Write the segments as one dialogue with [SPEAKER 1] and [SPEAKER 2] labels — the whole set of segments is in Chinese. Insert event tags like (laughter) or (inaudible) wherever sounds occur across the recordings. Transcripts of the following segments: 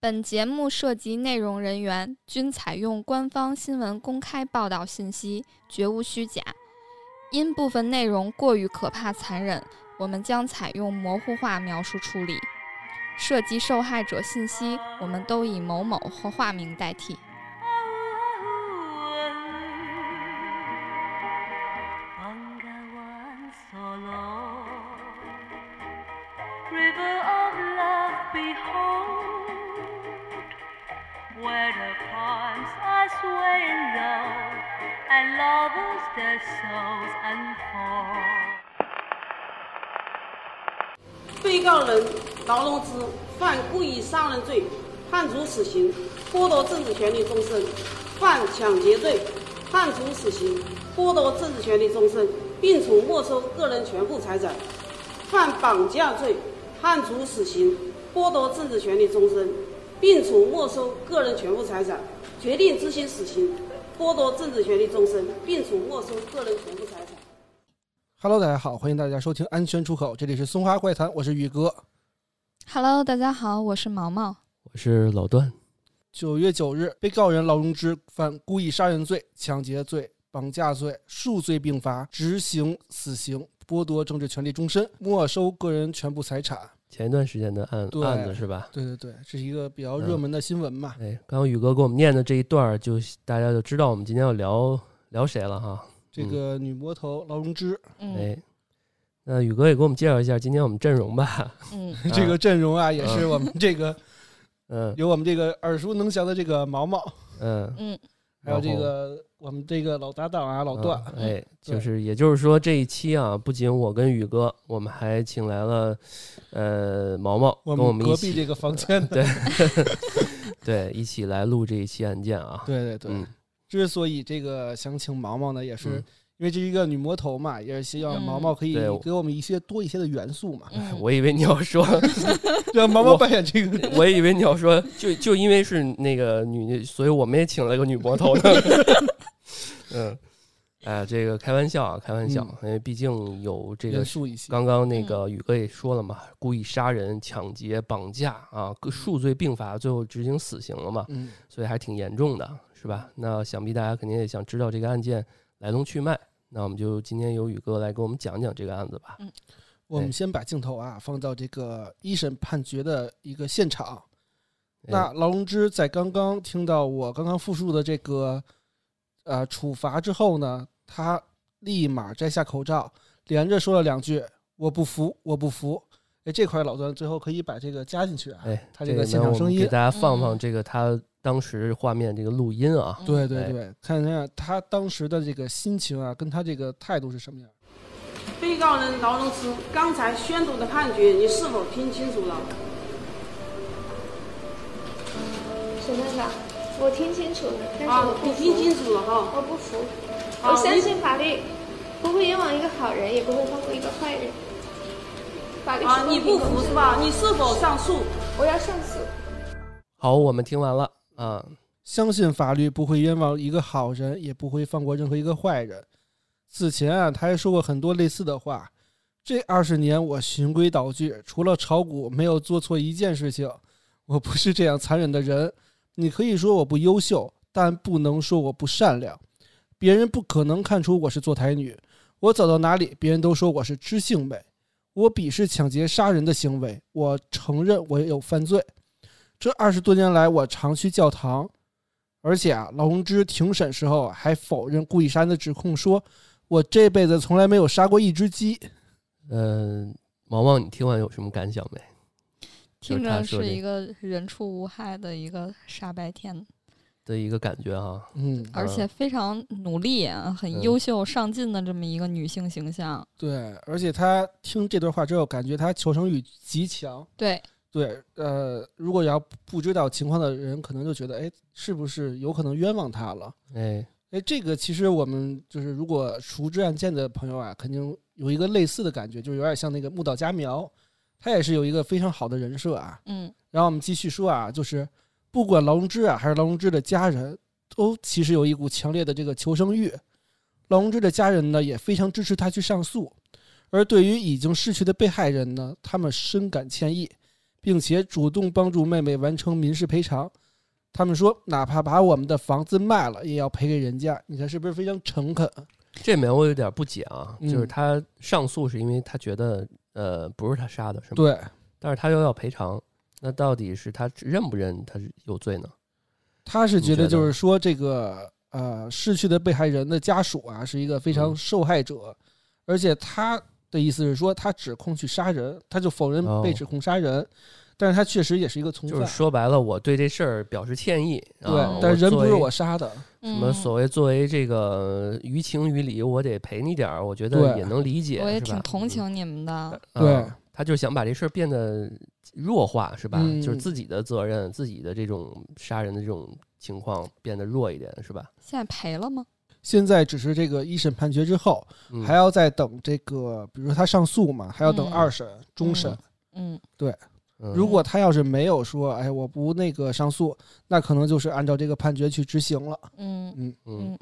[SPEAKER 1] 本节目涉及内容人员均采用官方新闻公开报道信息，绝无虚假。因部分内容过于可怕残忍，我们将采用模糊化描述处理。涉及受害者信息，我们都以某某或化名代替。
[SPEAKER 2] Bangawan Solo, river of love, behold, where the palms are swaying low and lovers their souls unfold.
[SPEAKER 3] 被告人劳荣枝犯故意杀人罪，判处死刑，剥夺政治权利终身；犯抢劫罪，判处死刑，剥夺政治权利终身，并处没收个人全部财产；犯绑架罪，判处死刑，剥夺政治权利终身，并处没收个人全部财产；决定执行死刑，剥夺政治权利终身，并处没收个人全部财产。
[SPEAKER 4] Hello，大家好，欢迎大家收听《安全出口》，这里是松花怪谈，我是宇哥。
[SPEAKER 1] Hello，大家好，我是毛毛。
[SPEAKER 5] 我是老段，
[SPEAKER 4] 九月九日，被告人劳荣枝犯故意杀人罪、抢劫罪、绑架罪，数罪并罚，执行死刑，剥夺政治权利终身，没收个人全部财产。
[SPEAKER 5] 前一段时间的案
[SPEAKER 4] 对
[SPEAKER 5] 案子是吧？
[SPEAKER 4] 对对对，这是一个比较
[SPEAKER 5] 嗯
[SPEAKER 4] 热门的新闻嘛。
[SPEAKER 5] 哎，刚刚宇哥给我们念的这一段儿，就大家就知道我们今天要聊聊谁了哈。
[SPEAKER 4] 这个
[SPEAKER 5] 嗯
[SPEAKER 4] 女魔头劳荣枝，
[SPEAKER 1] 嗯
[SPEAKER 5] 哎，那宇哥也给我们介绍一下今天我们阵容吧。
[SPEAKER 1] 嗯，
[SPEAKER 4] (laughs) 这个阵容啊，也是我们这
[SPEAKER 5] (laughs)
[SPEAKER 4] 个
[SPEAKER 5] 嗯
[SPEAKER 4] 有我们这个耳熟能详的这个毛毛，
[SPEAKER 5] 嗯，
[SPEAKER 1] 嗯，
[SPEAKER 4] 还有这
[SPEAKER 5] 然后
[SPEAKER 4] 个我们这个老搭档啊老段。
[SPEAKER 5] 嗯哎，就是也就是说这一期啊，不仅我跟宇哥，我们还请来了呃毛毛
[SPEAKER 4] 我
[SPEAKER 5] 跟我
[SPEAKER 4] 们
[SPEAKER 5] 们一
[SPEAKER 4] 隔壁
[SPEAKER 5] 起嗯
[SPEAKER 4] 这个房间的，
[SPEAKER 5] (laughs) 对对一起来录这一期案件啊。
[SPEAKER 4] 对对对，
[SPEAKER 5] 嗯
[SPEAKER 4] 之所以这个想请毛毛呢，也是
[SPEAKER 5] 嗯
[SPEAKER 4] 因为这是一个女魔头嘛，也是希望
[SPEAKER 1] 嗯
[SPEAKER 4] 毛毛可以
[SPEAKER 5] 对我
[SPEAKER 4] 给我们一些多一些的元素
[SPEAKER 5] (laughs)
[SPEAKER 4] 嘛，
[SPEAKER 1] 嗯
[SPEAKER 5] 我以为你要说
[SPEAKER 4] 让毛毛
[SPEAKER 5] 我
[SPEAKER 4] 扮演这个。
[SPEAKER 5] 我以为你要说，就就因为是那个女，所以我们也请了个女魔头呢。 (laughs) 嗯，哎，这个开玩笑啊，开玩笑，
[SPEAKER 4] 嗯
[SPEAKER 5] 因为毕竟有 (laughs) 这
[SPEAKER 4] 元
[SPEAKER 5] 个，
[SPEAKER 4] 素一些，
[SPEAKER 5] 刚刚那
[SPEAKER 4] 嗯
[SPEAKER 5] 个宇哥也说了嘛，故意杀人、抢劫、绑架啊，各数罪并罚，最后执行死刑了嘛，
[SPEAKER 4] 嗯，
[SPEAKER 5] 所以还挺严重的，是吧？那想必大家肯定也想知道这个案件来龙去脉。那我们就今天由宇哥来给我们讲讲这个案子吧。
[SPEAKER 4] 我们先把镜头啊放到这个一审判决的一个现场。那劳荣枝在刚刚听到我刚刚复述的这个呃处罚之后呢，他立马摘下口罩，连着说了两句“我不服，我不服”。哎，这块老段最后可以把这个加进去啊。
[SPEAKER 5] 哎，
[SPEAKER 4] 他这
[SPEAKER 5] 这
[SPEAKER 4] 个
[SPEAKER 5] 个
[SPEAKER 4] 现
[SPEAKER 5] 呢
[SPEAKER 4] 场
[SPEAKER 5] 我
[SPEAKER 4] 声
[SPEAKER 5] 们
[SPEAKER 4] 音
[SPEAKER 5] 给大家放放
[SPEAKER 1] 嗯
[SPEAKER 5] 这个他当时画面这个录音啊。
[SPEAKER 4] 对对
[SPEAKER 5] 哎
[SPEAKER 4] 对，看一下他当时的这个心情啊，跟他这个态度是什么样。
[SPEAKER 3] 被告人劳荣枝刚才宣读的判决，你是否听清楚了？
[SPEAKER 6] 审判长，我听清楚了，但是
[SPEAKER 3] 啊
[SPEAKER 6] 我，不
[SPEAKER 3] 你
[SPEAKER 6] 服，
[SPEAKER 3] 听清楚了哈。
[SPEAKER 6] 我不服，
[SPEAKER 3] 啊
[SPEAKER 6] 我相
[SPEAKER 3] 你
[SPEAKER 6] 信法律不会冤枉一个好人，也不会放过一个坏人。法律是
[SPEAKER 3] 啊，
[SPEAKER 6] 公
[SPEAKER 3] 你不
[SPEAKER 6] 平公
[SPEAKER 3] 服
[SPEAKER 6] 正
[SPEAKER 3] 是
[SPEAKER 6] 的
[SPEAKER 3] 吧？你是否上诉？
[SPEAKER 6] 我要上诉。
[SPEAKER 5] 好，我们听完了啊，
[SPEAKER 4] 相信法律不会冤枉一个好人，也不会放过任何一个坏人。此前啊，他还说过很多类似的话。这二十年我循规蹈矩，除了炒股没有做错一件事情。我不是这样残忍的人。你可以说我不优秀，但不能说我不善良。别人不可能看出我是坐台女。我走到哪里，别人都说我是知性美。我鄙视抢劫杀人的行为，我承认我有犯罪。这二十多年来，我常去教堂，而且啊，劳荣枝庭审时候还否认故意杀人的指控说，我这辈子从来没有杀过一只鸡。
[SPEAKER 5] 嗯，毛毛，你听完有什么感想没？
[SPEAKER 1] 听着是一
[SPEAKER 5] 个
[SPEAKER 1] 个人畜无害的一个傻白甜，
[SPEAKER 5] 的一个感觉啊，
[SPEAKER 4] 嗯，
[SPEAKER 1] 而且非常努力、啊很优秀、上进的这么一个女性形象。
[SPEAKER 4] 对，而且他听这段话之后，感觉他求生欲极强。
[SPEAKER 1] 对，
[SPEAKER 4] 对，呃，如果要不知道情况的人，可能就觉得，哎，是不是有可能冤枉他了？
[SPEAKER 5] 哎，
[SPEAKER 4] 哎，这个其实我们就是如果熟知案件的朋友啊，肯定有一个类似的感觉，就是有点像那个木岛佳苗，他也是有一个非常好的人设啊。
[SPEAKER 1] 嗯
[SPEAKER 4] 然后我们继续说啊，就是不管劳荣枝啊，还是劳荣枝的家人，都其实有一股强烈的这个求生欲。劳荣枝的家人呢，也非常支持他去上诉。而对于已经逝去的被害人呢，他们深感歉意，并且主动帮助妹妹完成民事赔偿。他们说，哪怕把我们的房子卖了，也要赔给人家。你看是不是非常诚恳？啊
[SPEAKER 5] 这里面我有点不解啊，
[SPEAKER 4] 嗯
[SPEAKER 5] 就是他上诉是因为他觉得呃不是他杀的，是吗？。
[SPEAKER 4] 对，
[SPEAKER 5] 但是他又要赔偿，那到底是他认不认他是有罪呢？
[SPEAKER 4] 他是觉
[SPEAKER 5] 你觉
[SPEAKER 4] 得
[SPEAKER 5] 得
[SPEAKER 4] 就是说这个呃逝去的被害人的家属啊是一个非常
[SPEAKER 5] 嗯
[SPEAKER 4] 受害者，而且他的意思是说他指控去杀人，他就否认被
[SPEAKER 5] 哦
[SPEAKER 4] 指控杀人，但是他确实也是一个从
[SPEAKER 5] 就
[SPEAKER 4] 犯，
[SPEAKER 5] 是说白了，我对这事儿表示歉意。
[SPEAKER 4] 对，
[SPEAKER 5] 啊、
[SPEAKER 4] 但是人不是
[SPEAKER 5] 作为
[SPEAKER 4] 我杀的，
[SPEAKER 1] 什
[SPEAKER 5] 什么所谓作为这个呃于情于理，我得赔你点儿，我觉得
[SPEAKER 4] 对
[SPEAKER 5] 也能理解，
[SPEAKER 1] 我也
[SPEAKER 5] 是吧
[SPEAKER 1] 挺同。情你们的。
[SPEAKER 5] 嗯
[SPEAKER 4] 对
[SPEAKER 5] 啊他就想把这事儿变得弱化，是吧？
[SPEAKER 4] 嗯
[SPEAKER 5] 就是自己的责任，自己的这种杀人的这种情况变得弱一点，是吧？
[SPEAKER 1] 现在赔了吗？
[SPEAKER 4] 现在只是这个一审判决之后，
[SPEAKER 5] 嗯、
[SPEAKER 4] 还要再等这个，比如说他上诉嘛，还要等
[SPEAKER 1] 嗯
[SPEAKER 4] 二审、终审。
[SPEAKER 1] 嗯，
[SPEAKER 5] 嗯
[SPEAKER 4] 如果他要是没有说，哎，我不那个上诉，那可能就是按照这个判决去执行了。
[SPEAKER 5] 啊
[SPEAKER 1] 嗯
[SPEAKER 4] 嗯，
[SPEAKER 5] 嗯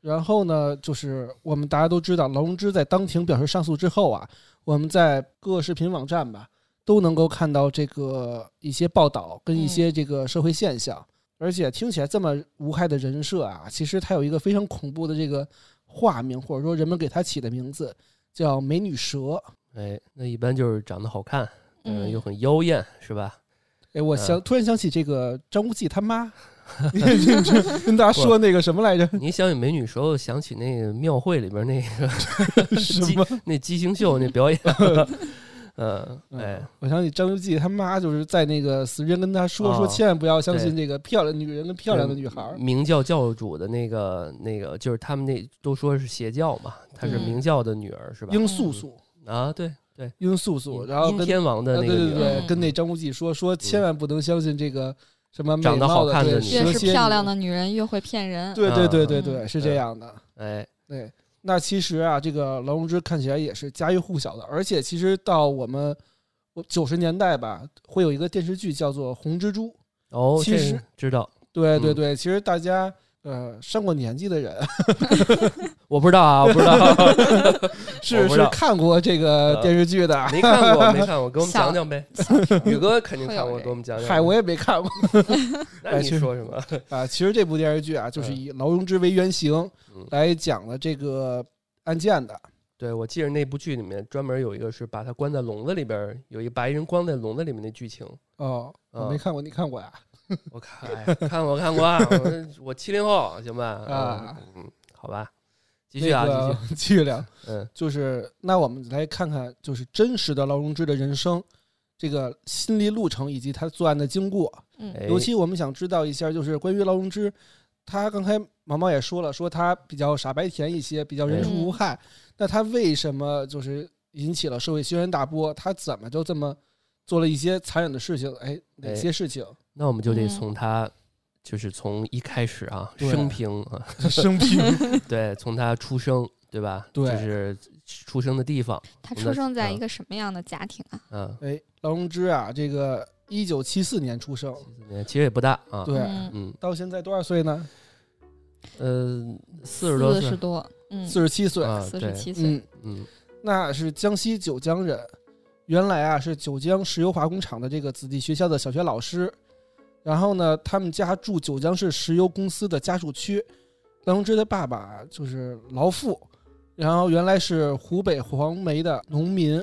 [SPEAKER 4] 然后呢，就是我们大家都知道，劳荣枝在当庭表示上诉之后啊，我们在各视频网站吧都能够看到这个一些报道跟一些这个社会现象，而且听起来这么无害的人设啊，其实他有一个非常恐怖的这个化名，或者说人们给他起的名字叫“美女蛇
[SPEAKER 5] 哎，那一般就是长得好看，嗯、
[SPEAKER 1] 嗯
[SPEAKER 5] 又很妖艳，是吧？”。
[SPEAKER 4] 哎，我想、
[SPEAKER 5] 嗯
[SPEAKER 4] 突然想起这个张无忌他妈， (laughs) 你你这跟大家说那个什么来着？
[SPEAKER 5] 你想起美女时候，想起那个庙会里边那个 (laughs)
[SPEAKER 4] 什么？
[SPEAKER 5] 那畸形秀
[SPEAKER 4] (laughs)
[SPEAKER 5] 那表演，嗯，哎，
[SPEAKER 4] 我想起张无忌他妈就是在那个死人跟他说、
[SPEAKER 5] 哦
[SPEAKER 4] 说，千万不要相信
[SPEAKER 5] 对嗯
[SPEAKER 4] 这个漂亮女人跟漂亮的女孩儿。
[SPEAKER 5] 明教教主的那个那个，就是他们那都说是邪教嘛，她是
[SPEAKER 1] 嗯
[SPEAKER 5] 明教的女儿是吧？
[SPEAKER 4] 殷素素，
[SPEAKER 5] 啊，对对，
[SPEAKER 4] 殷素素，然后
[SPEAKER 5] 殷
[SPEAKER 4] 跟
[SPEAKER 5] 嗯天王的
[SPEAKER 4] 啊
[SPEAKER 5] 那
[SPEAKER 4] 对
[SPEAKER 5] 个
[SPEAKER 4] 对
[SPEAKER 5] 女嗯儿，
[SPEAKER 1] 嗯
[SPEAKER 4] 对，跟那张无忌说说千万不能相信这个什么美
[SPEAKER 5] 嗯长得好
[SPEAKER 4] 貌
[SPEAKER 5] 看
[SPEAKER 4] 对
[SPEAKER 5] 的女嗯
[SPEAKER 1] 越
[SPEAKER 4] 蛇
[SPEAKER 1] 是
[SPEAKER 4] 蝎
[SPEAKER 1] 漂亮
[SPEAKER 4] 女
[SPEAKER 1] 的女人越会骗人。
[SPEAKER 4] 对对对对对，
[SPEAKER 1] 嗯
[SPEAKER 4] 是这样的。
[SPEAKER 5] 哎，
[SPEAKER 4] 对，那其实啊，这个劳荣枝看起来也是家喻户晓的，而且其实到我们我九十年代吧，会有一个电视剧叫做《红蜘蛛》。
[SPEAKER 5] 哦，
[SPEAKER 4] 其
[SPEAKER 5] 这
[SPEAKER 4] 实
[SPEAKER 5] 知道，
[SPEAKER 4] 对
[SPEAKER 5] 嗯
[SPEAKER 4] 对对，其实大家呃上过年纪的人
[SPEAKER 5] 我不知道啊，我不知道，
[SPEAKER 4] 是 (laughs)
[SPEAKER 5] 不知
[SPEAKER 4] 是
[SPEAKER 5] 道
[SPEAKER 4] 看过这个
[SPEAKER 5] 呃
[SPEAKER 4] 电视剧 (laughs) 的。
[SPEAKER 5] 没看过，没看过，给我们
[SPEAKER 1] 小
[SPEAKER 5] 讲讲呗。宇哥肯定看过，给我们讲讲。
[SPEAKER 4] 嗨，哎我也没看过
[SPEAKER 5] 那你说什么？
[SPEAKER 4] (laughs) 啊。其实这部电视剧啊，就是以劳荣枝为原型
[SPEAKER 5] 嗯
[SPEAKER 4] 来讲了这个案件的。
[SPEAKER 5] 对，我记得那部剧里面专门有一个是把他关在笼子里边儿，有一白人关在笼子里面的剧情。
[SPEAKER 4] 哦，我
[SPEAKER 5] 嗯
[SPEAKER 4] 没看过，你看过呀？
[SPEAKER 5] 我看，哎，看过看过啊，我我七零后，行吧？
[SPEAKER 4] 啊
[SPEAKER 5] 嗯，嗯好吧，继
[SPEAKER 4] 继
[SPEAKER 5] 续啊，继
[SPEAKER 4] (laughs)
[SPEAKER 5] 续，，
[SPEAKER 4] 继续聊。
[SPEAKER 5] 嗯
[SPEAKER 4] 就是那我们来看看，就是真实的劳荣枝的人生，这个心理路程以及他作案的经过。
[SPEAKER 1] 嗯，
[SPEAKER 5] 哎
[SPEAKER 4] 尤其我们想知道一下，就是关于劳荣枝，他刚才毛毛也说了，说他比较傻白甜一些，比较人畜无害。那他为什么就是引起了社会轩然大波？他怎么就这么做了一些残忍的事情？哎，哪些事情？
[SPEAKER 5] 那我们就得
[SPEAKER 1] 嗯
[SPEAKER 5] 从他，就是从一开始啊，
[SPEAKER 4] 对
[SPEAKER 5] 生平啊，
[SPEAKER 4] 生平
[SPEAKER 5] 对，从他出生，对吧？
[SPEAKER 4] 对
[SPEAKER 5] 就是出生的地方，
[SPEAKER 1] 他
[SPEAKER 5] 我们
[SPEAKER 1] 出
[SPEAKER 5] 再
[SPEAKER 1] 生在一
[SPEAKER 5] 嗯
[SPEAKER 1] 个什么样的家庭啊？
[SPEAKER 5] 嗯，
[SPEAKER 4] (laughs) 哎，劳荣枝啊，这个一九七四年出生，
[SPEAKER 5] 其实也不大啊，
[SPEAKER 4] 对，
[SPEAKER 1] 嗯
[SPEAKER 5] 嗯，
[SPEAKER 4] 到现在多少岁呢？
[SPEAKER 5] 呃，四十多
[SPEAKER 1] 四十
[SPEAKER 5] 岁，
[SPEAKER 1] 多，嗯，
[SPEAKER 4] 四十七岁。
[SPEAKER 5] 啊，
[SPEAKER 1] 四
[SPEAKER 5] 对
[SPEAKER 1] 十，七岁，
[SPEAKER 4] 嗯，
[SPEAKER 5] 嗯，
[SPEAKER 4] 那是江西九江人，原来啊是九江石油化工厂的这个子弟学校的小学老师，然后呢，他们家住九江市石油公司的家属区。梁荣之的爸爸啊就是劳富，然后原来是湖北黄梅的农民。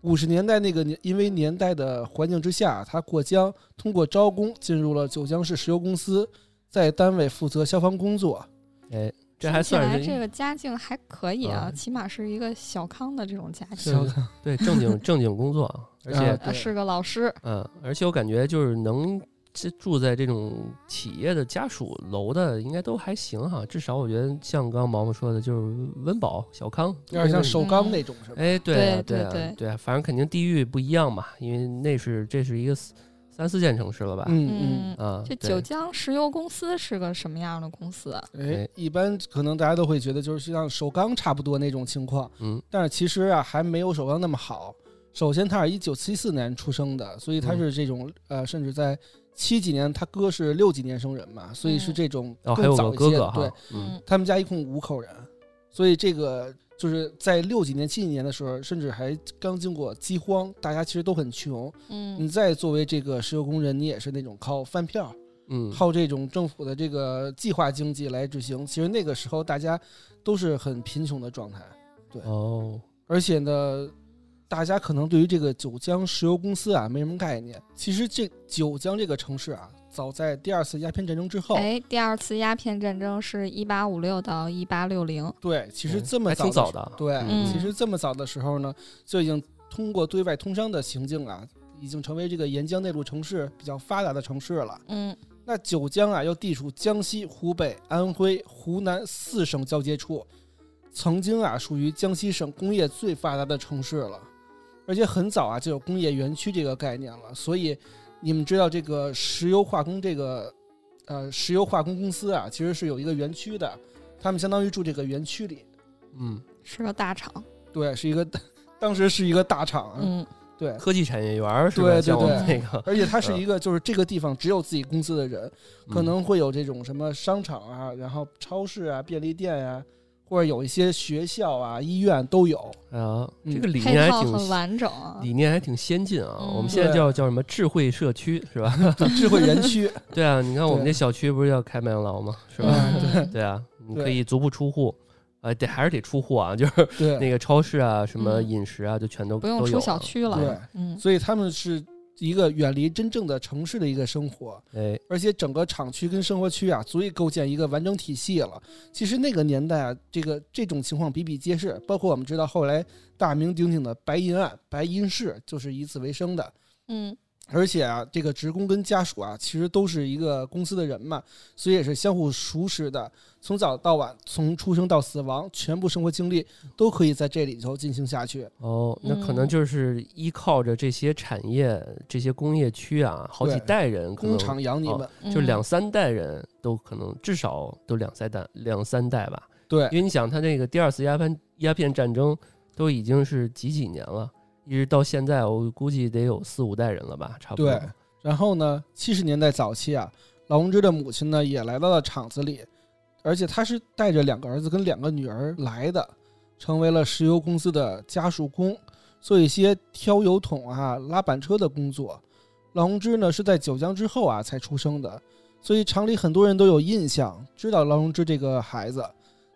[SPEAKER 4] 五十年代那个年，因为年代的环境之下，他过江，通过招工进入了九江市石油公司，在单位负责消防工作。
[SPEAKER 5] 哎，这
[SPEAKER 1] 听
[SPEAKER 5] 还
[SPEAKER 1] 起来
[SPEAKER 5] 算是
[SPEAKER 1] 这个家境还可以啊，
[SPEAKER 5] 啊
[SPEAKER 1] 起码是一个小康的这种家
[SPEAKER 5] 是
[SPEAKER 1] 庭，
[SPEAKER 5] 小对正经正经工作， (laughs) 啊，而且
[SPEAKER 4] 啊
[SPEAKER 1] 呃是个老师，
[SPEAKER 5] 嗯，而且我感觉就是能这住在这种企业的家属楼的，应该都还行哈。至少我觉得像刚刚毛毛说的，就是温饱、小康，
[SPEAKER 4] 有点像
[SPEAKER 5] 手。
[SPEAKER 4] 首钢那种，是吧？
[SPEAKER 5] 哎，对啊，
[SPEAKER 1] 对
[SPEAKER 5] 啊，
[SPEAKER 1] 对对
[SPEAKER 5] 对啊，反正肯定地域不一样嘛，因为那是这是一个四三四线城市了吧？
[SPEAKER 4] 嗯嗯。
[SPEAKER 5] 啊，
[SPEAKER 1] 这
[SPEAKER 5] 对
[SPEAKER 1] 九江石油公司是个什么样的公司啊？
[SPEAKER 4] 哎
[SPEAKER 5] 哎，
[SPEAKER 4] 一般可能大家都会觉得就是像首钢差不多那种情况，
[SPEAKER 5] 嗯，
[SPEAKER 4] 但是其实啊还没有首钢那么好。首先，他是一九七四年出生的，所以
[SPEAKER 5] 嗯
[SPEAKER 4] 他是这种、呃，甚至在七几年，他哥是六几年生人嘛，所以是这种
[SPEAKER 5] 哦，还
[SPEAKER 4] 更
[SPEAKER 5] 有
[SPEAKER 4] 早
[SPEAKER 5] 个
[SPEAKER 4] 一
[SPEAKER 5] 哥
[SPEAKER 4] 些。
[SPEAKER 5] 哥哈
[SPEAKER 4] 对，，
[SPEAKER 5] 嗯，
[SPEAKER 4] 他们家一共五口人，所以这个就是在六几年、七几年的时候，甚至还刚经过饥荒，大家其实都很穷。你
[SPEAKER 1] 嗯
[SPEAKER 4] 再作为这个石油工人，你也是那种靠饭票、
[SPEAKER 5] 嗯，
[SPEAKER 4] 靠这种政府的这个计划经济来执行。其实那个时候大家都是很贫穷的状态，
[SPEAKER 5] 哦，
[SPEAKER 4] 而且呢，大家可能对于这个九江石油公司啊没什么概念。其实这九江这个城市啊，早在第二次鸦片战争之
[SPEAKER 5] 哦
[SPEAKER 4] 后，
[SPEAKER 1] 哎，第二次鸦片战争是一八五六到一八六零，
[SPEAKER 4] 对，其实这么
[SPEAKER 5] 还
[SPEAKER 4] 早的
[SPEAKER 5] 挺
[SPEAKER 4] 时候
[SPEAKER 5] 早的啊，
[SPEAKER 4] 对，
[SPEAKER 5] 嗯
[SPEAKER 4] 其实这么早的时候呢，就已经通过对外通商的行径啊，已经成为这个沿江内陆城市比较发达的城市了。
[SPEAKER 1] 嗯
[SPEAKER 4] 那九江啊，又地处江西、湖北、安徽、湖南四省交界处，曾经啊属于江西省工业最发达的城市了，而且很早啊就有工业园区这个概念了。所以你们知道这个石油化工这个呃石油化工公司啊，其实是有一个园区的，他们相当于住这个园区里。
[SPEAKER 5] 嗯，
[SPEAKER 1] 是个大厂，
[SPEAKER 4] 对，是一个 (laughs) 当时是一个大厂啊，
[SPEAKER 1] 嗯
[SPEAKER 4] 对，
[SPEAKER 5] 科技产业园儿是吧？
[SPEAKER 4] 对对
[SPEAKER 5] 像我们那
[SPEAKER 1] 对
[SPEAKER 5] 个，
[SPEAKER 4] 而且它是一个就是这个地方只有自己公司的人，可
[SPEAKER 5] 嗯
[SPEAKER 4] 能会有这种什么商场啊，然后超市啊、便利店啊，或者有一些学校啊、医院都有。
[SPEAKER 5] 啊，
[SPEAKER 4] 嗯
[SPEAKER 5] 这个理
[SPEAKER 1] 配
[SPEAKER 5] 念
[SPEAKER 1] 套
[SPEAKER 5] 还挺
[SPEAKER 1] 很完整啊，
[SPEAKER 5] 理念还挺先进啊。
[SPEAKER 1] 嗯
[SPEAKER 5] 我们现在叫叫什么智慧社区是吧？ (laughs)
[SPEAKER 4] 智慧园区，
[SPEAKER 5] 对啊，你看我们
[SPEAKER 4] 对
[SPEAKER 5] 这小区不是要开麦当劳吗？是吧？
[SPEAKER 1] 嗯
[SPEAKER 5] (laughs) 对啊，你
[SPEAKER 4] 对
[SPEAKER 5] 可以足不出户，呃，得还是得出户啊， (laughs) 就是
[SPEAKER 4] 对
[SPEAKER 5] 那个超市啊，什么
[SPEAKER 1] 嗯
[SPEAKER 5] 饮食啊，就全都
[SPEAKER 1] 不用
[SPEAKER 5] 都有
[SPEAKER 1] 出小区了，
[SPEAKER 4] 对
[SPEAKER 1] 嗯
[SPEAKER 4] 所以他们是一个远离真正的城市的一个生活，
[SPEAKER 5] 哎，
[SPEAKER 4] 而且整个厂区跟生活区啊，足以构建一个完整体系了。其实那个年代啊，这个这种情况比比皆是，包括我们知道后来大名鼎鼎的白银案、白银市，就是以此为生的。
[SPEAKER 1] 嗯
[SPEAKER 4] 而且啊，这个职工跟家属啊，其实都是一个公司的人嘛，所以也是相互熟识的。从早到晚，从出生到死亡，全部生活经历都可以在这里头进行下去。
[SPEAKER 5] 哦，那可能
[SPEAKER 1] 嗯
[SPEAKER 5] 就是依靠着这些产业、这些工业区啊，好几
[SPEAKER 4] 对
[SPEAKER 5] 代人可
[SPEAKER 4] 工
[SPEAKER 5] 能哦
[SPEAKER 4] 厂养你们，
[SPEAKER 1] 嗯
[SPEAKER 5] 就两三代人都可能至少都两三代两三代吧，
[SPEAKER 4] 对
[SPEAKER 5] 因为你想，他那个第二次鸦片鸦片战争都已经是几几年了，一直到现在，我估计得有四五代人了吧，差不多。
[SPEAKER 4] 对然后呢，七十年代早期啊，劳荣枝的母亲呢也来到了厂子里，而且她是带着两个儿子跟两个女儿来的，成为了石油公司的家属工，做一些挑油桶啊、拉板车的工作。劳荣枝呢是在九江之后啊才出生的，所以厂里很多人都有印象，知道劳荣枝这个孩子。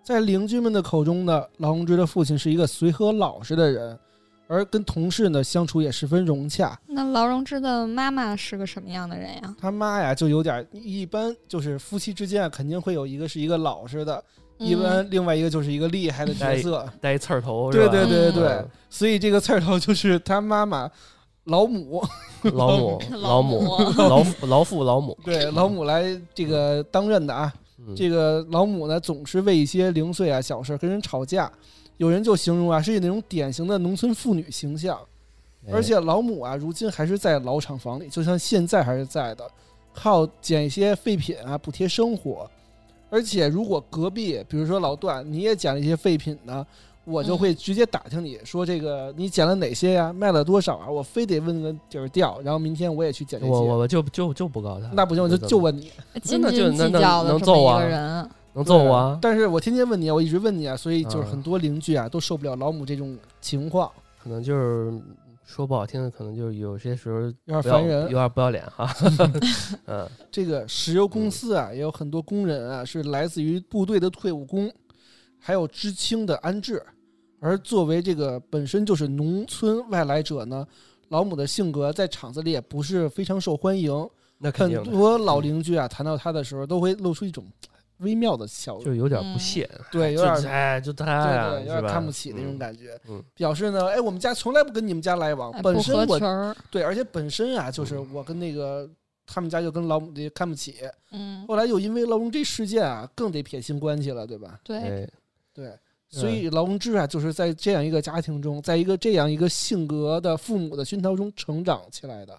[SPEAKER 4] 在邻居们的口中呢，劳荣枝的父亲是一个随和老实的人，而跟同事呢相处也十分融洽。
[SPEAKER 1] 那劳荣枝的妈妈是个什么样的人呀？
[SPEAKER 4] 他妈呀，就有点一般，就是夫妻之间啊肯定会有一个是一个老实的，一
[SPEAKER 1] 嗯
[SPEAKER 4] 般另外一个就是一个厉害的角色，
[SPEAKER 5] 带一刺儿头，
[SPEAKER 4] 对
[SPEAKER 5] 哎是吧呃
[SPEAKER 1] 嗯
[SPEAKER 4] 对对对，所以这个刺儿头就是他妈妈老母，
[SPEAKER 5] 嗯老母、老
[SPEAKER 1] (laughs) 老
[SPEAKER 5] 母
[SPEAKER 1] 母、
[SPEAKER 5] 老父、老父、老
[SPEAKER 1] (laughs)
[SPEAKER 5] 母，
[SPEAKER 4] 对老母来这个担任的啊。
[SPEAKER 5] 嗯
[SPEAKER 4] 这个老母呢，总是为一些零碎啊小事跟人吵架，有人就形容啊是那种典型的农村妇女形象。
[SPEAKER 5] 哎
[SPEAKER 4] 而且老母啊，如今还是在老厂房里，就像现在还是在的，靠捡一些废品啊补贴生活。而且如果隔壁，比如说老段，你也捡了一些废品呢，我就会直接打听你说这个你捡了哪些呀、卖了多少啊？我非得问个底儿调，然后明天我也去捡这
[SPEAKER 5] 哎我
[SPEAKER 4] 些。
[SPEAKER 5] 我就就就不告他，
[SPEAKER 4] 那不行，我就就问你，
[SPEAKER 1] 斤
[SPEAKER 5] 那就
[SPEAKER 1] 斤
[SPEAKER 5] 那
[SPEAKER 1] 计
[SPEAKER 5] 那
[SPEAKER 1] 较的
[SPEAKER 5] 能
[SPEAKER 1] 这
[SPEAKER 5] 揍
[SPEAKER 1] 么一
[SPEAKER 5] 啊
[SPEAKER 1] 个人，
[SPEAKER 5] 能揍我啊？
[SPEAKER 4] 但是我天天问你啊，我一直问你啊，所以就是
[SPEAKER 5] 啊
[SPEAKER 4] 很多邻居啊都受不了老母这种情况，
[SPEAKER 5] 可能就是说不好听的，可能就是有些时候
[SPEAKER 4] 有点
[SPEAKER 5] 不要
[SPEAKER 4] 烦
[SPEAKER 5] 有
[SPEAKER 4] 人。
[SPEAKER 5] 点不要脸哈。 (laughs) 嗯，
[SPEAKER 4] 这个石油公司啊，也有很多工人啊是来自于部队的退伍工，还有知青的安置。而作为这个本身就是农村外来者呢，老母的性格在厂子里也不是非常受欢迎。
[SPEAKER 5] 那肯
[SPEAKER 4] 很
[SPEAKER 5] 定的嗯
[SPEAKER 4] 多老邻居啊谈到他的时候，都会露出一种微妙的笑
[SPEAKER 5] 就
[SPEAKER 4] 容，
[SPEAKER 5] 是有点不
[SPEAKER 1] 嗯
[SPEAKER 5] 屑，
[SPEAKER 4] 对，有
[SPEAKER 5] 就
[SPEAKER 4] 点
[SPEAKER 5] 是哎，就他呀，
[SPEAKER 4] 对对，有
[SPEAKER 5] 是
[SPEAKER 4] 点
[SPEAKER 5] 吧
[SPEAKER 4] 看不起那种
[SPEAKER 5] 嗯
[SPEAKER 4] 感觉
[SPEAKER 5] 嗯嗯，
[SPEAKER 4] 表示呢，哎，我们家从来不跟你们家来往
[SPEAKER 1] 哎，
[SPEAKER 4] 本
[SPEAKER 1] 不
[SPEAKER 4] 身
[SPEAKER 1] 合
[SPEAKER 4] 我
[SPEAKER 1] 群儿，
[SPEAKER 4] 对，而且本身啊，就是
[SPEAKER 5] 嗯
[SPEAKER 4] 我跟那个他们家就跟老母的看不起，
[SPEAKER 1] 嗯，
[SPEAKER 4] 后来又因为劳荣枝事件啊，更得撇清关系了，对吧？
[SPEAKER 1] 对，
[SPEAKER 5] 哎，
[SPEAKER 4] 对，所以劳荣枝啊，就是在这样一个家庭中，在一个这样一个性格的父母的熏陶中成长起来的。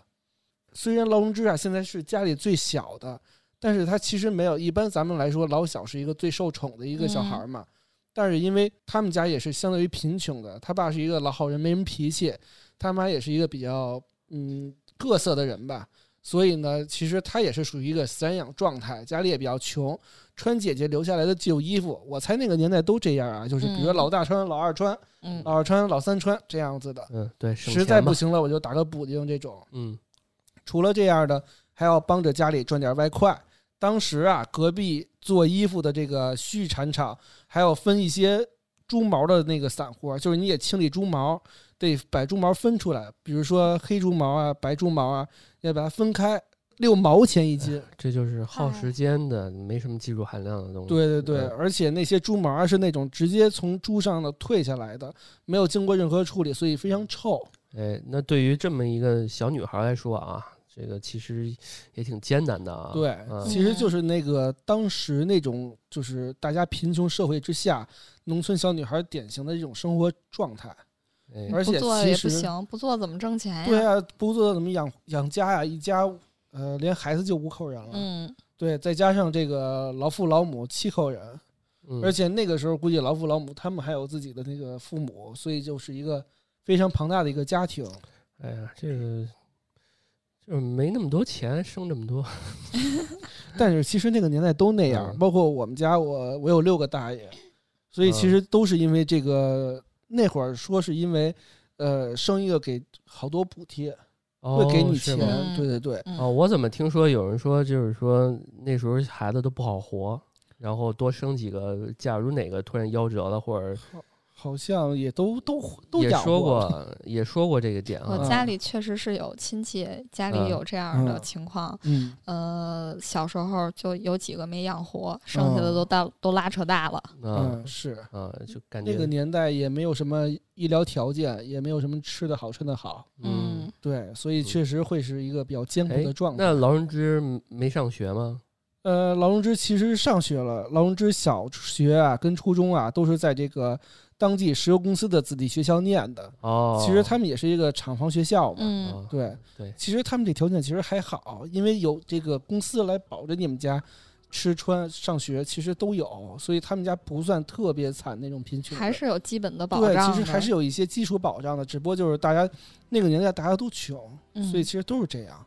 [SPEAKER 4] 虽然劳荣枝啊现在是家里最小的，但是他其实没有一般咱们来说老小是一个最受宠的一个小孩儿嘛。但是因为他们家也是相对于贫穷的，他爸是一个老好人，没什么脾气，他妈也是一个比较嗯各色的人吧，所以呢，其实他也是属于一个散养状态，家里也比较穷，穿姐姐留下来的旧衣服。我猜那个年代都这样啊，就是比如说
[SPEAKER 1] 嗯
[SPEAKER 4] 老大穿，老二穿，
[SPEAKER 1] 嗯
[SPEAKER 4] 老二穿，老三穿这样子的。
[SPEAKER 5] 嗯，对，省
[SPEAKER 4] 实在
[SPEAKER 5] 钱嘛
[SPEAKER 4] 不，行了，我就打个补丁这种。
[SPEAKER 5] 嗯
[SPEAKER 4] 除了这样的，还要帮着家里赚点外快。当时啊，隔壁做衣服的这个畜产厂，还要分一些猪毛的那个散货，就是你也清理猪毛，得把猪毛分出来，比如说黑猪毛啊、白猪毛啊，要把它分开，六毛钱一斤。
[SPEAKER 5] 这就是耗
[SPEAKER 1] 哎
[SPEAKER 5] 时间的，没什么技术含量的东西。
[SPEAKER 4] 对对对，
[SPEAKER 5] 嗯
[SPEAKER 4] 而且那些猪毛啊是那种直接从猪上的退下来的，没有经过任何处理，所以非常臭。
[SPEAKER 5] 哎，那对于这么一个小女孩来说啊，这个其实也挺艰难的啊。
[SPEAKER 4] 对，
[SPEAKER 5] 啊
[SPEAKER 4] 其实就是那个当时那种，就是大家贫穷社会之下，农村小女孩典型的一种生活状态。
[SPEAKER 5] 哎，
[SPEAKER 4] 而
[SPEAKER 1] 不
[SPEAKER 4] 且
[SPEAKER 1] 做
[SPEAKER 4] 其
[SPEAKER 1] 也不
[SPEAKER 4] 实
[SPEAKER 1] 行，不做怎么挣哎钱呀？
[SPEAKER 4] 对啊，不做怎么养养家呀、一家呃，连孩子就五口人了。
[SPEAKER 1] 嗯，
[SPEAKER 4] 对，再加上这个老父老母七口人，
[SPEAKER 5] 嗯
[SPEAKER 4] 而且那个时候估计老父老母他们还有自己的那个父母，所以就是一个非常庞大的一个家庭。
[SPEAKER 5] 哎呀，这个就是没那么多钱，生这么多，
[SPEAKER 4] 但是其实那个年代都那样，
[SPEAKER 5] 嗯
[SPEAKER 4] 包括我们家我我有六个大爷，所以
[SPEAKER 5] 嗯
[SPEAKER 4] 其实都是因为这个那会儿说是因为呃生一个给好多补贴，
[SPEAKER 5] 哦
[SPEAKER 4] 会给你
[SPEAKER 5] 是
[SPEAKER 4] 钱，
[SPEAKER 5] 吗
[SPEAKER 1] 吗
[SPEAKER 4] 对对对，
[SPEAKER 5] 哦，我怎么听说有人说，就是说那时候孩子都不好活，然后多生几个，假如哪个突然夭折了，或者
[SPEAKER 4] 好像也都都都
[SPEAKER 5] 也
[SPEAKER 4] 养
[SPEAKER 5] 说
[SPEAKER 4] 过，
[SPEAKER 5] 过，也说过这个点
[SPEAKER 1] 我
[SPEAKER 5] 啊。
[SPEAKER 1] 家里确实是有亲戚家里有这样的
[SPEAKER 4] 嗯
[SPEAKER 1] 情况，
[SPEAKER 4] 嗯，
[SPEAKER 1] 呃，小时候就有几个没养活，剩
[SPEAKER 5] 嗯
[SPEAKER 1] 下的都大、都拉扯大了。
[SPEAKER 5] 啊
[SPEAKER 4] 嗯是。
[SPEAKER 5] 啊，就感觉
[SPEAKER 4] 那个年代也没有什么医疗条件，也没有什么吃的好、穿的好，
[SPEAKER 5] 嗯，
[SPEAKER 4] 对，所以确实会是一个比较艰苦
[SPEAKER 5] 哎
[SPEAKER 4] 的状态。
[SPEAKER 5] 那劳荣枝没上学吗？
[SPEAKER 4] 呃，劳荣枝其实上学了，劳荣枝小学啊跟初中啊都是在这个当地石油公司的子弟学校念的。
[SPEAKER 5] 哦，
[SPEAKER 4] 其实他们也是一个厂房学校嘛，
[SPEAKER 1] 嗯
[SPEAKER 5] 哦
[SPEAKER 4] 对
[SPEAKER 5] 对
[SPEAKER 4] 其实他们这条件其实还好，因为有这个公司来保着你们家吃穿上学，其实都有，所以他们家不算特别惨那种贫穷的，
[SPEAKER 1] 还是有基本的保
[SPEAKER 4] 对，
[SPEAKER 1] 障
[SPEAKER 4] 其实还是
[SPEAKER 1] 有，
[SPEAKER 4] 有一些基础保障的，只不过就是大家那个年代大家都穷，
[SPEAKER 1] 嗯、
[SPEAKER 4] 所以其实都是这样。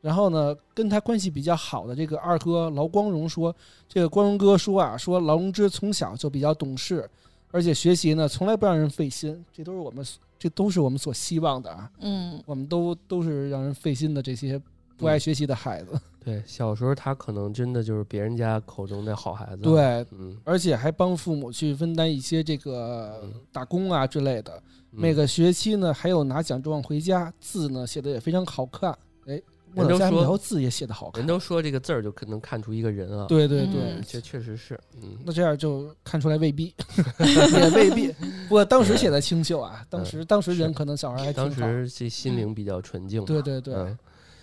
[SPEAKER 4] 然后呢，跟他关系比较好的这个二哥劳光荣说，这个光荣哥说啊，说劳荣枝从小就比较懂事，而且学习呢从来不让人费心，这都是我们所这都是我们所希望的啊，
[SPEAKER 1] 嗯
[SPEAKER 4] 我们都都是让人费心的这些不爱学习的孩子，
[SPEAKER 5] 对，小时候他可能真的就是别人家口中的好孩子。，
[SPEAKER 4] 对，
[SPEAKER 5] 嗯，
[SPEAKER 4] 而且还帮父母去分担一些这个
[SPEAKER 5] 嗯
[SPEAKER 4] 打工啊之类的。
[SPEAKER 5] 嗯
[SPEAKER 4] 每个学期呢还有拿奖状回家，字呢写的也非常好看，哎，我
[SPEAKER 5] 人都
[SPEAKER 4] 的家
[SPEAKER 5] 说
[SPEAKER 4] 苗字也写的好看
[SPEAKER 5] 人，都说这个字儿就可能看出一个人啊。
[SPEAKER 4] 对对对。
[SPEAKER 5] 嗯，这确实是，嗯，
[SPEAKER 4] 那这样就看出来未
[SPEAKER 5] (laughs)
[SPEAKER 4] 必，也未必。不过当时写的清秀啊，当时当时人
[SPEAKER 5] 嗯是
[SPEAKER 4] 可能小孩还挺
[SPEAKER 5] 当
[SPEAKER 4] 好。
[SPEAKER 5] 时这心灵比较纯净嘛。
[SPEAKER 4] 对对对
[SPEAKER 5] 嗯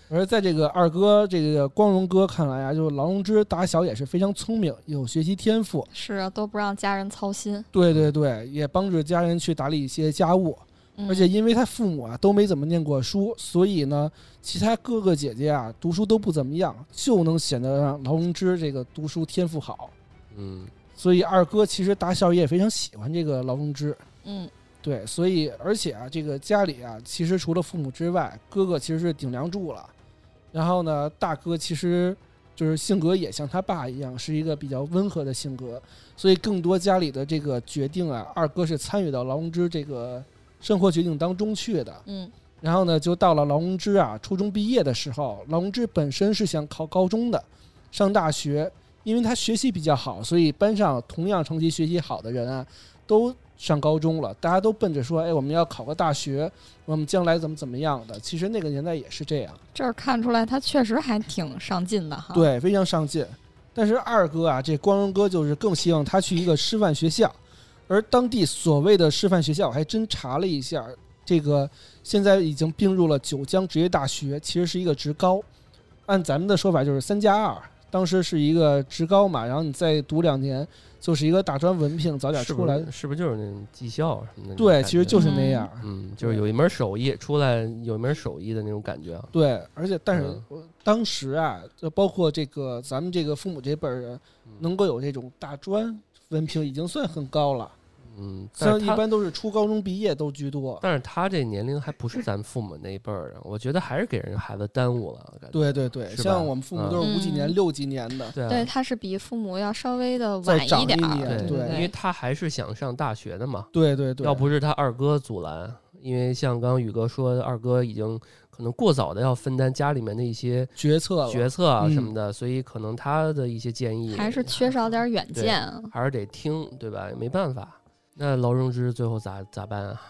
[SPEAKER 4] 而在这个二哥这个光荣哥看来啊，就是劳荣枝打小也是非常聪明，有学习天
[SPEAKER 5] 嗯
[SPEAKER 4] 赋。
[SPEAKER 1] 是啊都不让家人操心，
[SPEAKER 4] 对对对，也帮着家人去打理一些家务。
[SPEAKER 1] 嗯
[SPEAKER 4] 而且因为他父母啊都没怎么念过书，所以呢，其他哥哥姐姐啊读书都不怎么样，就能显得让劳荣枝这个读书天赋好。
[SPEAKER 5] 嗯，
[SPEAKER 4] 所以二哥其实打小也非常喜欢这个劳荣枝。
[SPEAKER 1] 嗯
[SPEAKER 4] 对，所以而且啊，这个家里啊，其实除了父母之外，哥哥其实是顶梁柱了。然后呢，大哥其实就是性格也像他爸一样，是一个比较温和的性格，所以更多家里的这个决定啊，二哥是参与到劳荣枝这个生活决定当中去的。
[SPEAKER 1] 嗯
[SPEAKER 4] 然后呢，就到了劳荣枝啊初中毕业的时候，劳荣枝本身是想考高中的，上大学，因为他学习比较好，所以班上同样成绩学习好的人啊，都上高中了，大家都奔着说，哎，我们要考个大学，我们将来怎么怎么样的。其实那个年代也是这样，
[SPEAKER 1] 这儿看出来他确实还挺上进的哈。，
[SPEAKER 4] 对，非常上进。但是二哥啊，这光荣哥就是更希望他去一个师范学校，而当地所谓的师范学校，我还真查了一下，这个现在已经并入了九江职业大学，其实是一个职高。按咱们的说法就是三加二，当时是一个职高嘛，然后你再读两年，就是一个大专文凭，早点
[SPEAKER 5] 是
[SPEAKER 4] 出
[SPEAKER 5] 不
[SPEAKER 4] 来。
[SPEAKER 5] 是是不是就是那种技校啊什么的那种感
[SPEAKER 4] 对，
[SPEAKER 5] 觉？
[SPEAKER 4] 其实就是那样。
[SPEAKER 5] 嗯，就是有一门手艺，出来有一门手艺的那种感觉啊。
[SPEAKER 4] 对，而且但是
[SPEAKER 5] 嗯
[SPEAKER 4] 我当时啊，就包括这个咱们这个父母这辈儿人
[SPEAKER 5] 嗯，
[SPEAKER 4] 能够有这种大专文凭，已经算很高了。
[SPEAKER 5] 嗯，但
[SPEAKER 4] 像
[SPEAKER 5] 是
[SPEAKER 4] 一
[SPEAKER 5] 他
[SPEAKER 4] 般都是初高中毕业都居多。
[SPEAKER 5] 但是他这年龄还不是咱父母那一辈儿的，我觉得还是给人孩子耽误了，我感觉
[SPEAKER 4] 对对对，
[SPEAKER 5] 是吧
[SPEAKER 4] 像我们父母都是五几年、
[SPEAKER 1] 嗯
[SPEAKER 4] 六几年的，
[SPEAKER 5] 对啊
[SPEAKER 1] 对，他是比父母要稍微的
[SPEAKER 4] 再
[SPEAKER 1] 晚
[SPEAKER 4] 长
[SPEAKER 1] 点
[SPEAKER 4] 一
[SPEAKER 1] 儿，
[SPEAKER 4] 年
[SPEAKER 5] 对
[SPEAKER 1] 对
[SPEAKER 4] 对
[SPEAKER 5] 因为他还是想上大学的嘛，
[SPEAKER 4] 对对对，
[SPEAKER 5] 要不是他二哥阻拦，因为像刚刚宇哥说，二哥已经可能过早的要分担家里面的一些
[SPEAKER 4] 决策了
[SPEAKER 5] 决策啊
[SPEAKER 4] 嗯
[SPEAKER 5] 什么的，所以可能他的一些建议
[SPEAKER 1] 还是缺少点远
[SPEAKER 5] 对
[SPEAKER 1] 见。啊
[SPEAKER 5] 还是得听，对吧？没办法。那劳荣枝最后咋咋办啊？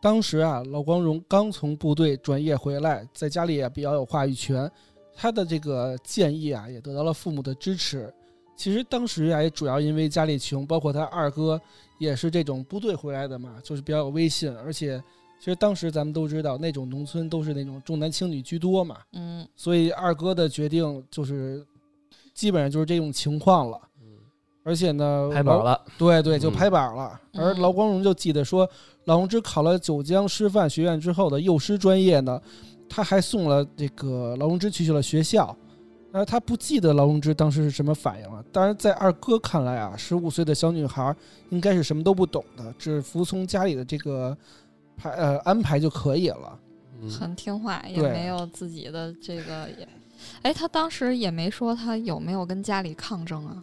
[SPEAKER 4] 当时啊，老光荣刚从部队转业回来，在家里也比较有话语权，他的这个建议啊，也得到了父母的支持。其实当时啊，也主要因为家里穷，包括他二哥也是这种部队回来的嘛，就是比较有威信。而且，其实当时咱们都知道，那种农村都是那种重男轻女居多嘛，
[SPEAKER 1] 嗯，
[SPEAKER 4] 所以二哥的决定就是基本上就是这种情况了。而且呢，
[SPEAKER 5] 嗯拍板
[SPEAKER 4] 老
[SPEAKER 5] 了，
[SPEAKER 4] 对对，就
[SPEAKER 5] 嗯
[SPEAKER 4] 拍板了。
[SPEAKER 1] 嗯
[SPEAKER 4] 而劳光荣就记得说，劳荣枝考了九江师范学院之后的幼师专业呢，他还送了这个劳荣枝去了学校。但是他不记得劳荣枝当时是什么反应了。当然，在二哥看来啊，十五岁的小女孩应该是什么都不懂的，只服从家里的这个排呃安排就可以了。
[SPEAKER 5] 嗯，
[SPEAKER 1] 很听话，也
[SPEAKER 4] 对
[SPEAKER 1] 没有自己的这个也。哎，他当时也没说他有没有跟家里抗争啊？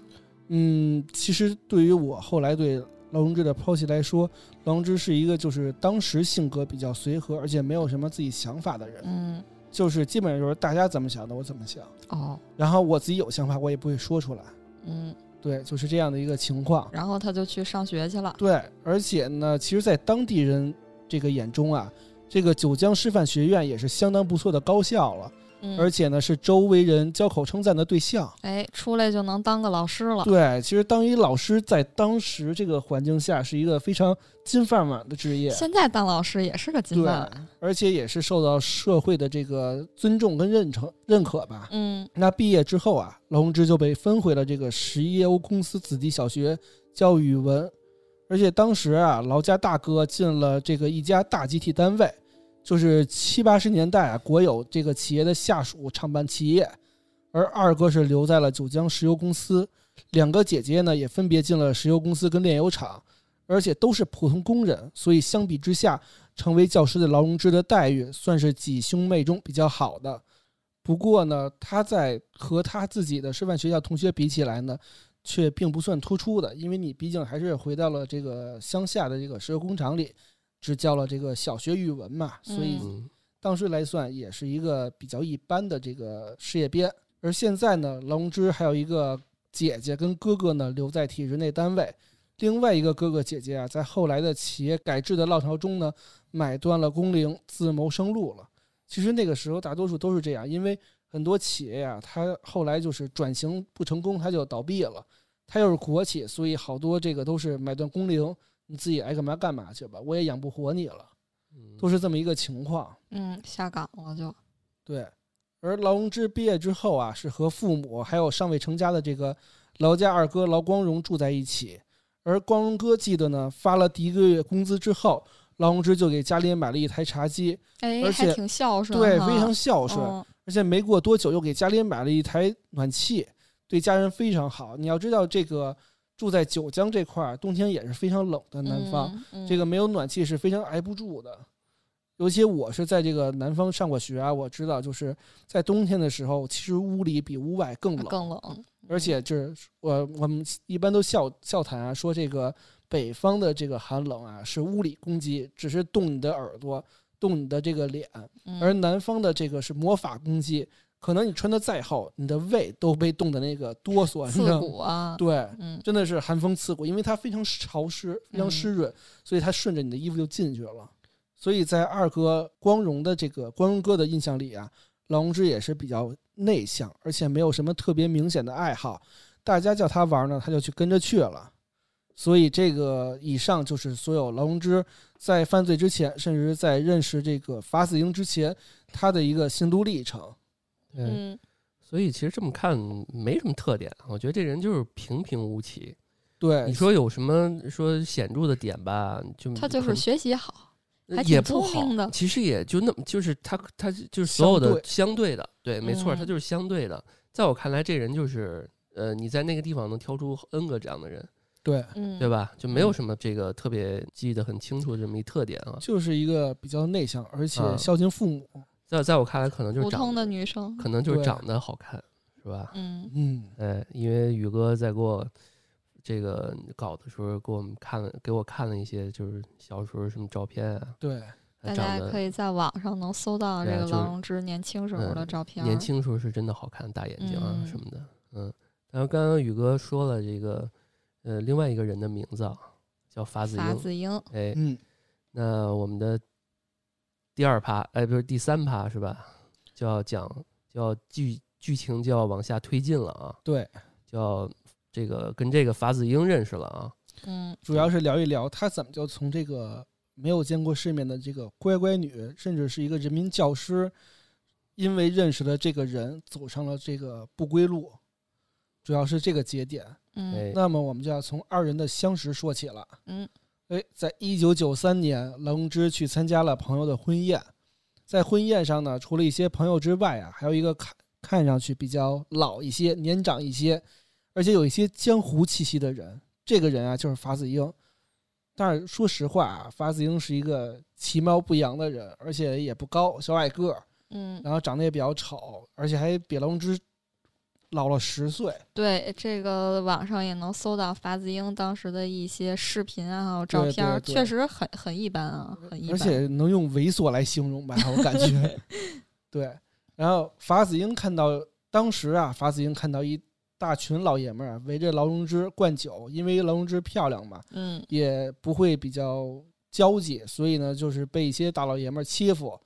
[SPEAKER 4] 嗯，其实对于我后来对劳荣枝的剖析来说，劳荣枝是一个就是当时性格比较随和，而且没有什么自己想法的人。
[SPEAKER 1] 嗯，
[SPEAKER 4] 就是基本上就是大家怎么想的我怎么想，
[SPEAKER 1] 哦，
[SPEAKER 4] 然后我自己有想法我也不会说出来，
[SPEAKER 1] 嗯，
[SPEAKER 4] 对，就是这样的一个情况。
[SPEAKER 1] 然后他就去上学去了。
[SPEAKER 4] 对，而且呢，其实，在当地人这个眼中啊，这个九江师范学院也是相当不错的高校了，
[SPEAKER 1] 嗯，
[SPEAKER 4] 而且呢是周围人交口称赞的对象。
[SPEAKER 1] 哎，出来就能当个老师了。
[SPEAKER 4] 对，其实当一老师在当时这个环境下是一个非常金饭碗的职业，
[SPEAKER 1] 现在当老师也是个金
[SPEAKER 4] 对
[SPEAKER 1] 饭碗。
[SPEAKER 4] 而且也是受到社会的这个尊重跟认成认可吧。
[SPEAKER 1] 嗯，
[SPEAKER 4] 那毕业之后啊，劳荣枝就被分回了这个十一欧公司子弟小学教语文，而且当时啊，劳家大哥进了这个一家大集体单位，就是七八十年代啊，国有这个企业的下属创办企业，而二哥是留在了九江石油公司，两个姐姐呢也分别进了石油公司跟炼油厂，而且都是普通工人，所以相比之下，成为教师的劳荣枝的待遇算是几兄妹中比较好的。不过呢，他在和他自己的师范学校同学比起来呢，却并不算突出的，因为你毕竟还是回到了这个乡下的这个石油工厂里，只教了这个小学语文嘛，所以
[SPEAKER 5] 嗯
[SPEAKER 4] 当时来算也是一个比较一般的这个事业编。而现在呢，劳荣枝还有一个姐姐跟哥哥呢留在体制内单位，另外一个哥哥姐姐啊，在后来的企业改制的浪潮中呢，买断了工龄，自谋生路了。其实那个时候大多数都是这样，因为很多企业呀、它后来就是转型不成功，它就倒闭了。它又是国企，所以好多这个都是买断工龄，你自己爱干嘛干嘛去吧，我也养不活你了，都是这么一个情况。
[SPEAKER 1] 嗯，下岗了就。
[SPEAKER 4] 对，而劳荣枝毕业之后啊，是和父母还有尚未成家的这个劳家二哥劳光荣住在一起。而光荣哥记得呢，发了第一个月工资之后，劳荣枝就给家里买了一台茶几，
[SPEAKER 1] 哎，
[SPEAKER 4] 而且
[SPEAKER 1] 还挺孝顺哈，
[SPEAKER 4] 对，非常孝顺。
[SPEAKER 1] 嗯
[SPEAKER 4] 而且没过多久又给家里买了一台暖气，对家人非常好。你要知道，这个住在九江这块儿，冬天也是非常冷的南方，
[SPEAKER 1] 嗯
[SPEAKER 4] 这个没有暖气是非常挨不住的。尤其我是在这个南方上过学啊，我知道就是在冬天的时候，其实屋里比屋外更
[SPEAKER 1] 嗯
[SPEAKER 4] 冷，
[SPEAKER 1] 更嗯冷，
[SPEAKER 4] 而且就是我我们一般都笑笑谈啊，说这个北方的这个寒冷啊是物理攻击，只是冻你的耳朵，冻你的这个脸，
[SPEAKER 1] 嗯
[SPEAKER 4] 而南方的这个是魔法攻击，可能你穿的再厚，你的胃都被冻得那个哆嗦，你知
[SPEAKER 1] 刺
[SPEAKER 4] 道
[SPEAKER 1] 骨
[SPEAKER 4] 吗？
[SPEAKER 1] 啊，
[SPEAKER 4] 对，
[SPEAKER 1] 嗯
[SPEAKER 4] 真的是寒风刺骨，因为它非常潮湿，非常
[SPEAKER 1] 嗯
[SPEAKER 4] 湿润，所以它顺着你的衣服就进去了。所以在二哥光荣的这个光荣哥的印象里啊，劳荣枝也是比较内向，而且没有什么特别明显的爱好，大家叫他玩呢，他就去跟着去了。所以这个以上就是所有劳荣枝在犯罪之前，甚至在认识这个法子英之前，他的一个心路历程。
[SPEAKER 5] 对，
[SPEAKER 1] 嗯，
[SPEAKER 5] 所以其实这么看没什么特点，我觉得这人就是平平无奇。
[SPEAKER 4] 对，
[SPEAKER 5] 你说有什么说显著的点吧？就
[SPEAKER 1] 他就是
[SPEAKER 5] 很呃
[SPEAKER 1] 学习好，还挺
[SPEAKER 5] 也不
[SPEAKER 1] 聪明
[SPEAKER 5] 好
[SPEAKER 1] 的，
[SPEAKER 5] 其实也就那么，就是他他就是所有
[SPEAKER 4] 相
[SPEAKER 5] 的
[SPEAKER 4] 对
[SPEAKER 5] 相对的，对，没错，
[SPEAKER 1] 嗯
[SPEAKER 5] 他就是相对的。在我看来，这人就是呃，你在那个地方能挑出 N 个这样的人，
[SPEAKER 4] 对，
[SPEAKER 1] 嗯，
[SPEAKER 5] 对吧？就没有什么这个特别记得很清楚的这么一特点啊。
[SPEAKER 4] 就是一个比较内向，而且
[SPEAKER 5] 嗯
[SPEAKER 4] 孝敬父母。
[SPEAKER 5] 在在我看来，可能就是
[SPEAKER 1] 普
[SPEAKER 5] 长
[SPEAKER 1] 通，的女生，
[SPEAKER 5] 可能就是
[SPEAKER 4] 对
[SPEAKER 5] 长得好看，是吧？
[SPEAKER 1] 嗯，
[SPEAKER 4] 嗯，
[SPEAKER 5] 哎，因为宇哥在给我这个搞的时候，给我们看了，给我看了一些就是小时候什么照片啊，
[SPEAKER 4] 对，
[SPEAKER 5] 他
[SPEAKER 1] 大
[SPEAKER 5] 长
[SPEAKER 1] 家
[SPEAKER 5] 得
[SPEAKER 1] 可以在网上能搜到这
[SPEAKER 5] 对啊
[SPEAKER 1] 个
[SPEAKER 5] 就是
[SPEAKER 1] 王荣之年轻时候的
[SPEAKER 5] 嗯
[SPEAKER 1] 照片儿，
[SPEAKER 5] 年轻时候是真的好看，大眼睛啊
[SPEAKER 1] 嗯
[SPEAKER 5] 什么的，嗯。然后刚刚宇哥说了这个，呃，另外一个人的名字啊，叫法子
[SPEAKER 1] 法
[SPEAKER 5] 英，
[SPEAKER 1] 子英，
[SPEAKER 5] 哎，
[SPEAKER 4] 嗯，
[SPEAKER 5] 那我们的第二趴，哎，不是第三趴是吧？就要讲，就要剧剧情就要往下推进了啊，
[SPEAKER 4] 对，
[SPEAKER 5] 就要这个跟这个法子英认识了啊，
[SPEAKER 1] 嗯
[SPEAKER 4] 主要是聊一聊他怎么就从这个没有见过世面的这个乖乖女，甚至是一个人民教师，因为认识了这个人，走上了这个不归路。主要是这个节点。
[SPEAKER 1] 嗯
[SPEAKER 5] 哎，
[SPEAKER 4] 那么我们就要从二人的相识说起了。
[SPEAKER 1] 嗯，
[SPEAKER 4] 哎，在一九九三年，龙之去参加了朋友的婚宴，在婚宴上呢，除了一些朋友之外啊，还有一个看看上去比较老一些、年长一些，而且有一些江湖气息的人。这个人啊，就是法子英。但是说实话啊，法子英是一个其貌不扬的人，而且也不高，小矮个儿，
[SPEAKER 1] 嗯，
[SPEAKER 4] 然后长得也比较丑，而且还比龙之老了十岁。
[SPEAKER 1] 对，这个网上也能搜到法子英当时的一些视频啊，还有照
[SPEAKER 4] 对
[SPEAKER 1] 片儿，
[SPEAKER 4] 对对
[SPEAKER 1] 确实很很一般啊，很一般。
[SPEAKER 4] 而且能用猥琐来形容吧，我感觉。对，然后法子英看到当时啊，法子英看到一大群老爷们儿啊围着劳荣枝灌酒，因为劳荣枝漂亮嘛，
[SPEAKER 1] 嗯，
[SPEAKER 4] 也不会比较交际，所以呢，就是被一些大老爷们儿欺负。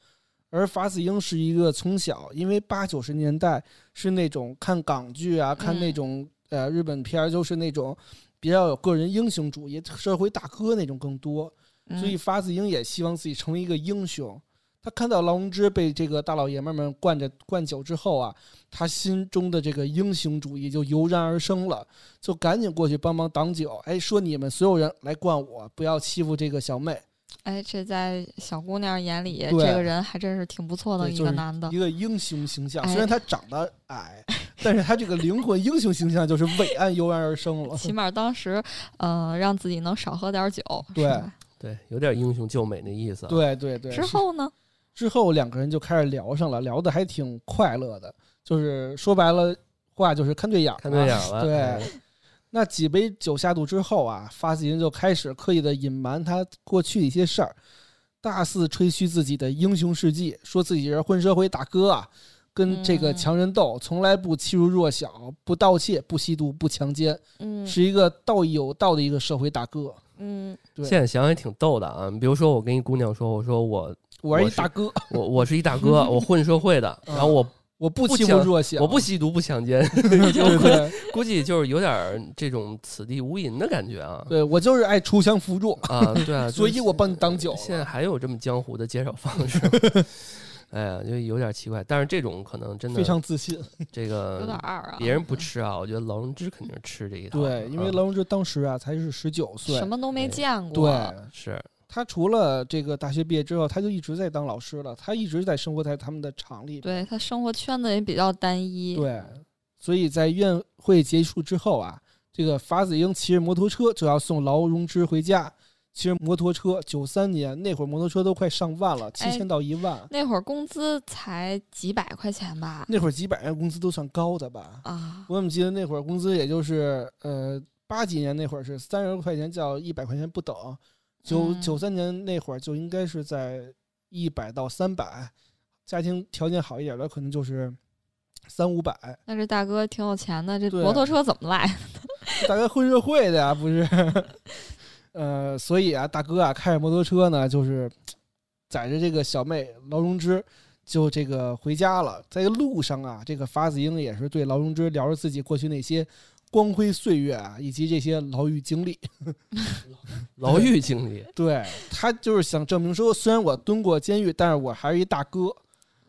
[SPEAKER 4] 而法子英是一个从小，因为八九十年代是那种看港剧啊，看那种、呃日本片儿，就是那种比较有个人英雄主义、社会大哥那种更多。
[SPEAKER 1] 嗯，
[SPEAKER 4] 所以法子英也希望自己成为一个英雄。他看到劳荣枝被这个大老爷们儿们灌着灌酒之后啊，他心中的这个英雄主义就油然而生了，就赶紧过去帮忙挡酒。哎，说你们所有人来灌我，不要欺负这个小妹。
[SPEAKER 1] 哎，这在小姑娘眼里，这
[SPEAKER 4] 对
[SPEAKER 1] 个人还真是挺不错的
[SPEAKER 4] 对
[SPEAKER 1] 一
[SPEAKER 4] 就
[SPEAKER 1] 个
[SPEAKER 4] 是
[SPEAKER 1] 男的
[SPEAKER 4] 一。个英雄形象，
[SPEAKER 1] 哎
[SPEAKER 4] 虽然他长得矮，但是他这个灵魂英雄形象就是伟岸油然而
[SPEAKER 1] (laughs)
[SPEAKER 4] 生了。
[SPEAKER 1] 起码当时，呃，让自己能少喝点儿酒，是
[SPEAKER 4] 对
[SPEAKER 1] 吧
[SPEAKER 5] 对，有点英雄救美那意思啊。
[SPEAKER 4] 对对对，
[SPEAKER 1] 之后呢，
[SPEAKER 4] 之后两个人就开始聊上了，聊得还挺快乐的，就是说白了话就是看对眼儿啊嘛，
[SPEAKER 5] 看对眼儿了，
[SPEAKER 4] (laughs)
[SPEAKER 5] 哎
[SPEAKER 4] 对，那几杯酒下肚之后啊，发子英就开始刻意的隐瞒他过去的一些事儿，大肆吹嘘自己的英雄事迹，说自己是混社会大哥啊，跟这个
[SPEAKER 1] 嗯
[SPEAKER 4] 强人斗，从来不欺负弱小，不盗窃，不吸毒，不强奸，
[SPEAKER 1] 嗯
[SPEAKER 4] 是一个道义有道的一个社会大哥。
[SPEAKER 1] 嗯，
[SPEAKER 4] 对
[SPEAKER 5] 现在想想也挺逗的啊。比如说，我跟一姑娘说，我说我
[SPEAKER 4] 我是
[SPEAKER 5] 我
[SPEAKER 4] 一
[SPEAKER 5] 是
[SPEAKER 4] 大哥，
[SPEAKER 5] 我我是一大哥，我混社
[SPEAKER 4] (laughs)
[SPEAKER 5] 会的，然后我
[SPEAKER 4] 我不
[SPEAKER 5] 不
[SPEAKER 4] 欺负
[SPEAKER 5] 强
[SPEAKER 4] 弱小，
[SPEAKER 5] 我不吸毒不强奸， (laughs)
[SPEAKER 4] 对对对，
[SPEAKER 5] 估计就是有点儿这种此地无银的感觉啊。
[SPEAKER 4] 对我就是爱锄强扶弱，
[SPEAKER 5] 啊，对
[SPEAKER 4] (laughs)
[SPEAKER 5] 啊，
[SPEAKER 4] 所
[SPEAKER 5] 就是
[SPEAKER 4] 以我帮你挡酒
[SPEAKER 5] 现在还有这么江湖的介绍
[SPEAKER 4] (laughs)
[SPEAKER 5] 方式，哎呀，就有点奇怪。但是这种可能真的
[SPEAKER 4] 非常自信。
[SPEAKER 5] 这
[SPEAKER 1] 有点
[SPEAKER 4] 呃
[SPEAKER 5] 个
[SPEAKER 1] 二啊。
[SPEAKER 5] 别人不吃啊，我觉得劳荣枝肯定是吃这一套的。
[SPEAKER 4] 对，因为
[SPEAKER 5] 啊
[SPEAKER 4] 劳荣枝当时啊才是十九岁
[SPEAKER 1] 什，么啊都没
[SPEAKER 5] 哎
[SPEAKER 1] 见过，
[SPEAKER 4] 对，
[SPEAKER 5] 是
[SPEAKER 4] 他除了这个大学毕业之后，他就一直在当老师了，他一直在生活在他们的厂里。
[SPEAKER 1] 对他生活圈子也比较单一，
[SPEAKER 4] 对所以在宴会结束之后啊，这个法子英骑着摩托车就要送劳荣枝回家。骑着摩托车，九三年那会儿摩托车都快上万了，七
[SPEAKER 1] 哎
[SPEAKER 4] 千到一万，
[SPEAKER 1] 那会儿工资才几百块钱吧，
[SPEAKER 4] 那会儿几百元工资都算高的吧？
[SPEAKER 1] 啊，
[SPEAKER 4] 我怎么记得那会儿工资也就是呃八几年那会儿是三十块钱叫一百块钱不等，九
[SPEAKER 1] 嗯
[SPEAKER 4] 九三年那会儿就应该是在一百到三百，家庭条件好一点的可能就是三五百，
[SPEAKER 1] 那这大哥挺有钱的，这
[SPEAKER 4] 对
[SPEAKER 1] 摩托车怎么来？
[SPEAKER 4] (laughs) 大哥混社会的呀、不是？呃，所以啊，大哥啊，开着摩托车呢，就是载着这个小妹劳荣枝，就这个回家了。在路上啊，这个法子英也是对劳荣枝聊着自己过去那些光辉岁月啊，以及这些牢狱经历。
[SPEAKER 5] 牢狱
[SPEAKER 4] (laughs)
[SPEAKER 5] 经历，
[SPEAKER 4] 对他就是想证明说，虽然我蹲过监狱，但是我还是一大哥，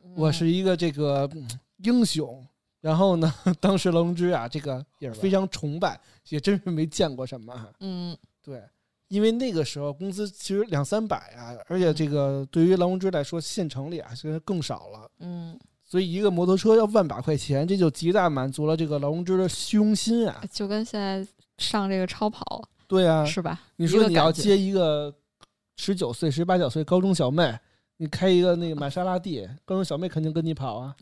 [SPEAKER 1] 嗯
[SPEAKER 4] 我是一个这个嗯英雄。然后呢， (laughs) 当时劳荣枝啊，这个也是非常崇拜，也真是没见过什么啊。
[SPEAKER 1] 嗯，
[SPEAKER 4] 对，因为那个时候工资其实两三百啊，而且
[SPEAKER 1] 嗯
[SPEAKER 4] 这个对于劳荣枝来说，县城里啊其实更少了，
[SPEAKER 1] 嗯
[SPEAKER 4] 所以一个摩托车要万把块钱，这就极大满足了这个劳荣枝的虚荣心啊。
[SPEAKER 1] 嗯，就跟现在上这个超跑，
[SPEAKER 4] 对啊，
[SPEAKER 1] 呃是吧？
[SPEAKER 4] 你
[SPEAKER 1] 一
[SPEAKER 4] 说
[SPEAKER 1] 个
[SPEAKER 4] 你要
[SPEAKER 1] 感觉
[SPEAKER 4] 接一个十九岁、十八九岁高中小妹，你开一个那个玛莎拉蒂，高中小妹肯定跟你跑啊。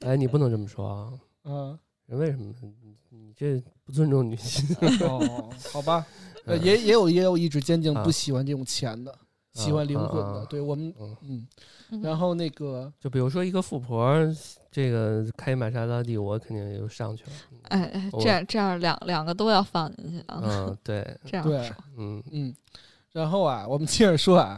[SPEAKER 5] 哎，你不能这么说啊！ (laughs)
[SPEAKER 4] 嗯，
[SPEAKER 5] 为什么？你你这不尊重女性。
[SPEAKER 4] 哦，好吧， (laughs) 呃
[SPEAKER 5] 嗯
[SPEAKER 4] 也也有也有一直坚定
[SPEAKER 5] 啊
[SPEAKER 4] 不喜欢这种钱的，喜欢灵魂
[SPEAKER 5] 啊啊
[SPEAKER 4] 的
[SPEAKER 5] 啊。
[SPEAKER 4] 对我们，
[SPEAKER 5] 嗯，
[SPEAKER 4] 嗯，
[SPEAKER 1] 嗯
[SPEAKER 4] 然后那个
[SPEAKER 5] (laughs) 就比如说一个富婆，这个开玛莎拉蒂，我肯定就上去了。
[SPEAKER 1] 哎哎，
[SPEAKER 5] 我
[SPEAKER 1] 这样这样两两个都要放进去
[SPEAKER 4] 哦
[SPEAKER 1] 啊，
[SPEAKER 5] 嗯，
[SPEAKER 4] (laughs)
[SPEAKER 5] 对，
[SPEAKER 1] 这样
[SPEAKER 4] 对
[SPEAKER 1] 说
[SPEAKER 5] 嗯，
[SPEAKER 4] 嗯，然后啊，我们接着说啊，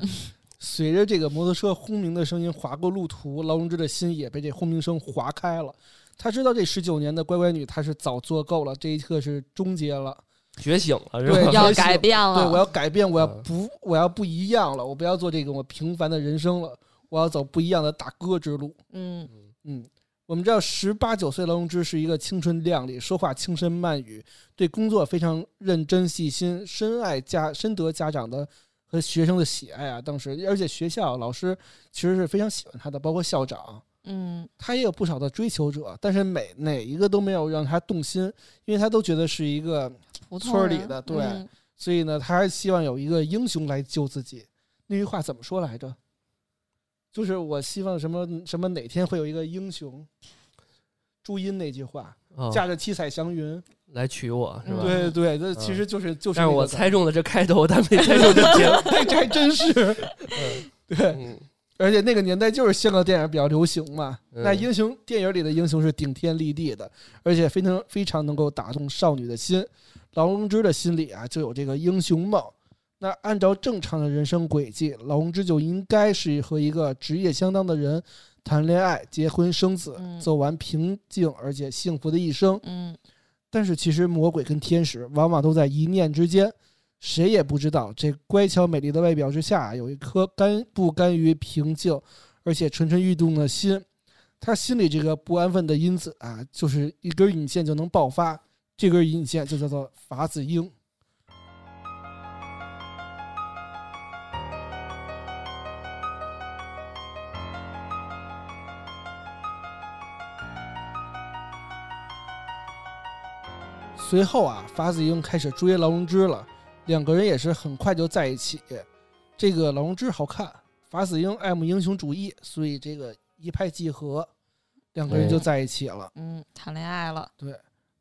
[SPEAKER 4] 随着这个摩托车轰鸣的声音划过路途，劳荣枝的心也被这轰鸣声划开了。他知道这十九年的乖乖女，她是早做够了，这一刻是终结了。
[SPEAKER 5] 觉醒了是
[SPEAKER 4] 对
[SPEAKER 5] 吧？
[SPEAKER 1] 要改变
[SPEAKER 4] 对，我
[SPEAKER 1] 了，
[SPEAKER 4] 要改变，我要
[SPEAKER 5] 嗯
[SPEAKER 4] 不，我要不一样了，我不要做这个我平凡的人生了，我要走不一样的大哥之路。
[SPEAKER 1] 嗯
[SPEAKER 4] 嗯，我们知道十八九岁劳荣枝是一个青春靓丽、说话轻声慢语、对工作非常认真细心、深爱家深得家长的和学生的喜爱啊。当时，而且学校老师其实是非常喜欢她的，包括校长，
[SPEAKER 1] 嗯
[SPEAKER 4] 她也有不少的追求者，但是每哪一个都没有让她动心，因为她都觉得是一个，
[SPEAKER 1] 普通
[SPEAKER 4] 村儿
[SPEAKER 1] 人
[SPEAKER 4] 里的对
[SPEAKER 1] 嗯
[SPEAKER 4] 所以呢，她还希望有一个英雄来救自己。那句话怎么说来着？就是我希望什么什么哪天会有一个英雄，朱茵那句话。
[SPEAKER 5] (laughs) 哦
[SPEAKER 4] 驾着七彩祥云，
[SPEAKER 5] 来娶我是吧？
[SPEAKER 1] 嗯
[SPEAKER 4] 对对，这其实就是就是
[SPEAKER 5] 但
[SPEAKER 4] 那
[SPEAKER 5] 是
[SPEAKER 4] 个
[SPEAKER 5] 我
[SPEAKER 4] 感 (laughs)
[SPEAKER 5] 猜中了这开头，但没猜中这结尾。
[SPEAKER 4] 觉，这还真是 (laughs) 对，
[SPEAKER 5] 嗯
[SPEAKER 4] 而且那个年代就是香港电影比较流行嘛，
[SPEAKER 5] 嗯
[SPEAKER 4] 那英雄电影里的英雄是顶天立地的，而且非常非常能够打动少女的心，劳荣枝的心里啊就有这个英雄梦。那按照正常的人生轨迹，劳荣枝就应该是和一个职业相当的人谈恋爱、结婚、生子，
[SPEAKER 1] 嗯
[SPEAKER 4] 走完平静而且幸福的一生。
[SPEAKER 1] 嗯
[SPEAKER 4] 但是其实魔鬼跟天使往往都在一念之间，谁也不知道这乖巧美丽的外表之下，啊有一颗甘不甘于平静，而且蠢蠢欲动的心。他心里这个不安分的因子啊，就是一根引线就能爆发，这根引线就叫做法子英。随后啊，法子英开始追劳荣枝了，两个人也是很快就在一起。这个劳荣枝好看，法子英爱慕英雄主义，所以这个一拍即合，两个人就在一起了。
[SPEAKER 1] 嗯，谈恋爱了，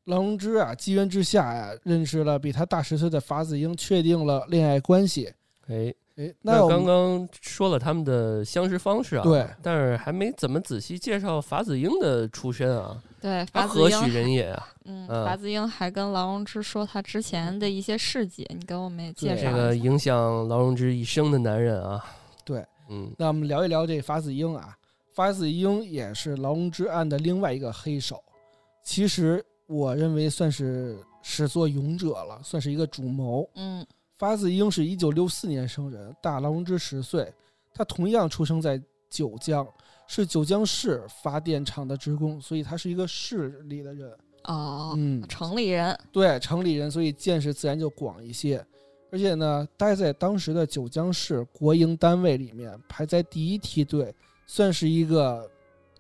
[SPEAKER 4] 劳荣枝啊，机缘之下呀、认识了比他大十岁的法子英，确定了恋爱关系。
[SPEAKER 5] 哎，
[SPEAKER 4] 哎，那
[SPEAKER 5] 那
[SPEAKER 4] 我们
[SPEAKER 5] 刚刚说了他们的相识方式啊，
[SPEAKER 4] 对，
[SPEAKER 5] 但是还没怎么仔细介绍法子英的出身啊，
[SPEAKER 1] 对，法
[SPEAKER 5] 他
[SPEAKER 1] 子
[SPEAKER 5] 何许
[SPEAKER 1] 英，
[SPEAKER 5] 人也啊？
[SPEAKER 1] 嗯，
[SPEAKER 5] 嗯
[SPEAKER 1] 法子英还跟劳荣枝说他之前的一些事迹，你给我们也介
[SPEAKER 4] (laughs) 对
[SPEAKER 5] 这
[SPEAKER 1] 绍
[SPEAKER 5] 个
[SPEAKER 1] 一下，
[SPEAKER 5] 影响劳荣枝一生的男人啊，
[SPEAKER 4] 对，
[SPEAKER 5] 嗯，
[SPEAKER 4] 那我们聊一聊这法子英啊，法子英也是劳荣枝案的另外一个黑手，其实我认为算是始作俑者了，算是一个主谋。
[SPEAKER 1] 嗯
[SPEAKER 4] 法子英是一九六四年生人，大劳荣枝十岁，他同样出生在九江，是九江市发电厂的职工，所以他是一个市里的人。
[SPEAKER 1] 哦，
[SPEAKER 4] 嗯，
[SPEAKER 1] 城里人，
[SPEAKER 4] 对，城里人，所以见识自然就广一些。而且呢，待在当时的九江市国营单位里面，排在第一梯队，算是一个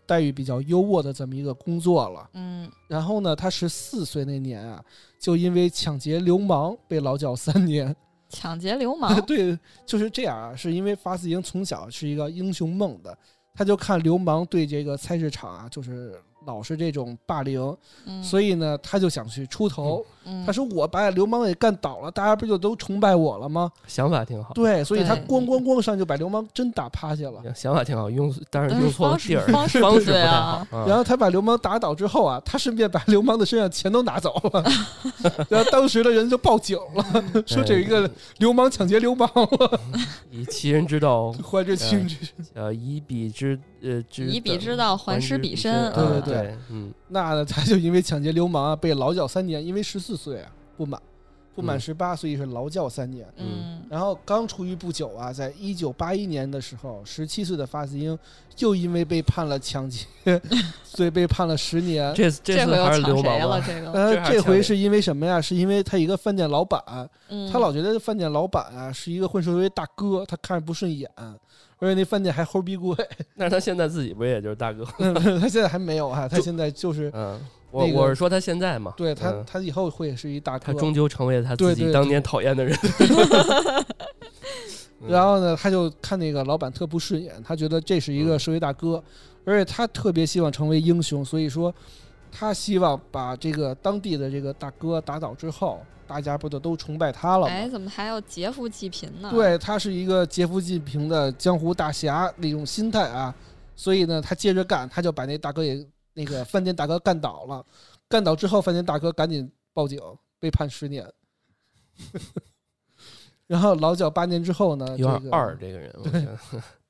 [SPEAKER 4] 待遇比较优渥的这么一个工作了。
[SPEAKER 1] 嗯
[SPEAKER 4] 然后呢，他十四岁那年啊，就因为抢劫流氓被劳教三
[SPEAKER 1] (laughs)
[SPEAKER 4] 年。
[SPEAKER 1] 抢劫流氓，
[SPEAKER 4] 对，就是这样啊，是因为法子英从小是一个英雄梦的，他就看流氓对这个菜市场啊，就是老是这种霸凌，
[SPEAKER 1] 嗯，
[SPEAKER 4] 所以呢，他就想去出头。
[SPEAKER 1] 嗯
[SPEAKER 4] 他说我把流氓给干倒了，大家不就都崇拜我了吗？
[SPEAKER 5] 想法挺好，
[SPEAKER 4] 对，所以他
[SPEAKER 1] 对
[SPEAKER 4] 咣咣咣上就把流氓真打趴下了。
[SPEAKER 5] 想法挺好，用当然
[SPEAKER 1] 但
[SPEAKER 5] 用
[SPEAKER 1] 是
[SPEAKER 5] 错了
[SPEAKER 1] 方式
[SPEAKER 5] 地儿，
[SPEAKER 1] 方式
[SPEAKER 5] 式
[SPEAKER 1] 不
[SPEAKER 5] 不
[SPEAKER 1] 对
[SPEAKER 5] 太
[SPEAKER 1] 啊
[SPEAKER 5] 好。
[SPEAKER 4] (laughs)
[SPEAKER 5] 啊
[SPEAKER 4] 然后他把流氓打倒之后啊，他顺便把流氓的身上钱都拿走
[SPEAKER 5] (laughs)
[SPEAKER 4] 了，然后当时的人就报警了，说这有一个流氓抢劫流氓 (laughs)
[SPEAKER 5] 嗯
[SPEAKER 4] 了，
[SPEAKER 5] 哎以其人之道，
[SPEAKER 4] 怀着情之
[SPEAKER 5] 呃，以彼之呃之
[SPEAKER 1] 以彼
[SPEAKER 5] 本
[SPEAKER 1] 之道还施
[SPEAKER 5] 彼
[SPEAKER 1] 彼身
[SPEAKER 5] 啊
[SPEAKER 4] 对对
[SPEAKER 5] 对
[SPEAKER 4] 对，
[SPEAKER 5] 嗯，
[SPEAKER 4] 那呢，他就因为抢劫流氓啊，被劳教三年，因为十四岁啊不满，不满
[SPEAKER 5] 嗯
[SPEAKER 4] 十八，所以是劳教三年。
[SPEAKER 1] 嗯
[SPEAKER 4] 然后刚出狱不久啊，在一九八一年的时候，十七岁的法子英又因为被判了抢劫， (laughs) 所以被判了十年。
[SPEAKER 5] 这
[SPEAKER 1] 回
[SPEAKER 5] 这次
[SPEAKER 1] 又
[SPEAKER 5] 还是
[SPEAKER 1] 抢谁
[SPEAKER 5] 流氓
[SPEAKER 1] 了？
[SPEAKER 5] 吧，
[SPEAKER 1] 这个，
[SPEAKER 4] 呃
[SPEAKER 5] 这，还
[SPEAKER 4] 这
[SPEAKER 5] 抢
[SPEAKER 4] 回
[SPEAKER 5] 劫
[SPEAKER 4] 是因为什么呀？是因为他一个饭店老板，
[SPEAKER 1] 嗯
[SPEAKER 4] 他老觉得饭店老板啊是一个混社会大哥，他看着不顺眼，而且那饭店还齁逼贵。 (laughs)
[SPEAKER 5] 但是他现在自己不也就是大哥？
[SPEAKER 4] 他现在还没有啊，他现在就是
[SPEAKER 5] 嗯，我
[SPEAKER 4] 那个
[SPEAKER 5] 我是说他现在嘛，
[SPEAKER 4] 对他，
[SPEAKER 5] 嗯
[SPEAKER 4] 他以后会是一大
[SPEAKER 5] 他
[SPEAKER 4] 哥。
[SPEAKER 5] 终究成为了他
[SPEAKER 4] 对
[SPEAKER 5] 自己
[SPEAKER 4] 对
[SPEAKER 5] 当
[SPEAKER 4] 对啊
[SPEAKER 5] 年讨厌的人。嗯
[SPEAKER 4] 然后呢，他就看那个老板特不顺眼，他觉得这是一
[SPEAKER 5] 嗯
[SPEAKER 4] 个社会大哥，而且他特别希望成为英雄，所以说他希望把这个当地的这个大哥打倒之后，大家不就都崇拜他了吗？
[SPEAKER 1] 哎，怎么还要劫富济贫呢？，
[SPEAKER 4] 对他是一个劫富济贫的江湖大侠那种心态啊，所以呢，他接着干，他就把那大哥也那个饭店大哥干倒了，干倒之后，饭店大哥赶紧报警，被判十年。 (laughs) 然后劳教八年之后呢，
[SPEAKER 5] 有
[SPEAKER 4] 这
[SPEAKER 5] 点
[SPEAKER 4] 个
[SPEAKER 5] 二，这个人，我觉得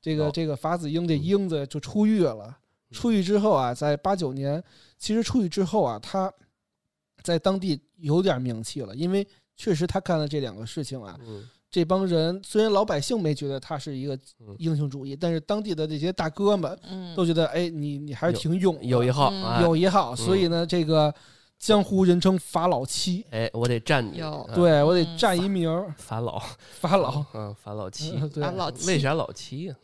[SPEAKER 4] 这个
[SPEAKER 5] 老
[SPEAKER 4] 这个法子英这
[SPEAKER 5] 嗯
[SPEAKER 4] 英子就出狱了。出狱之后啊，在八九年，其实出狱之后啊，他在当地有点名气了，因为确实他干了这两个事情啊，
[SPEAKER 5] 嗯
[SPEAKER 4] 这帮人虽然老百姓没觉得他是一个
[SPEAKER 5] 嗯
[SPEAKER 4] 英雄主义，但是当地的这些大哥们
[SPEAKER 1] 嗯，
[SPEAKER 4] 都觉得，哎，你你还是挺勇的，
[SPEAKER 5] 有一号
[SPEAKER 1] 嗯
[SPEAKER 5] 啊，
[SPEAKER 4] 有一号，所以呢，这个江湖人称法老七，
[SPEAKER 5] 哎，我得站你，
[SPEAKER 1] 有
[SPEAKER 5] 啊
[SPEAKER 4] 对我得
[SPEAKER 1] 嗯
[SPEAKER 4] 占一名儿
[SPEAKER 5] 法老，
[SPEAKER 4] 法老，
[SPEAKER 5] 嗯，法老七，
[SPEAKER 4] 嗯对
[SPEAKER 1] 啊老七
[SPEAKER 5] 为啥老七呀？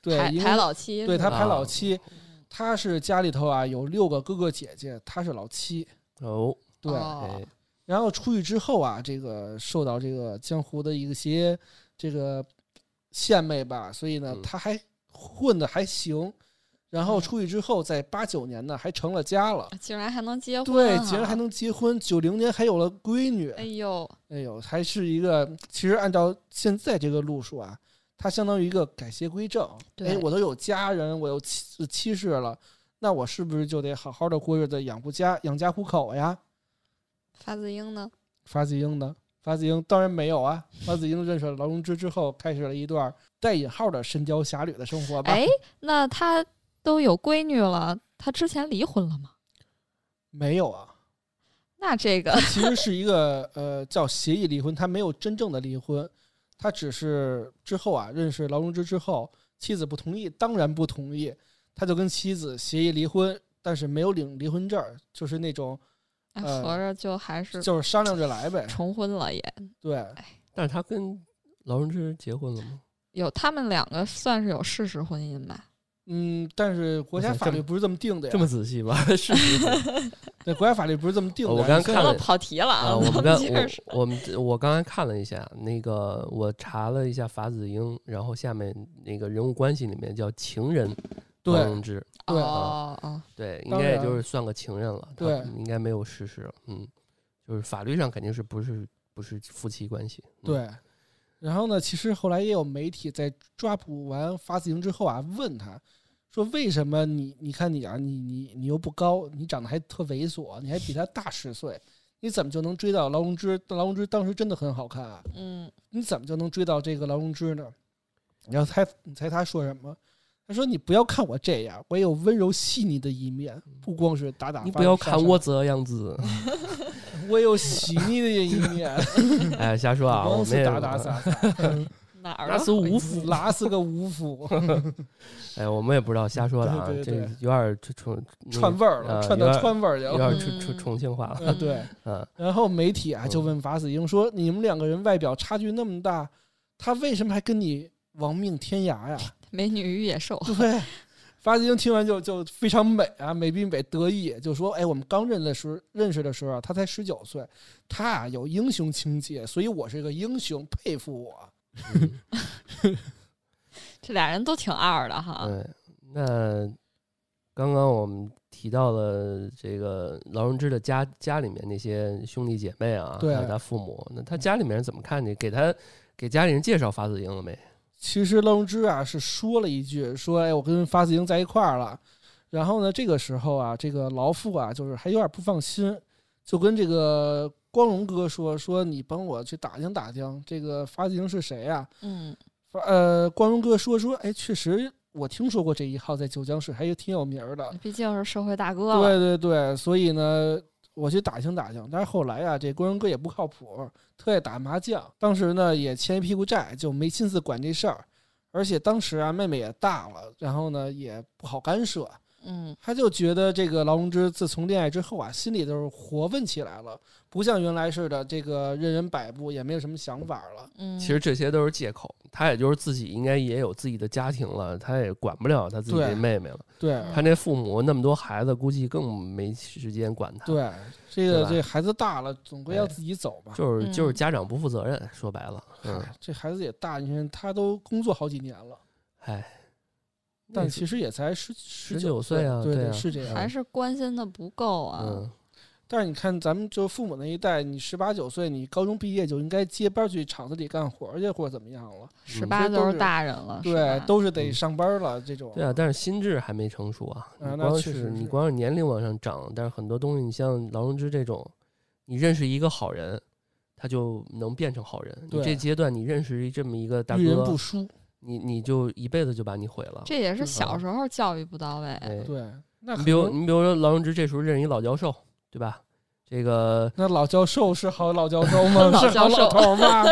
[SPEAKER 4] 对，
[SPEAKER 1] 排
[SPEAKER 4] 因
[SPEAKER 1] 排
[SPEAKER 4] 为
[SPEAKER 1] 老七，
[SPEAKER 4] 对他排
[SPEAKER 5] 啊
[SPEAKER 4] 老七，
[SPEAKER 1] 嗯
[SPEAKER 4] 他是家里头啊有六个哥哥姐姐，他是老七，
[SPEAKER 5] 哦，
[SPEAKER 4] 对，
[SPEAKER 1] 哦
[SPEAKER 5] 哎，
[SPEAKER 4] 然后出去之后啊，这个受到这个江湖的一些这个献媚吧，所以呢
[SPEAKER 5] 嗯，
[SPEAKER 4] 他还混的还行。然后出去之后，在八九年呢，还成了家了，
[SPEAKER 1] 竟嗯然还能结婚，啊
[SPEAKER 4] 对，竟然还，能结婚。九零年还有了闺女，
[SPEAKER 1] 哎呦，
[SPEAKER 4] 哎呦，还是一个。其实按照现在这个路数啊，他相当于一个改邪归正。
[SPEAKER 1] 对
[SPEAKER 4] 哎，我都有家人，我有妻妻室了，那我是不是就得好好的过日子，养不家养家糊口呀？
[SPEAKER 1] 发自英呢？
[SPEAKER 4] 法子英呢？法子英当然没有啊。法子英认识了劳荣枝之后，开始了一段带引号的神雕侠侣的生活吧。
[SPEAKER 1] 哎，那他都有闺女了，他之前离婚了吗？
[SPEAKER 4] 没有啊，
[SPEAKER 1] 那这
[SPEAKER 4] (laughs)
[SPEAKER 1] 个，哎
[SPEAKER 4] 其实是一个呃叫协议离婚，他没有真正的离婚，他只是之后啊认识劳荣枝之后，妻子不同意，当然不同意，他就跟妻子协议离婚，但是没有领离婚证儿，就是那种
[SPEAKER 1] 哎
[SPEAKER 4] 呃
[SPEAKER 1] 合着就还是
[SPEAKER 4] 就是商量着来呗。
[SPEAKER 1] 重婚了也，
[SPEAKER 4] 对，
[SPEAKER 5] 但是他跟劳荣枝结婚了吗？
[SPEAKER 1] 有他们两个算是有事实婚姻吧？
[SPEAKER 4] 嗯，但是国家
[SPEAKER 5] 哇塞
[SPEAKER 4] 法
[SPEAKER 5] 这
[SPEAKER 4] 律
[SPEAKER 5] 么
[SPEAKER 4] 不是这么定的呀
[SPEAKER 5] 这，么仔
[SPEAKER 4] (laughs)
[SPEAKER 5] 细吧？是
[SPEAKER 4] 对，国家法律不是这么定的
[SPEAKER 5] 哦
[SPEAKER 4] 呀。
[SPEAKER 5] 我刚
[SPEAKER 4] 虽然
[SPEAKER 5] 看
[SPEAKER 1] 完
[SPEAKER 5] 了
[SPEAKER 1] 了，跑题了
[SPEAKER 5] 啊，
[SPEAKER 1] (laughs) 啊！
[SPEAKER 5] 我们刚
[SPEAKER 1] 接着说
[SPEAKER 5] 我我们我刚才看了一下，那个我查了一下法子英，然后下面那个人物关系里面叫情人
[SPEAKER 4] 对
[SPEAKER 5] 劳荣枝，
[SPEAKER 4] 对啊
[SPEAKER 1] 哦哦，
[SPEAKER 5] 对，应
[SPEAKER 4] 当
[SPEAKER 5] 该也
[SPEAKER 4] 然
[SPEAKER 5] 就是算个情人了，他
[SPEAKER 4] 对
[SPEAKER 5] 应该没有事实，嗯，就是法律上肯定是不是不是夫妻关系，嗯，
[SPEAKER 4] 对，然后呢，其实后来也有媒体在抓捕完发自营之后啊，问他说：“为什么你你看你啊，你你你又不高，你长得还特猥琐，你还比他大十岁，你怎么就能追到劳荣枝？劳荣枝当时真的很好看啊，
[SPEAKER 1] 嗯，
[SPEAKER 4] 你怎么就能追到这个劳荣枝呢？”你要猜你猜他说什么？他说：“你不要看我这样，我也有温柔细腻的一面，不光是打打
[SPEAKER 5] 嗯你
[SPEAKER 4] 发
[SPEAKER 5] 不要
[SPEAKER 4] 杀
[SPEAKER 5] 看
[SPEAKER 4] 杀
[SPEAKER 5] 我，这
[SPEAKER 4] (laughs)
[SPEAKER 5] 样子，
[SPEAKER 4] 我也有细腻的一
[SPEAKER 5] (laughs)
[SPEAKER 4] 面，
[SPEAKER 5] 哎，瞎说啊，我
[SPEAKER 4] 光
[SPEAKER 5] 们
[SPEAKER 4] 是
[SPEAKER 5] 也
[SPEAKER 4] 打
[SPEAKER 5] (laughs)
[SPEAKER 4] 打杀杀。”
[SPEAKER 1] 哪儿啊
[SPEAKER 5] 那
[SPEAKER 1] 的
[SPEAKER 5] 是
[SPEAKER 1] 回
[SPEAKER 5] 无
[SPEAKER 1] 忆
[SPEAKER 5] 夫，
[SPEAKER 4] 拉是个五
[SPEAKER 5] (laughs)
[SPEAKER 4] 夫，
[SPEAKER 5] 嗯哎，我们也不知道瞎说的
[SPEAKER 4] (laughs)
[SPEAKER 5] 啊，
[SPEAKER 4] 对对
[SPEAKER 5] 这
[SPEAKER 4] 对
[SPEAKER 5] 有点儿重重那
[SPEAKER 4] 串
[SPEAKER 5] 个
[SPEAKER 4] 味儿了，
[SPEAKER 5] 呃
[SPEAKER 4] 串
[SPEAKER 5] 有
[SPEAKER 4] 到
[SPEAKER 5] 点
[SPEAKER 4] 川味儿去
[SPEAKER 5] 有
[SPEAKER 4] 了。 (laughs)
[SPEAKER 5] 点儿重重
[SPEAKER 1] 嗯
[SPEAKER 5] 重庆话了，
[SPEAKER 4] 啊，
[SPEAKER 5] (laughs)
[SPEAKER 4] 对。
[SPEAKER 5] 嗯，
[SPEAKER 4] 然后媒体啊就问法子英说：“你们两个人外表差距那么大，他为什么还跟你亡命天涯
[SPEAKER 5] (laughs)
[SPEAKER 4] 呀
[SPEAKER 1] (laughs) 美女与野兽？”
[SPEAKER 4] 对。 (laughs) 法子英听完就就非常美啊，美比美得意，就说：“哎，我们刚认的时认识的时候啊，他才十九岁，他啊有英雄情结，所以我是个英雄，佩服我。
[SPEAKER 5] 嗯
[SPEAKER 1] 这俩人都挺二的哈。
[SPEAKER 5] 对，那刚刚我们提到了这个劳荣枝的家家里面那些兄弟姐妹啊，
[SPEAKER 4] 对
[SPEAKER 5] 还有他父母，那
[SPEAKER 1] 嗯
[SPEAKER 5] 他家里面人怎么看你？给他给家里人介绍法子英了没？”
[SPEAKER 4] 其实劳荣枝啊是说了一句，说：“哎，我跟法子英在一块儿了。”然后呢，这个时候啊，这个劳父啊，就是还有点不放心，就跟这个光荣哥说：“说你帮我去打听打听，这个法子英是谁呀、
[SPEAKER 1] 嗯，
[SPEAKER 4] 发呃，光荣哥说：“说，哎，确实我听说过这一号在九江市还有挺有名儿的。
[SPEAKER 1] 嗯毕竟是社会大哥了。
[SPEAKER 4] 对对对，所以呢，我去打听打听。但是后来啊，这光荣哥也不靠谱，特爱打麻将。当时呢，也欠一屁股债，就没心思管这事儿。而且当时啊，妹妹也大了，然后呢，也不好干涉。
[SPEAKER 1] 嗯
[SPEAKER 4] 他就觉得这个劳荣枝自从恋爱之后啊，心里都是活问起来了，不像原来似的这个任人摆布，也没有什么想法了。
[SPEAKER 1] 嗯，
[SPEAKER 5] 其实这些都是借口，他也就是自己应该也有自己的家庭了，他也管不了他自己
[SPEAKER 4] 对
[SPEAKER 5] 的妹妹了。
[SPEAKER 4] 对
[SPEAKER 1] 嗯
[SPEAKER 5] 他那父母那么多孩子，估计更没时间管他。，
[SPEAKER 4] 对，这个
[SPEAKER 5] 对吧
[SPEAKER 4] 这孩子大了，总归要
[SPEAKER 5] 哎
[SPEAKER 4] 自己走吧。
[SPEAKER 5] 就是就是
[SPEAKER 1] 嗯
[SPEAKER 5] 家长不负责任，说白了，嗯，
[SPEAKER 4] 哎这孩子也大，你看他都工作好几年了，
[SPEAKER 5] 哎，
[SPEAKER 4] 但
[SPEAKER 5] 那
[SPEAKER 4] 其实也才十十
[SPEAKER 5] 19岁啊
[SPEAKER 4] 对
[SPEAKER 5] 对啊
[SPEAKER 4] 是这样。
[SPEAKER 1] 还是关心的不够啊。
[SPEAKER 5] 嗯，
[SPEAKER 4] 但是你看，咱们就父母那一代，你十八九岁，你高中毕业就应该接班去厂子里干活儿去，或者怎么样了？
[SPEAKER 1] 十
[SPEAKER 4] 这
[SPEAKER 1] 八
[SPEAKER 4] 嗯都
[SPEAKER 1] 都
[SPEAKER 4] 是
[SPEAKER 1] 是大人了，是
[SPEAKER 4] 对
[SPEAKER 1] 吧，
[SPEAKER 4] 都是得
[SPEAKER 5] 啊嗯
[SPEAKER 4] 上班了。这种
[SPEAKER 5] 对啊，但是心智还没成熟啊。
[SPEAKER 4] 哦啊
[SPEAKER 5] 你
[SPEAKER 4] 那
[SPEAKER 5] 光
[SPEAKER 4] 确实
[SPEAKER 5] 是你
[SPEAKER 4] 是
[SPEAKER 5] 光是年龄往上涨，但是很多东西，你像劳荣枝这种，你认识一个好人，他就能变成好人。你
[SPEAKER 4] 对啊
[SPEAKER 5] 这阶段你认识这么一个大
[SPEAKER 4] 遇人不
[SPEAKER 5] 哥，
[SPEAKER 4] 淑，
[SPEAKER 5] 你你就一辈子就把你毁了。
[SPEAKER 1] 这也是
[SPEAKER 4] 嗯
[SPEAKER 1] 小时候教育不到位。
[SPEAKER 5] 哎，
[SPEAKER 4] 对，那
[SPEAKER 5] 你
[SPEAKER 4] 很
[SPEAKER 5] 比如
[SPEAKER 4] 多
[SPEAKER 5] 你比如说劳荣枝这时候认识一老教授，对吧？这个
[SPEAKER 4] 那老教授是好老教
[SPEAKER 5] (laughs)
[SPEAKER 4] 授吗？
[SPEAKER 1] 老
[SPEAKER 4] 是好
[SPEAKER 1] 教
[SPEAKER 4] 老
[SPEAKER 1] 授
[SPEAKER 4] 头儿吗？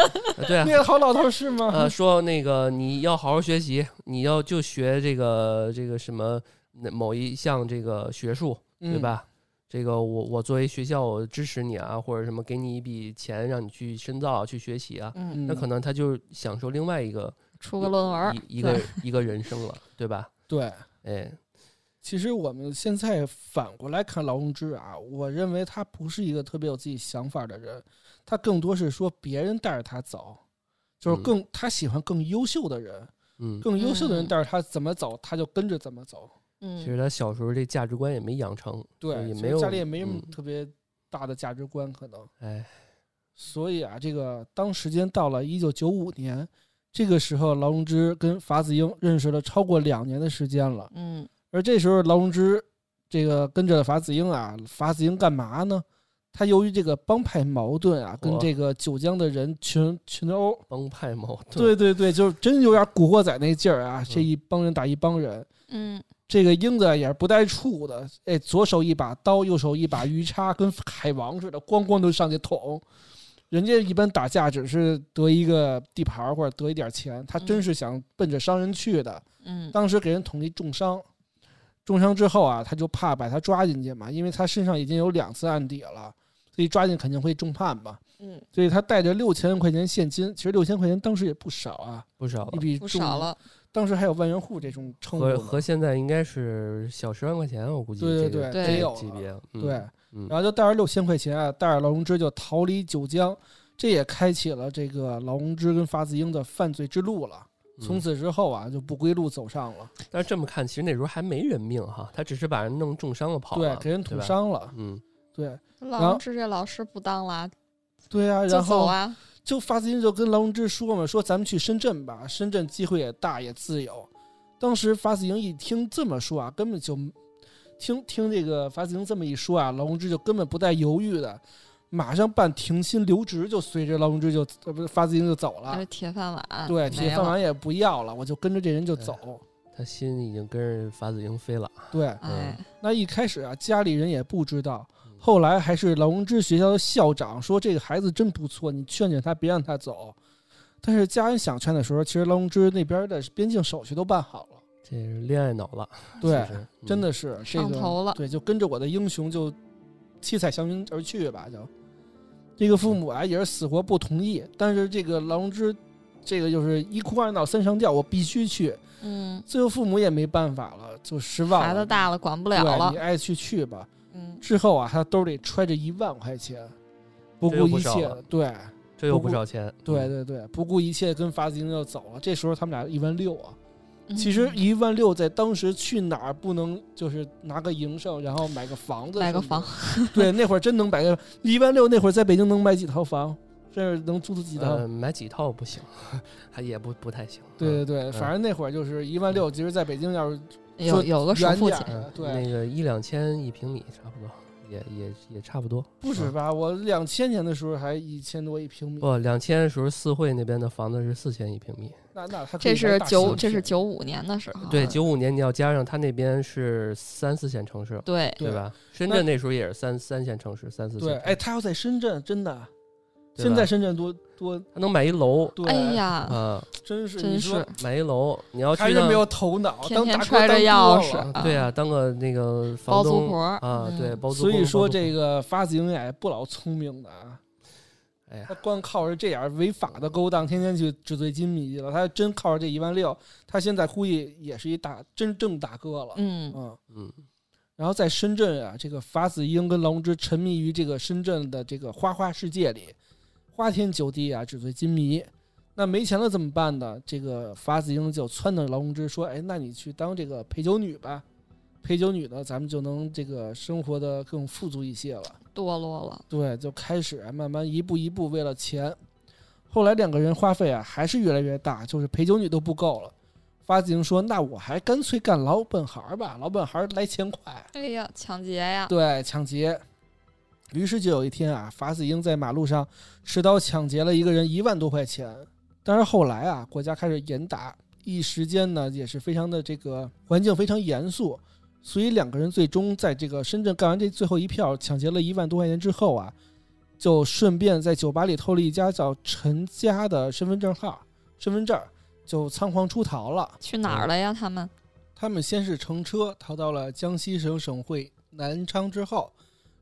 [SPEAKER 4] (laughs)
[SPEAKER 5] 呃对啊
[SPEAKER 4] 那，个好老头儿是吗？
[SPEAKER 5] 呃，说那个你要好好学习，你要就学这个这个什么那某一项这个学术，对
[SPEAKER 4] 嗯？
[SPEAKER 5] 吧？这个我我作为学校我支持你啊，或者什么给你一笔钱让你去深造去学习啊，
[SPEAKER 1] 嗯，
[SPEAKER 4] 嗯
[SPEAKER 5] 那可能他就享受另外一个
[SPEAKER 1] 出个论文儿，
[SPEAKER 5] 一一
[SPEAKER 1] 对
[SPEAKER 5] 个一个人生了，对吧？
[SPEAKER 4] 对。
[SPEAKER 5] 哎，
[SPEAKER 4] 其实我们现在反过来看劳荣枝啊，我认为他不是一个特别有自己想法的人，他更多是说别人带着他走，就是
[SPEAKER 5] 嗯
[SPEAKER 4] 更、他喜欢更优秀的人，
[SPEAKER 5] 嗯，
[SPEAKER 4] 更优秀的人
[SPEAKER 1] 嗯
[SPEAKER 4] 带着他怎么走，他就跟着怎么走。
[SPEAKER 5] 其
[SPEAKER 1] 嗯
[SPEAKER 5] 实他小时候这价值观也没养成，
[SPEAKER 4] 对，
[SPEAKER 5] 也
[SPEAKER 4] 其
[SPEAKER 5] 没
[SPEAKER 4] 实
[SPEAKER 5] 有
[SPEAKER 4] 家里也没什么
[SPEAKER 5] 嗯
[SPEAKER 4] 特别大的价值观，可能。
[SPEAKER 5] 哎，
[SPEAKER 4] 所以啊，这个当时间到了一九九五年，这个时候劳荣枝跟法子英认识了超过两年的时间了。
[SPEAKER 1] 嗯
[SPEAKER 4] 而这时候劳荣枝这个跟着法子英啊，法子英干嘛呢？他由于这个帮派矛盾啊，跟
[SPEAKER 5] 嚯
[SPEAKER 4] 这个九江的人群群殴，
[SPEAKER 5] 帮派矛盾，
[SPEAKER 4] 对对对，就是真有点古惑仔那劲儿啊，这一帮人打一帮人。
[SPEAKER 1] 嗯，
[SPEAKER 4] 这个英子啊也是不带怵的，哎，左手一把刀，右手一把鱼叉，跟海王似的，咣咣就上去捅。人家一般打架只是得一个地盘儿或者得一点钱，他真是想奔着伤人去的。
[SPEAKER 1] 嗯
[SPEAKER 4] 当时给人捅一重伤，重伤之后啊，他就怕把他抓进去嘛，因为他身上已经有两次案底了，所以抓进肯定会重判嘛。
[SPEAKER 1] 嗯，
[SPEAKER 4] 所以他带着六千块钱现金，其实六千块钱当时也不少啊，
[SPEAKER 5] 哦不少了
[SPEAKER 4] 一笔
[SPEAKER 1] 不
[SPEAKER 4] 重
[SPEAKER 1] 少，了，
[SPEAKER 4] 当时还有万元户这种称呼
[SPEAKER 5] 和
[SPEAKER 4] 呢。
[SPEAKER 5] 和现在应该是小十万块钱，我估计
[SPEAKER 4] 对
[SPEAKER 5] 这
[SPEAKER 4] 对
[SPEAKER 5] 个
[SPEAKER 1] 对
[SPEAKER 5] 这
[SPEAKER 1] 得
[SPEAKER 5] 个
[SPEAKER 4] 有
[SPEAKER 5] 级
[SPEAKER 4] 了
[SPEAKER 5] 别，嗯
[SPEAKER 4] 对，，
[SPEAKER 5] 嗯
[SPEAKER 4] 然后就带着六千块钱啊，带着劳荣枝就逃离九江，这也开启了这个劳荣枝跟法子英的犯罪之路了。从
[SPEAKER 5] 嗯
[SPEAKER 4] 此之后啊，就不归路走上了，
[SPEAKER 5] 但是这么看，其实那时候还没人命哈，他只是把人弄重伤了跑
[SPEAKER 4] 对
[SPEAKER 5] 了，，
[SPEAKER 4] 给人
[SPEAKER 5] 对
[SPEAKER 4] 捅
[SPEAKER 5] 吧。
[SPEAKER 4] 伤了，
[SPEAKER 5] 嗯，
[SPEAKER 4] 对
[SPEAKER 1] 老
[SPEAKER 4] 后
[SPEAKER 1] 荣枝这老师不当了啊，
[SPEAKER 4] 对啊，
[SPEAKER 1] 就
[SPEAKER 4] 然
[SPEAKER 1] 走
[SPEAKER 4] 后
[SPEAKER 1] 啊，
[SPEAKER 4] 就法子英就跟劳荣枝说嘛，说咱们去深圳吧，深圳机会也大也自由。当时法子英一听这么说啊，根本就听听这个法子英这么一说啊，劳荣枝就根本不带犹豫的，马上办停薪留职，就随着劳荣枝就呃不是法子英就走了
[SPEAKER 1] 那。是铁饭碗，
[SPEAKER 4] 对，
[SPEAKER 1] 没
[SPEAKER 4] 铁饭
[SPEAKER 1] 了
[SPEAKER 4] 碗也不要了，我就跟着这人就走。
[SPEAKER 5] 他心已经跟着法子英飞了。
[SPEAKER 4] 对，
[SPEAKER 1] 哎，
[SPEAKER 4] 那一开始啊，家里人也不知道
[SPEAKER 5] 嗯，
[SPEAKER 4] 后来还是劳荣枝学校的校长说这个孩子真不错，你劝劝他，别让他走。但是家人想劝的时候，其实劳荣枝那边的边境手续都办好了。
[SPEAKER 5] 这是恋爱脑了，
[SPEAKER 4] 对
[SPEAKER 5] 其，实嗯
[SPEAKER 4] 真，的是这
[SPEAKER 1] 上
[SPEAKER 4] 个
[SPEAKER 1] 头了
[SPEAKER 4] 对，就跟着我的英雄就七彩祥云而去吧，就这个父母啊也是死活不同意，但是这个劳荣枝，这个就是一哭二闹三上吊，我必须去。
[SPEAKER 1] 嗯，
[SPEAKER 4] 最后父母也没办法了，就失望了。
[SPEAKER 1] 孩子大了管不
[SPEAKER 4] 对
[SPEAKER 1] 了
[SPEAKER 4] 你
[SPEAKER 1] 了，
[SPEAKER 4] 爱去去吧。
[SPEAKER 1] 嗯
[SPEAKER 4] 之后啊，他兜里揣着一万块钱，不
[SPEAKER 5] 这
[SPEAKER 4] 顾
[SPEAKER 5] 又不
[SPEAKER 4] 一
[SPEAKER 5] 少
[SPEAKER 4] 切
[SPEAKER 5] 了，
[SPEAKER 4] 对
[SPEAKER 5] 嗯这又
[SPEAKER 4] 不
[SPEAKER 5] 不
[SPEAKER 4] 过
[SPEAKER 5] 少钱。
[SPEAKER 4] 对
[SPEAKER 5] 嗯，
[SPEAKER 4] 对对，不顾一切跟法子英就走了。这时候他们俩一万六啊，
[SPEAKER 1] 嗯
[SPEAKER 4] 其实
[SPEAKER 1] (laughs)
[SPEAKER 4] 一万六在当时去哪儿不能就是拿个营生，然后买个房子，
[SPEAKER 1] 买个房，，
[SPEAKER 4] (laughs) 对，那会儿真能买个一万六，那会儿在北京能买几套房，甚至能租出几套。
[SPEAKER 5] 呃，买几套不行， (laughs) 还也不不太行。
[SPEAKER 4] 对对
[SPEAKER 5] 嗯，
[SPEAKER 4] 对，反正那会儿就是一万六，其实在北京要是
[SPEAKER 1] 有
[SPEAKER 4] 就
[SPEAKER 1] 有个首
[SPEAKER 4] 远
[SPEAKER 1] 付
[SPEAKER 4] 点
[SPEAKER 1] 钱，
[SPEAKER 4] 儿，
[SPEAKER 5] 嗯
[SPEAKER 4] 对，
[SPEAKER 5] 那个一两千一平米差不多，也也也差不多。
[SPEAKER 4] 不止
[SPEAKER 5] 嗯
[SPEAKER 4] 吧？我两千年的时候还一千多一平米，
[SPEAKER 5] 不，两千的时候四惠那边的房子是四千一平米，
[SPEAKER 4] 那那他可以
[SPEAKER 1] 这
[SPEAKER 4] 买
[SPEAKER 1] 是
[SPEAKER 4] 大
[SPEAKER 1] 九
[SPEAKER 4] 型
[SPEAKER 1] 这是
[SPEAKER 4] 片
[SPEAKER 1] 九五年的时候，
[SPEAKER 5] 对，九五年你要加上他那边是三四线城市，
[SPEAKER 1] 对，
[SPEAKER 4] 对
[SPEAKER 5] 对吧？深
[SPEAKER 4] 那
[SPEAKER 5] 圳那时候也是三三线城市，三四线
[SPEAKER 4] 对，哎
[SPEAKER 5] 城市。
[SPEAKER 4] 哎，他要在深圳，真的，
[SPEAKER 5] 对
[SPEAKER 4] 现在
[SPEAKER 5] 吧
[SPEAKER 4] 深圳多多
[SPEAKER 5] 他能买一楼
[SPEAKER 4] 对，
[SPEAKER 1] 哎呀，
[SPEAKER 5] 啊，
[SPEAKER 4] 真是
[SPEAKER 1] 真
[SPEAKER 4] 你说
[SPEAKER 1] 是
[SPEAKER 5] 买一楼，你要去
[SPEAKER 4] 还是
[SPEAKER 5] 那
[SPEAKER 4] 没有头脑，
[SPEAKER 1] 天天
[SPEAKER 4] 当大哥
[SPEAKER 1] 揣着
[SPEAKER 4] 当
[SPEAKER 1] 钥
[SPEAKER 4] 多了
[SPEAKER 1] 匙，
[SPEAKER 5] 对啊，当个那个
[SPEAKER 1] 包
[SPEAKER 5] 房
[SPEAKER 1] 租
[SPEAKER 5] 东
[SPEAKER 1] 婆儿
[SPEAKER 5] 啊，对，，包租
[SPEAKER 4] 嗯所
[SPEAKER 5] 公。
[SPEAKER 4] 以说
[SPEAKER 5] 包租
[SPEAKER 4] 这
[SPEAKER 5] 婆，
[SPEAKER 4] 个发子英也不老聪明的啊，
[SPEAKER 5] 哎呀
[SPEAKER 4] 他，光靠着这点儿违法的勾当，天天去纸醉金迷了。他真靠着这一万六，他现在估计也是一大真正大哥了。
[SPEAKER 1] 嗯，
[SPEAKER 4] 嗯
[SPEAKER 5] 嗯，
[SPEAKER 4] 然后在深圳啊，这个法子英跟劳荣枝沉迷于这个深圳的这个花花世界里，花天酒地啊，纸醉金迷。那没钱了怎么办呢？这个法子英就撺掇劳荣枝说：“哎，那你去当这个陪酒女吧，陪酒女呢，咱们就能这个生活的更富足一些了。”
[SPEAKER 1] 堕落了，
[SPEAKER 4] 对，就开始啊慢慢一步一步为了钱。后来两个人花费啊还是越来越大，就是陪酒女都不够了。发子英说：“那我还干脆干老本行儿吧，老本行儿来钱快。
[SPEAKER 1] 哎呀，抢劫呀”，
[SPEAKER 4] 对，抢劫。于是就有一天啊，法子英在马路上持刀抢劫了一个人一万多块钱。但是后来啊，国家开始严打，一时间呢也是非常的这个环境非常严肃，所以两个人最终在这个深圳干完这最后一票，抢劫了一万多块钱之后啊，就顺便在酒吧里偷了一家叫陈家的身份证号、身份证儿，就仓皇出逃了。
[SPEAKER 1] 去哪儿了呀？他们
[SPEAKER 4] 他们先是乘车逃到了江西省省会南昌之后，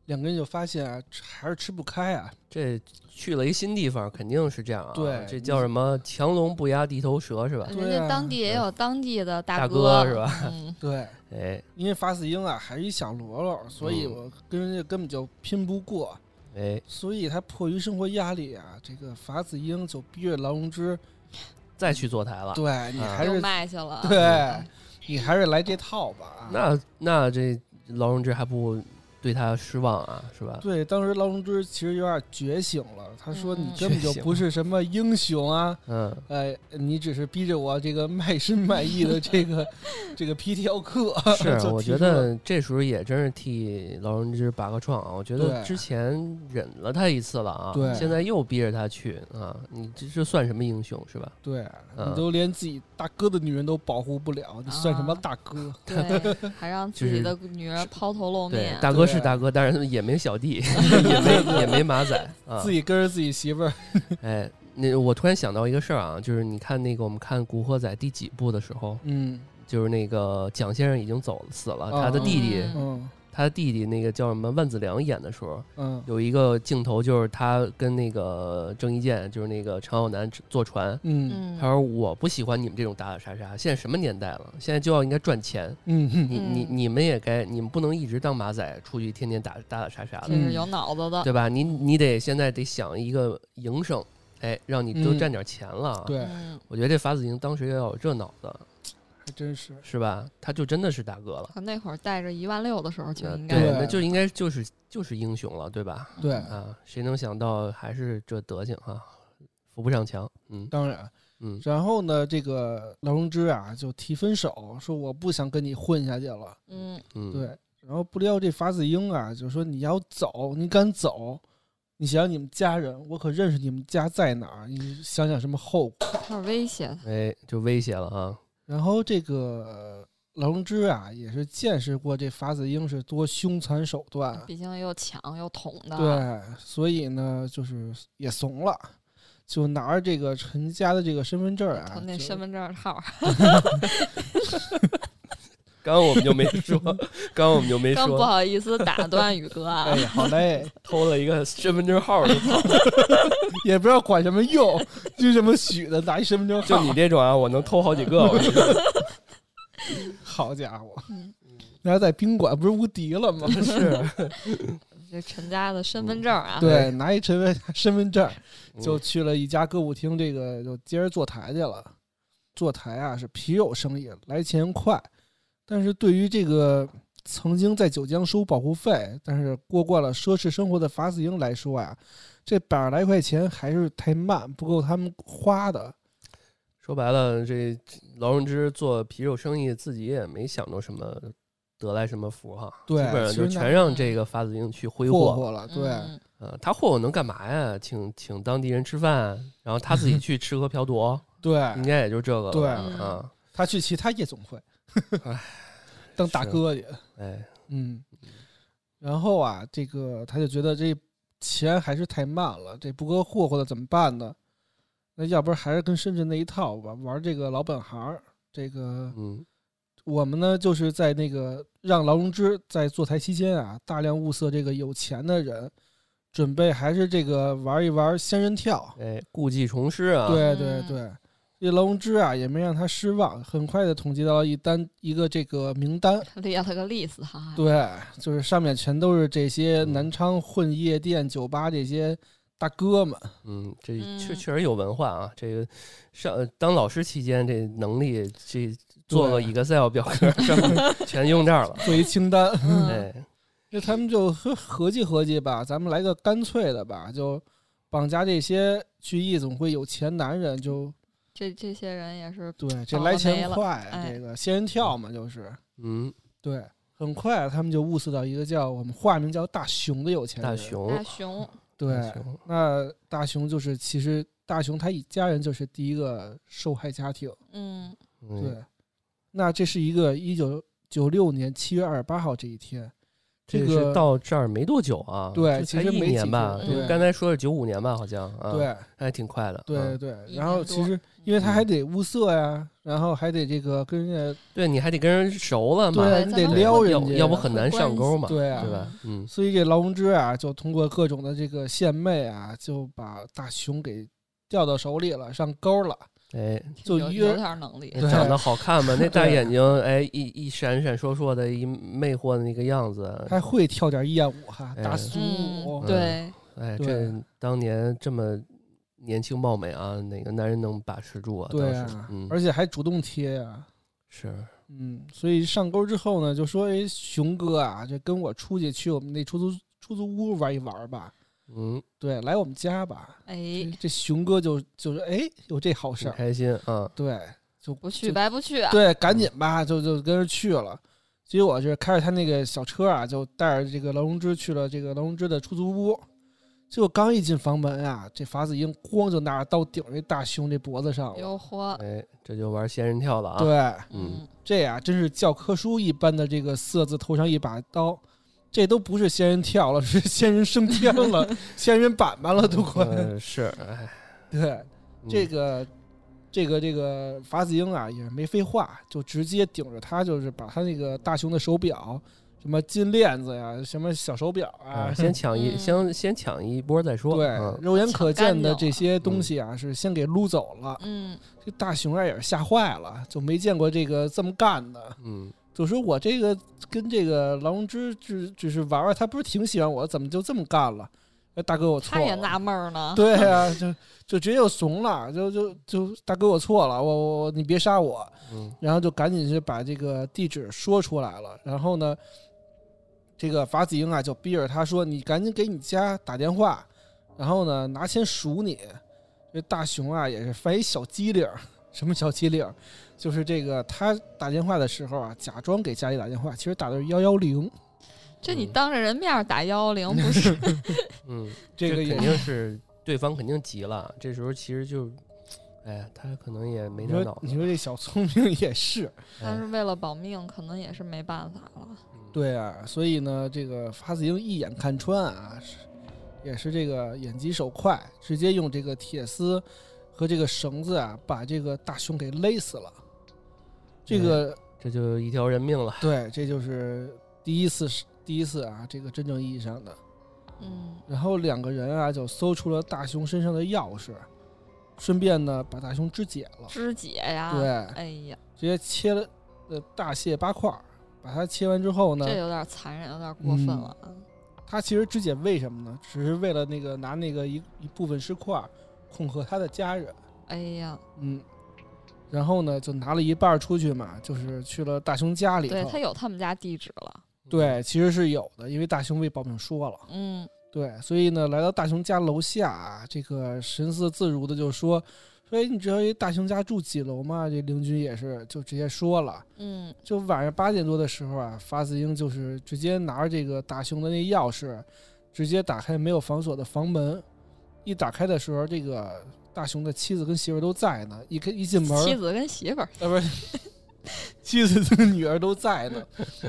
[SPEAKER 4] 两个人就发现啊，还是吃不开啊。
[SPEAKER 5] 这去了一新地方，肯定是这样啊。
[SPEAKER 4] 对
[SPEAKER 5] 这叫什么？强龙不压地头蛇是吧？
[SPEAKER 1] 人
[SPEAKER 4] 对
[SPEAKER 1] 家
[SPEAKER 4] 啊
[SPEAKER 1] 当地也有当地的
[SPEAKER 5] 大
[SPEAKER 1] 哥
[SPEAKER 5] 哥是吧？
[SPEAKER 4] (laughs)
[SPEAKER 1] 嗯
[SPEAKER 4] 对，
[SPEAKER 5] 哎
[SPEAKER 4] 因为法死英啊还是一小喽啰，所以
[SPEAKER 5] 嗯
[SPEAKER 4] 我跟人家根本就拼不过。
[SPEAKER 5] 哎，
[SPEAKER 4] 所以他迫于生活压力啊，这个法子英就逼着劳荣枝，
[SPEAKER 5] 再去坐台了。
[SPEAKER 4] 对你
[SPEAKER 5] 啊
[SPEAKER 4] 还
[SPEAKER 1] 又
[SPEAKER 4] 是、
[SPEAKER 1] 卖去了，
[SPEAKER 4] 对，你还是来这套吧。
[SPEAKER 5] 那那这劳荣枝还不对他失望啊，是吧？
[SPEAKER 4] 对，当时劳荣枝其实有点觉醒了，他说：“
[SPEAKER 1] 嗯
[SPEAKER 4] 你根本就不是什么英雄啊， (laughs)
[SPEAKER 5] 嗯，
[SPEAKER 4] 呃，你只是逼着我这个卖身卖艺的这个 (laughs) 这个皮条客。(laughs) 就提
[SPEAKER 5] 是
[SPEAKER 4] 出了”，
[SPEAKER 5] 我觉得这时候也真是替劳荣枝拔个创啊。我觉
[SPEAKER 4] 对
[SPEAKER 5] 得之前忍了他一次了啊，
[SPEAKER 4] 对
[SPEAKER 5] 现在又逼着他去啊，你这这算什么英雄是吧？
[SPEAKER 4] 对
[SPEAKER 5] 嗯
[SPEAKER 4] 你都连自己大哥的女人都保护不了，你算什么
[SPEAKER 1] 啊
[SPEAKER 4] 大哥？
[SPEAKER 1] (laughs)
[SPEAKER 5] (laughs)
[SPEAKER 1] 对，还让自己
[SPEAKER 5] 就是
[SPEAKER 1] 的女儿抛头露
[SPEAKER 5] 对
[SPEAKER 1] 面，，啊
[SPEAKER 5] 大哥
[SPEAKER 4] 对
[SPEAKER 5] 是大哥，但是也没小
[SPEAKER 4] (laughs)
[SPEAKER 5] 弟，也没也没马仔啊
[SPEAKER 4] 自。己跟着自己媳妇儿，
[SPEAKER 5] 哎，那我突然想到一个事儿啊，就是你看那个我们看《古惑仔》第几部的时候，
[SPEAKER 4] 嗯
[SPEAKER 5] 就是那个蒋先生已经走了死了，
[SPEAKER 4] 啊
[SPEAKER 5] 他的弟弟，
[SPEAKER 1] 嗯
[SPEAKER 4] 嗯
[SPEAKER 5] 他的弟弟那个叫什么万梓良演的时候，
[SPEAKER 4] 嗯
[SPEAKER 5] 有一个镜头就是他跟那个郑伊健，就是那个常晓楠坐船。
[SPEAKER 4] 嗯
[SPEAKER 1] 嗯
[SPEAKER 5] 他，说：“我不喜欢你们这种打打杀杀。现在什么年代了？现在就要应该赚钱。
[SPEAKER 4] 嗯嗯，
[SPEAKER 5] 你你
[SPEAKER 1] 嗯
[SPEAKER 5] 你们也该，你们不能一直当马仔，出去天天打打打杀杀的
[SPEAKER 1] 这，是有脑子的，
[SPEAKER 5] 嗯对吧？你你得现在得想一个营生，哎，让你多
[SPEAKER 4] 嗯
[SPEAKER 5] 赚点钱了啊。
[SPEAKER 4] 对，
[SPEAKER 1] 嗯，
[SPEAKER 5] 我觉得这法子英当时也有这脑子，
[SPEAKER 4] 还真是。
[SPEAKER 5] 是吧？他就真的是大哥了，
[SPEAKER 1] 他那会儿带着一万六的时候就
[SPEAKER 5] 呃
[SPEAKER 1] 应该
[SPEAKER 5] 对，
[SPEAKER 4] 对
[SPEAKER 5] 那就应该就是就是英雄了，对吧？
[SPEAKER 4] 对，
[SPEAKER 5] 啊，谁能想到还是这德行哈、扶不上墙，嗯
[SPEAKER 4] 当然，
[SPEAKER 5] 嗯，
[SPEAKER 4] 然后呢，这个劳荣枝啊就提分手，说我不想跟你混下去了。
[SPEAKER 1] 嗯，
[SPEAKER 5] 嗯，
[SPEAKER 4] 对，，然后不料这法子英啊就说你要走，你敢走？你想想你们家人，我可认识你们家在哪儿，你想想什么后果？
[SPEAKER 1] 开始威胁他，
[SPEAKER 5] 哎，就威胁了啊，
[SPEAKER 4] 然后这个呃劳荣枝啊也是见识过这法子英是多凶残手段，啊
[SPEAKER 1] 毕竟又抢又捅的，，
[SPEAKER 5] 啊
[SPEAKER 4] 对，所以呢就是也怂了，就拿着这个陈家的这个身份证啊，
[SPEAKER 1] 他那
[SPEAKER 4] 就
[SPEAKER 1] 身份证号儿
[SPEAKER 5] 刚刚我们就没说， (laughs) 刚刚我们就没
[SPEAKER 1] 刚不
[SPEAKER 5] 说，
[SPEAKER 1] 好意思打断宇哥啊
[SPEAKER 5] (laughs)
[SPEAKER 4] 哎，呀，好嘞。
[SPEAKER 5] 偷了一个身份证号儿，
[SPEAKER 4] 也不知道管什么用，就这么许的，拿一身份证
[SPEAKER 5] 就
[SPEAKER 4] 号，
[SPEAKER 5] 你这种啊，我能偷好几个，我跟你说
[SPEAKER 4] 好家伙
[SPEAKER 1] 嗯！
[SPEAKER 4] 然后在宾馆不是无敌了吗？
[SPEAKER 5] (laughs) 是，
[SPEAKER 1] 这陈家的身份证啊，
[SPEAKER 4] (laughs) 对，拿一身份身份证就
[SPEAKER 5] 嗯
[SPEAKER 4] 去了一家歌舞厅，这个就接着坐台去了。坐台啊是皮肉生意，来钱快，但是对于这个曾经在九江收保护费，但是过惯了奢侈生活的法子英来说啊，这百十来块钱还是太慢，不够他们花的。
[SPEAKER 5] (laughs) 说白了，这劳荣枝做皮肉生意，自己也没想着什么得来什么福哈，
[SPEAKER 4] 对
[SPEAKER 5] 基本上
[SPEAKER 4] 其实
[SPEAKER 5] 就
[SPEAKER 4] 那
[SPEAKER 5] 全让这个法子英去挥
[SPEAKER 4] 霍
[SPEAKER 5] 霍。
[SPEAKER 4] 霍了，对，
[SPEAKER 1] 嗯，
[SPEAKER 5] 呃，他霍霍能干嘛呀？请请当地人吃饭，然后他自
[SPEAKER 4] (laughs)
[SPEAKER 5] 己去吃喝嫖赌，
[SPEAKER 4] 对，
[SPEAKER 5] 应该也就这个了。
[SPEAKER 4] 对
[SPEAKER 1] 嗯
[SPEAKER 5] 啊，
[SPEAKER 4] 他去其他夜总会 (laughs)
[SPEAKER 5] 唉，
[SPEAKER 4] 当大哥去。
[SPEAKER 5] 哎，
[SPEAKER 4] 嗯嗯，然后啊，这个他就觉得这钱还是太慢了，这不够霍霍的怎么办呢？那要不然还是跟深圳那一套吧，玩这个老本行儿。这个
[SPEAKER 5] 嗯
[SPEAKER 4] 我们呢，就是在那个让劳荣枝在坐台期间啊，大量物色这个有钱的人，准备还是这个玩一玩仙人跳。
[SPEAKER 5] 哎，故技重施啊，
[SPEAKER 4] 对对
[SPEAKER 1] 嗯
[SPEAKER 4] 对，这劳荣枝啊也没让他失望，很快的统计到了一单一个这个名单，
[SPEAKER 1] 列了个 list 哈。
[SPEAKER 5] (laughs)
[SPEAKER 4] 对，就是上面全都是这些
[SPEAKER 5] 嗯
[SPEAKER 4] 南昌混夜店、酒吧这些大哥们。
[SPEAKER 5] 嗯，这确
[SPEAKER 1] 嗯
[SPEAKER 5] 确实有文化啊。这个上呃当老师期间，这能力这做个
[SPEAKER 4] 对
[SPEAKER 5] Excel 表格上面
[SPEAKER 4] (laughs)
[SPEAKER 5] 全用这儿了。
[SPEAKER 4] 做一清单， (laughs)
[SPEAKER 1] 嗯，
[SPEAKER 5] 哎，
[SPEAKER 4] 那他们就合合计合计吧，咱们来个干脆的吧，就绑架这些去夜总会有钱男人就，
[SPEAKER 1] 这这些人也是，
[SPEAKER 4] 对，这
[SPEAKER 1] 倒
[SPEAKER 4] 来
[SPEAKER 1] 了霉
[SPEAKER 4] 钱
[SPEAKER 1] 哦了
[SPEAKER 4] 快，
[SPEAKER 1] 哎
[SPEAKER 4] 这个仙人跳嘛，就是
[SPEAKER 5] 嗯，
[SPEAKER 4] 对。很快，他们就物色到一个叫我们化名叫大熊的有钱人。
[SPEAKER 5] 大，熊，
[SPEAKER 1] 大熊
[SPEAKER 4] 对
[SPEAKER 5] 大，熊
[SPEAKER 4] 那大熊就是其实大熊他一家人就是第一个受害家庭。
[SPEAKER 1] 嗯
[SPEAKER 5] 嗯
[SPEAKER 4] 对，那这是一个一九九六年七月二十八号这一天，
[SPEAKER 5] 这
[SPEAKER 4] 这
[SPEAKER 5] 个是
[SPEAKER 4] 个
[SPEAKER 5] 到这儿没多久啊，
[SPEAKER 4] 对
[SPEAKER 5] 这
[SPEAKER 4] 其
[SPEAKER 5] 才
[SPEAKER 4] 实
[SPEAKER 5] 一
[SPEAKER 4] 没几
[SPEAKER 5] 年吧。
[SPEAKER 4] 天
[SPEAKER 5] 因为
[SPEAKER 4] 对
[SPEAKER 5] 刚才说是九五年吧，好像啊，，
[SPEAKER 4] 对
[SPEAKER 5] 还挺快的。
[SPEAKER 4] 对
[SPEAKER 5] 啊
[SPEAKER 4] 对，
[SPEAKER 1] 一
[SPEAKER 4] 然后
[SPEAKER 1] 年
[SPEAKER 4] 其
[SPEAKER 1] 多
[SPEAKER 4] 实因为他
[SPEAKER 5] 嗯
[SPEAKER 4] 还得物色呀，然后还得这个跟人家
[SPEAKER 5] 对，你还得跟人熟了嘛，
[SPEAKER 4] 对，
[SPEAKER 1] 对
[SPEAKER 4] 啊你
[SPEAKER 1] 咱
[SPEAKER 4] 得
[SPEAKER 1] 们
[SPEAKER 4] 撩人
[SPEAKER 5] 要
[SPEAKER 4] 家，
[SPEAKER 5] 要不很难上钩嘛，
[SPEAKER 4] 对啊
[SPEAKER 5] 对吧？嗯，
[SPEAKER 4] 所以这劳荣枝啊，就通过各种的这个献媚啊，就把大熊给调到手里了，上钩了，
[SPEAKER 5] 哎，
[SPEAKER 4] 就
[SPEAKER 1] 有
[SPEAKER 4] 约
[SPEAKER 1] 有点能力，
[SPEAKER 4] 对
[SPEAKER 5] 长得好看嘛，那大
[SPEAKER 4] 对
[SPEAKER 5] 眼睛，哎，一一闪闪烁烁的，一魅惑的那个样子，
[SPEAKER 4] 还会跳点艳舞哈，
[SPEAKER 5] 嗯哎
[SPEAKER 4] 打苏
[SPEAKER 1] 嗯
[SPEAKER 4] 舞，，
[SPEAKER 1] 对，
[SPEAKER 5] 哎，
[SPEAKER 4] 对
[SPEAKER 5] 这当年这么年轻貌美啊，哪个男人能把持住啊？
[SPEAKER 4] 对
[SPEAKER 5] 当时
[SPEAKER 4] 啊，
[SPEAKER 5] 嗯，
[SPEAKER 4] 而且还主动贴呀、
[SPEAKER 5] 是，
[SPEAKER 4] 嗯，所以上钩之后呢，就说：“哎，熊哥啊，这跟我出去去我们那出租出租屋玩一玩吧。
[SPEAKER 5] 嗯，
[SPEAKER 4] 对，来我们家吧。
[SPEAKER 1] 哎，
[SPEAKER 4] 这熊哥就就是哎，有这好事
[SPEAKER 5] 挺
[SPEAKER 4] 儿，
[SPEAKER 5] 开心啊，
[SPEAKER 4] 对，就
[SPEAKER 1] 不去，白不去啊
[SPEAKER 4] 就，对，赶紧吧，就就跟着去了。结果就是开着他那个小车啊，就带着这个劳荣枝去了这个劳荣枝的出租屋。结果刚一进房门啊，这法子英咣就拿着刀顶这大熊这脖子上了。
[SPEAKER 1] 有活，
[SPEAKER 5] 哎，这就玩仙人跳了啊，
[SPEAKER 4] 对，
[SPEAKER 5] 嗯，
[SPEAKER 4] 这呀，真是教科书一般的这个色字头上一把刀，这都不是仙人跳了， (laughs) 是仙人升天了，仙人板板了都快。 (laughs)
[SPEAKER 5] 呃是，哎，
[SPEAKER 4] 对，
[SPEAKER 5] 嗯
[SPEAKER 4] 这个这个这个法子英啊，也是没废话，就直接顶着他，就是把他那个大熊的手表，什么金链子呀，什么小手表啊 (laughs)
[SPEAKER 5] 啊，，先抢一，
[SPEAKER 1] 嗯
[SPEAKER 5] 先先抢一波再说，
[SPEAKER 4] 对
[SPEAKER 5] 嗯，
[SPEAKER 4] 肉眼可见的
[SPEAKER 1] 抢干净
[SPEAKER 4] 这些东西啊，是先给撸走了。
[SPEAKER 1] 嗯，
[SPEAKER 4] 这大熊啊也是吓坏了，就没见过这个这么干的。
[SPEAKER 5] 嗯，
[SPEAKER 4] 就说我这个跟这个劳荣枝只只是玩玩，他不是挺喜欢我，怎么就这么干了？哎，大哥，我错
[SPEAKER 1] 他
[SPEAKER 4] 了。
[SPEAKER 1] 也纳闷儿 (laughs) 呢，
[SPEAKER 4] 对啊，就就直接就怂了，就就就大哥，我错了，我我我你别杀我，
[SPEAKER 5] 嗯，
[SPEAKER 4] 然后就赶紧是把这个地址说出来了，然后呢，这个法子英啊就逼着他说，你赶紧给你家打电话，然后呢拿钱赎你。这大熊啊也是犯一小机灵儿， (laughs) 什么小机灵儿？就是这个他打电话的时候啊，假装给家里打电话，其实打的是幺幺零，
[SPEAKER 1] 这你
[SPEAKER 5] 嗯
[SPEAKER 1] 当着人面儿打幺幺零不是？
[SPEAKER 5] 嗯，
[SPEAKER 4] 这个也 (laughs)
[SPEAKER 5] 肯定是对方肯定急了，这时候其实就，哎，他可能也没
[SPEAKER 4] 你
[SPEAKER 5] 那
[SPEAKER 4] 说
[SPEAKER 5] 脑子，
[SPEAKER 4] 你说这小聪明也是，
[SPEAKER 1] 但
[SPEAKER 5] 哎
[SPEAKER 1] 是为了保命，可能也是没办法了。
[SPEAKER 7] 嗯
[SPEAKER 4] 对啊，所以呢，这个法子英一眼看穿啊，是也是这个眼疾手快，直接用这个铁丝和这个绳子啊，把这个大熊给勒死了。这个、
[SPEAKER 5] 这就一条人命了，
[SPEAKER 4] 对，这就是第一次是第一次啊，这个真正意义上的。
[SPEAKER 1] 嗯，
[SPEAKER 4] 然后两个人啊，就搜出了大熊身上的钥匙，顺便呢把大熊肢解了，
[SPEAKER 1] 肢解呀，
[SPEAKER 4] 哦对
[SPEAKER 1] 哎呀，
[SPEAKER 4] 直接切了呃大卸八块儿。把它切完之后呢，
[SPEAKER 1] 这有点残忍，有点过分了啊。
[SPEAKER 4] 嗯他其实肢解为什么呢？只是为了那个拿那个一一部分尸块儿恐吓他的家人，
[SPEAKER 1] 哎呀，
[SPEAKER 4] 嗯，然后呢就拿了一半儿出去嘛，就是去了大雄家里头。
[SPEAKER 1] 对他有他们家地址了，
[SPEAKER 4] 对，其实是有的，因为大雄为保命说了，
[SPEAKER 1] 嗯，
[SPEAKER 4] 对，所以呢来到大雄家楼下啊，这个神色自如的就说。说哎，你知道这大雄家住几楼吗？这邻居也是，就直接说了。
[SPEAKER 1] 嗯，
[SPEAKER 4] 就晚上八点多的时候啊，法子英就是直接拿着这个大熊的那钥匙，直接打开没有防锁的房门。一打开的时候，这个大熊的妻子跟媳妇儿都在呢。一开一进门，啊
[SPEAKER 1] 妻子跟媳妇儿，
[SPEAKER 4] 呃，不是 (laughs) 妻子跟女儿都在呢，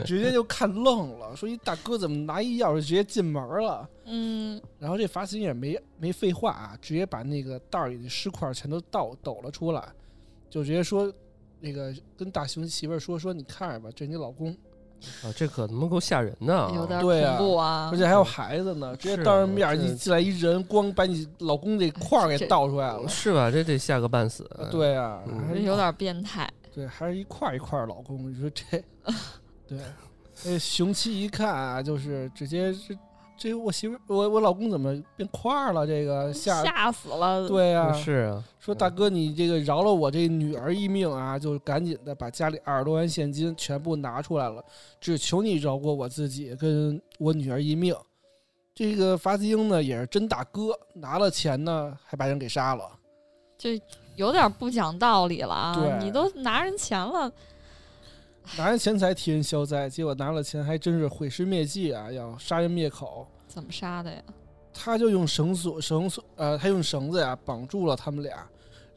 [SPEAKER 4] 直接就看愣了，说一大哥怎么拿一钥匙直接进门了？
[SPEAKER 1] 嗯
[SPEAKER 4] 然后这法警也没没废话啊，直接把那个袋里的尸块全都倒抖了出来，就直接说那个跟大熊媳妇儿说说你看着吧，这是你老公，
[SPEAKER 5] 啊，这可他妈够吓人的啊！
[SPEAKER 7] 有点
[SPEAKER 4] 对
[SPEAKER 7] 恐
[SPEAKER 4] 啊
[SPEAKER 7] 怖啊
[SPEAKER 4] 而！且还有孩子呢，直接当着面儿
[SPEAKER 5] 是
[SPEAKER 4] 一进来一人，光把你老公那块儿给倒出来了。
[SPEAKER 5] 是吧？这得吓个半死。
[SPEAKER 4] 啊，对啊，
[SPEAKER 5] 嗯
[SPEAKER 4] 还是一
[SPEAKER 1] 有点变态。
[SPEAKER 4] 对，还是一块儿一块儿老公，你说这，对，那雄妻一看啊，就是直接是这我媳妇儿我我老公怎么变块儿了？这个吓
[SPEAKER 1] 吓死了！
[SPEAKER 4] 对啊，
[SPEAKER 5] 是啊，
[SPEAKER 4] 说大哥你这个饶了我这女儿一命啊，就赶紧的把家里二十多万现金全部拿出来了，只求你饶过我自己跟我女儿一命。这个法子英呢也是真大哥，拿了钱呢还把人给杀了。
[SPEAKER 1] 有点不讲道理了啊！
[SPEAKER 4] 对
[SPEAKER 1] 你都拿人钱了，
[SPEAKER 4] 拿着钱财替人消灾，结果拿了钱还真是毁尸灭迹啊，要杀人灭口。
[SPEAKER 1] 怎么杀的呀？
[SPEAKER 4] 他就用绳索、绳索，呃，他用绳子呀、绑住了他们俩，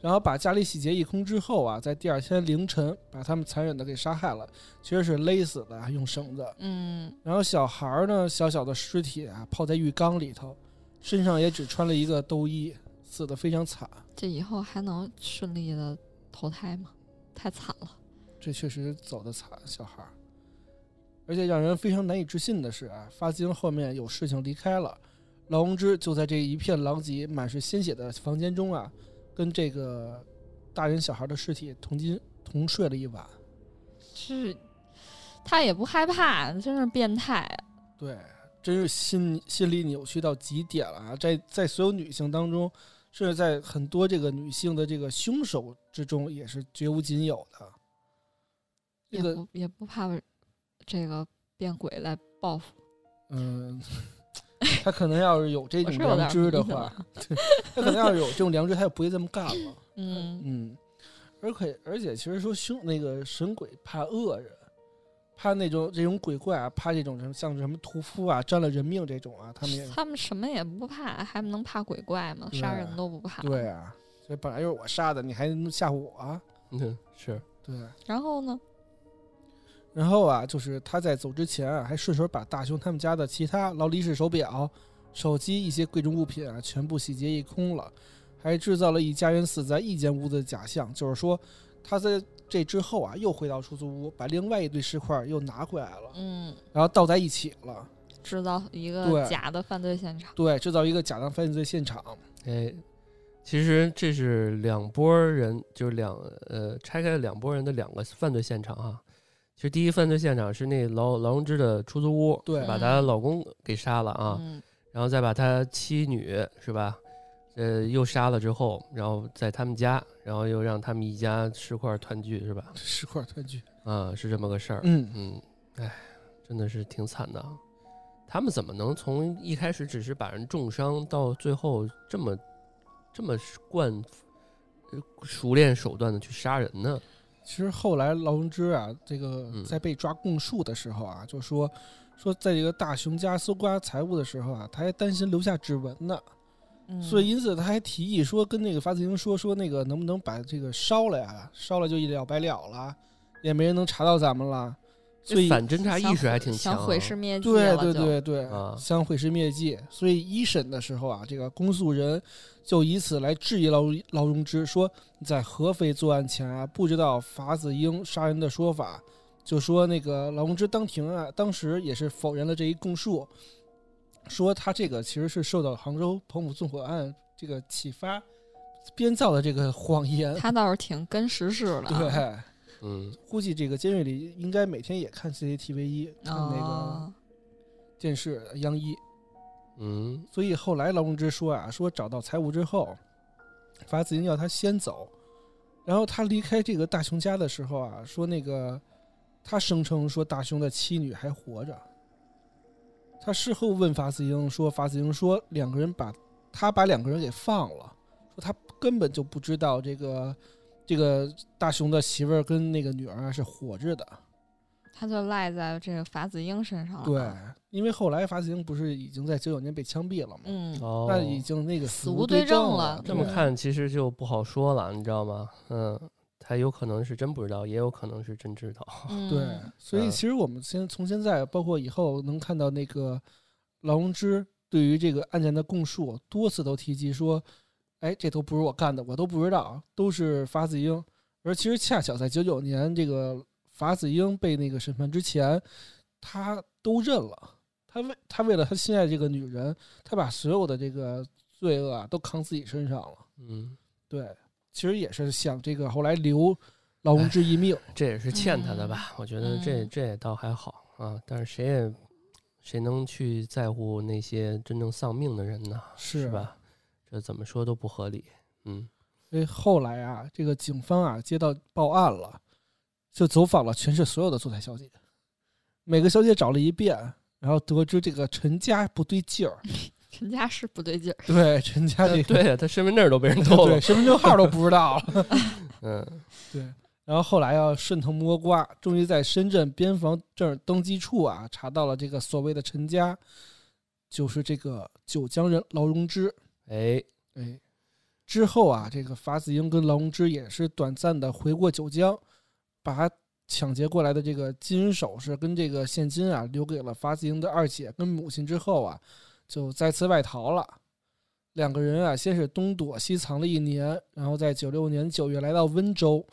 [SPEAKER 4] 然后把家里洗劫一空之后啊，在第二天凌晨把他们残忍的给杀害了，其实是勒死的，用绳子。
[SPEAKER 1] 嗯，
[SPEAKER 4] 然后小孩儿呢，小小的尸体啊，泡在浴缸里头，身上也只穿了一个兜衣，死得非常惨。
[SPEAKER 1] 这以后还能顺利的投胎吗？太惨了。
[SPEAKER 4] 这确实走得惨，小孩儿。而且让人非常难以置信的是啊，发金后面有事情离开了，劳荣枝就在这一片狼藉、满是鲜血的房间中啊，跟这个大人小孩的尸体同进同睡了一晚。
[SPEAKER 1] 是，他也不害怕，真是变态。
[SPEAKER 4] 对，真是心心理扭曲到极点了啊！在在所有女性当中，甚至在很多这个女性的这个凶手之中，也是绝无仅有的。这
[SPEAKER 1] 也
[SPEAKER 4] 个
[SPEAKER 1] 不也不怕这个变鬼来报复，
[SPEAKER 4] 嗯， (laughs) 他可能要是有这
[SPEAKER 1] 我
[SPEAKER 4] 种
[SPEAKER 1] 是有
[SPEAKER 4] 良
[SPEAKER 1] 点
[SPEAKER 4] 知的
[SPEAKER 1] 迷的
[SPEAKER 4] 话，
[SPEAKER 1] (laughs)
[SPEAKER 4] 他可能要是有这种良知，他就不会这么干了。
[SPEAKER 1] 嗯，
[SPEAKER 4] 嗯，而且而且，其实说凶那个神鬼怕恶人，怕那种这种鬼怪啊，怕这种什么像什么屠夫啊，沾了人命这种啊，他们也
[SPEAKER 1] 他们什么也不怕，还能怕鬼怪吗？
[SPEAKER 4] 对
[SPEAKER 1] 杀人都不怕。
[SPEAKER 4] 对啊。所以本来就是我杀的，你还能吓唬我、啊？
[SPEAKER 5] 嗯，是
[SPEAKER 4] 对。
[SPEAKER 1] 然后呢？
[SPEAKER 4] 然后啊，就是他在走之前啊，还顺手把大雄他们家的其他劳力士手表、手机一些贵重物品啊，全部洗劫一空了，还制造了一家人死在一间屋子的假象。就是说，他在这之后啊，又回到出租屋，把另外一堆尸块又拿回来了，
[SPEAKER 1] 嗯，
[SPEAKER 4] 然后倒在一起了。
[SPEAKER 1] 制造一
[SPEAKER 4] 对
[SPEAKER 1] 个假的犯罪现场。
[SPEAKER 4] 对，制造一个假的犯罪现场。
[SPEAKER 5] 哎，其实这是两拨人，就是两呃拆开了两拨人的两个犯罪现场啊。其实第一犯罪现场是那劳劳荣枝的出租屋，
[SPEAKER 4] 对
[SPEAKER 7] 嗯
[SPEAKER 5] 把她老公给杀了啊，
[SPEAKER 1] 嗯，
[SPEAKER 5] 然后再把她妻女是吧？呃，又杀了之后，然后在他们家，然后又让他们一家吃块儿团聚是吧？
[SPEAKER 4] 尸块团聚。
[SPEAKER 5] 啊，是这么个事儿。
[SPEAKER 4] 嗯，
[SPEAKER 5] 嗯，哎，真的是挺惨的啊。他们怎么能从一开始只是把人重伤，到最后这么这么惯呃熟练手段的去杀人呢？
[SPEAKER 4] 其实后来劳荣枝啊，这个
[SPEAKER 5] 嗯
[SPEAKER 4] 在被抓供述的时候啊，就说说在这个大熊家搜刮财物的时候啊，他还担心留下指纹呢。
[SPEAKER 1] 嗯
[SPEAKER 4] 所以因此他还提议说，跟那个法子英说说那个能不能把这个烧了呀？烧了就一了百了了，也没人能查到咱们了。所
[SPEAKER 5] 这
[SPEAKER 4] 以
[SPEAKER 5] 反侦查
[SPEAKER 1] 想
[SPEAKER 5] 意识还
[SPEAKER 1] 毁
[SPEAKER 5] 挺强、啊，
[SPEAKER 1] 想毁尸灭迹
[SPEAKER 4] 对
[SPEAKER 1] 了
[SPEAKER 4] 对
[SPEAKER 1] 就，
[SPEAKER 4] 对对
[SPEAKER 5] 啊，
[SPEAKER 4] 想毁尸灭迹。所以一审的时候啊，这个公诉人就以此来质疑劳劳荣枝，说你在合肥作案前啊，不知道法子英杀人的说法，就说那个劳荣枝当庭啊，当时也是否认了这一供述，说他这个其实是受到杭州彭府纵火案这个启发，编造的这个谎言。
[SPEAKER 1] 他倒是挺跟时事的啊。
[SPEAKER 4] 对，
[SPEAKER 5] 嗯，
[SPEAKER 4] 估计这个监狱里应该每天也看 CCTV 一，看那个
[SPEAKER 1] 哦
[SPEAKER 4] 电视央一。
[SPEAKER 5] 嗯
[SPEAKER 4] 所以后来劳荣枝说啊，说找到财物之后，法子英要他先走，然后他离开这个大雄家的时候啊，说那个他声称说大雄的妻女还活着。他事后问法子英说，法子英说两个人把他把两个人给放了，说他根本就不知道这个这个大雄的媳妇儿跟那个女儿啊是活着的。
[SPEAKER 1] 他就赖在这个法子英身上了。
[SPEAKER 4] 对，，因为后来法子英不是已经在九九年被枪毙了吗？
[SPEAKER 1] 嗯，
[SPEAKER 5] 哦，
[SPEAKER 4] 那已经那个
[SPEAKER 1] 死无
[SPEAKER 4] 对
[SPEAKER 1] 对证
[SPEAKER 4] 证
[SPEAKER 1] 了
[SPEAKER 5] 这么
[SPEAKER 1] 嗯
[SPEAKER 5] 看其实就不好说了，你知道吗？嗯，他有可能是真不知道，也有可能是真知道。
[SPEAKER 1] 嗯，
[SPEAKER 4] 啊对，所以
[SPEAKER 5] 嗯
[SPEAKER 4] 其实我们先从现在，包括以后能看到那个劳荣枝对于这个案件的供述，多次都提及说，哎，这都不是我干的，我都不知道，都是法子英。而其实恰巧在九九年，这个法子英被那个审判之前，他都认了。他为他为了他心爱这个女人，他把所有的这个罪恶啊都扛自己身上了。
[SPEAKER 5] (laughs) 嗯，
[SPEAKER 4] 对，其实也是想这个后来留劳
[SPEAKER 5] 哎
[SPEAKER 4] 荣枝一命。
[SPEAKER 5] 这也是欠他的吧？我觉得这
[SPEAKER 1] 嗯
[SPEAKER 5] 这也倒还好啊，但是谁也谁能去在乎那些真正丧命的人呢？
[SPEAKER 4] 是
[SPEAKER 1] 啊
[SPEAKER 5] 是吧？这怎么说都不合理。嗯，
[SPEAKER 4] 所以后来啊，这个警方啊接到报案了，就走访了全市所有的坐台小姐，每个小姐找了一遍，然后得知这个陈家不对劲
[SPEAKER 5] (laughs)
[SPEAKER 4] 儿，
[SPEAKER 1] 陈家是不对劲儿，
[SPEAKER 4] 对陈家这个
[SPEAKER 5] 呃对啊呀，他身份证都被人偷了
[SPEAKER 4] 对。身份证号都不知道了。 (laughs)
[SPEAKER 5] 嗯
[SPEAKER 4] 然后后来啊，顺藤摸瓜，终于在深圳边防证登记处啊查到了这个所谓的陈家，就是这个九江人劳荣枝。
[SPEAKER 5] 哎，
[SPEAKER 4] 哎，之后啊，这个法子英跟劳荣枝也是短暂的回过九江，把抢劫过来的这个金银首饰跟这个现金啊，留给了法子英的二姐跟母亲之后啊，就再次外逃了。两个人啊，先是东躲西藏了一年，然后在九六年九月来到温州，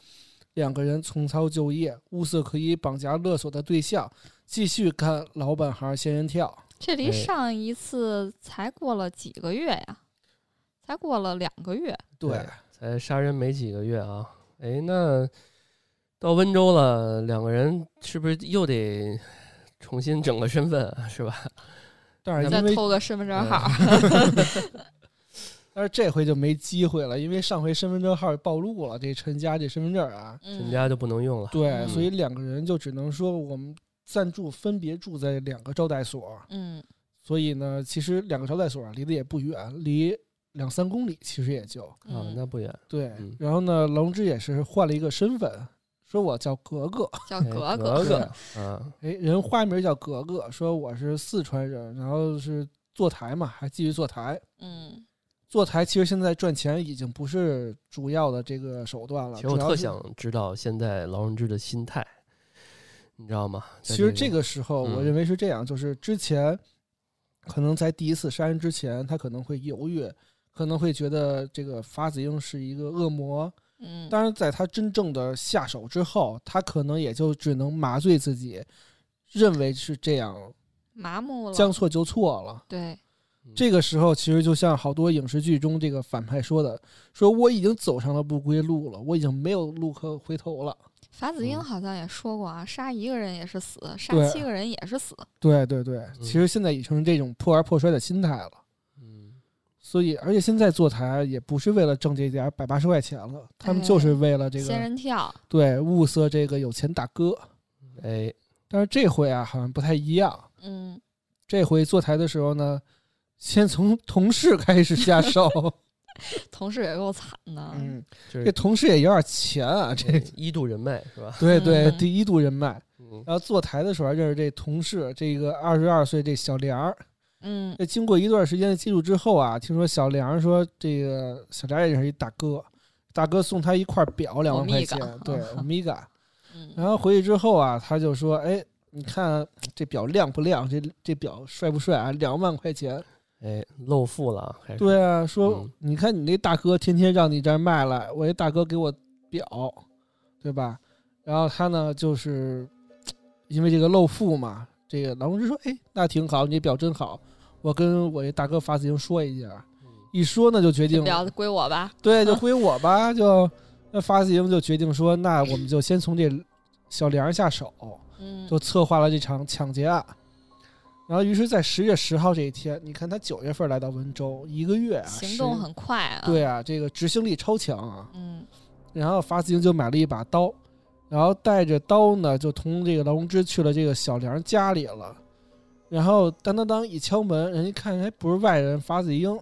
[SPEAKER 4] 两个人重操旧业，物色可以绑架勒索的对象，继续干老本行仙人跳。
[SPEAKER 1] 这离
[SPEAKER 5] 哎
[SPEAKER 1] 上一次才过了几个月呀？才过了两个月，
[SPEAKER 4] 啊
[SPEAKER 5] 对才杀人没几个月啊。哎，那到温州了，两个人是不是又得重新整个身份啊？是吧？
[SPEAKER 4] 但是
[SPEAKER 1] 再
[SPEAKER 4] 因为
[SPEAKER 1] 啊偷个身份
[SPEAKER 5] 哎
[SPEAKER 1] 证号，
[SPEAKER 4] 但是这回就没机会了，因为上回身份证号暴露了这陈家这身份证啊，
[SPEAKER 1] 嗯
[SPEAKER 5] 陈家就不能用了。
[SPEAKER 4] 对，
[SPEAKER 1] 嗯
[SPEAKER 4] 所以两个人就只能说我们暂住分别住在两个招待所，
[SPEAKER 1] 嗯
[SPEAKER 4] 所以呢，其实两个招待所啊离得也不远，离两三公里其实也就
[SPEAKER 5] 啊，
[SPEAKER 1] 嗯，
[SPEAKER 5] 那不远。
[SPEAKER 4] 对
[SPEAKER 5] 嗯。
[SPEAKER 4] 然后呢，龙之也是换了一个身份，说我叫格格，
[SPEAKER 1] 叫
[SPEAKER 5] 哎
[SPEAKER 1] 格格，
[SPEAKER 5] 格格啊，
[SPEAKER 4] 哎，人花名叫格格，说我是四川人，然后是坐台嘛，还继续坐台。
[SPEAKER 1] 嗯
[SPEAKER 4] 坐台其实现在赚钱已经不是主要的这个手段了，
[SPEAKER 5] 其实
[SPEAKER 4] 主
[SPEAKER 5] 我
[SPEAKER 4] 要
[SPEAKER 5] 特
[SPEAKER 4] 是
[SPEAKER 5] 想知道现在劳荣枝的心态，你知道吗？
[SPEAKER 4] 其
[SPEAKER 5] 在
[SPEAKER 4] 实这个时候，
[SPEAKER 5] 嗯
[SPEAKER 4] 我认为是这样，就是之前可能在第一次杀人之前，他可能会犹豫，可能会觉得这个法子英是一个恶魔。
[SPEAKER 1] 嗯，
[SPEAKER 4] 当然，在他真正的下手之后，他可能也就只能麻醉自己，认为是这样，
[SPEAKER 1] 麻木了，嗯
[SPEAKER 4] 将错就错了。
[SPEAKER 1] 对，
[SPEAKER 4] 这个时候，其实就像好多影视剧中这个反派说的，说我已经走上了不归路了，我已经没有路可回头了。
[SPEAKER 1] 法子英
[SPEAKER 5] 嗯
[SPEAKER 1] 好像也说过啊，杀一个人也是死，杀
[SPEAKER 4] 对
[SPEAKER 1] 七个人也是死，
[SPEAKER 4] 对对对，其实现在已成这种破罐破摔的心态了。
[SPEAKER 5] 嗯，
[SPEAKER 4] 所以，而且现在坐台也不是为了挣这点百八十块钱了，他们
[SPEAKER 1] 哎
[SPEAKER 4] 就是为了这个、
[SPEAKER 1] 仙人跳，
[SPEAKER 4] 对物色这个有钱大哥。
[SPEAKER 5] 哎，
[SPEAKER 4] 但是这回啊，好像不太一样。
[SPEAKER 1] 嗯，
[SPEAKER 4] 这回坐台的时候呢，先从同事开始
[SPEAKER 1] (laughs)
[SPEAKER 4] 下手。
[SPEAKER 1] 同事也够惨的，
[SPEAKER 4] 嗯，
[SPEAKER 5] 就
[SPEAKER 4] 这
[SPEAKER 5] 是嗯
[SPEAKER 4] 同事也有点钱啊，这
[SPEAKER 5] 一度人脉是吧？
[SPEAKER 4] 对对，
[SPEAKER 1] 嗯
[SPEAKER 4] 第一度人脉。
[SPEAKER 5] 嗯，
[SPEAKER 4] 然后坐台的时候啊还认识这同事，这个二十二岁这小梁儿。
[SPEAKER 1] 嗯
[SPEAKER 4] 这经过一段时间的接触之后啊，听说小梁说这个小梁也是一大哥，大哥送他一块表两万块钱
[SPEAKER 1] Omega，
[SPEAKER 4] 对 Omega。
[SPEAKER 1] 嗯
[SPEAKER 4] 然后回去之后啊，他就说：“哎，你看这表亮不亮？这这表帅不帅啊？两万块钱。
[SPEAKER 5] 哎，露富了啊，还”是
[SPEAKER 4] 对啊，说
[SPEAKER 5] 嗯
[SPEAKER 4] 你看你那大哥天天让你这儿卖来，我这大哥给我表，对吧？然后他呢，就是嘖因为这个露富嘛，这个老公就说：“哎，那挺好，你这表真好，我跟我这大哥法子英说一下。”一说呢，就决
[SPEAKER 1] 这
[SPEAKER 4] 定
[SPEAKER 1] 表归我吧，
[SPEAKER 4] 对，就归我吧。 (laughs) 就那法子英就决定说，那我们就先从这小梁下手，
[SPEAKER 1] 嗯，
[SPEAKER 4] 就策划了这场抢劫案。然后，于是，在十月十号这一天，你看他九月份来到温州，一个月啊，
[SPEAKER 1] 行动
[SPEAKER 4] 10
[SPEAKER 1] 很快啊，，
[SPEAKER 4] 对啊，这个执行力超强啊。
[SPEAKER 1] 嗯
[SPEAKER 4] 然后法子英就买了一把刀，然后带着刀呢，就同这个劳荣枝去了这个小梁家里了。然后当当当一敲门，人家看还不是外人，法子英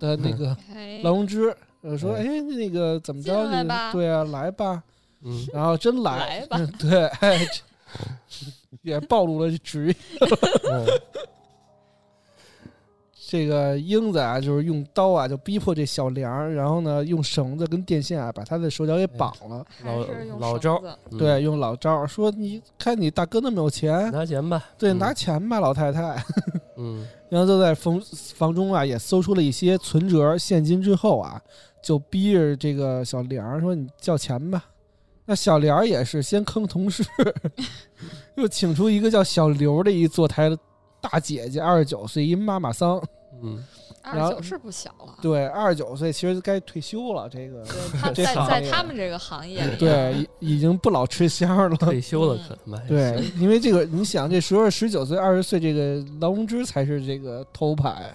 [SPEAKER 4] 的那
[SPEAKER 1] (laughs)
[SPEAKER 4] 个
[SPEAKER 1] 哎
[SPEAKER 4] 劳荣枝，呃，说，
[SPEAKER 5] 哎
[SPEAKER 4] 哎，那个怎么着？
[SPEAKER 1] 进来
[SPEAKER 4] 你
[SPEAKER 1] 吧
[SPEAKER 4] 对啊，来吧。
[SPEAKER 5] (laughs) 嗯，
[SPEAKER 4] 然后真来，
[SPEAKER 1] 来吧，
[SPEAKER 4] 对， (laughs) 哎 (laughs) 这也暴露了职业。
[SPEAKER 5] 嗯
[SPEAKER 4] 这个英子啊，就是用刀啊，就逼迫这小梁儿，然后呢，用绳子跟电线啊，把他的手脚给绑了。
[SPEAKER 1] 还是用
[SPEAKER 5] 老
[SPEAKER 1] 绳
[SPEAKER 5] 招
[SPEAKER 1] 子。
[SPEAKER 5] 嗯，
[SPEAKER 4] 对，用老招儿说，你看你大哥那么有钱，
[SPEAKER 5] 拿钱吧，
[SPEAKER 4] 对，
[SPEAKER 5] 嗯
[SPEAKER 4] 拿，钱吧，老太太。
[SPEAKER 5] 嗯
[SPEAKER 4] 然后就在房房中啊，也搜出了一些存折、现金之后啊，就逼着这个小梁儿说：“你叫钱吧。”那小梁儿也是先坑同事， (laughs) 又请出一个叫小刘的一坐台大姐姐，二十九岁，一妈妈桑。 (laughs)
[SPEAKER 5] 嗯，
[SPEAKER 1] 二
[SPEAKER 4] 然
[SPEAKER 1] 十
[SPEAKER 4] 后
[SPEAKER 1] 九是不小了，
[SPEAKER 4] 对，二十九岁其实该退休了，这个
[SPEAKER 1] 对，他
[SPEAKER 4] 这
[SPEAKER 1] 在
[SPEAKER 4] 行
[SPEAKER 1] 在
[SPEAKER 4] 业
[SPEAKER 1] 他们这个行业里，啊
[SPEAKER 4] 对已已经不老吃香 (laughs) 了。
[SPEAKER 5] 退休了可他妈还
[SPEAKER 4] 嗯对
[SPEAKER 5] 行，，
[SPEAKER 4] 因为这个，你想，这时候十九岁、二十岁，这个劳荣枝才是这个头牌，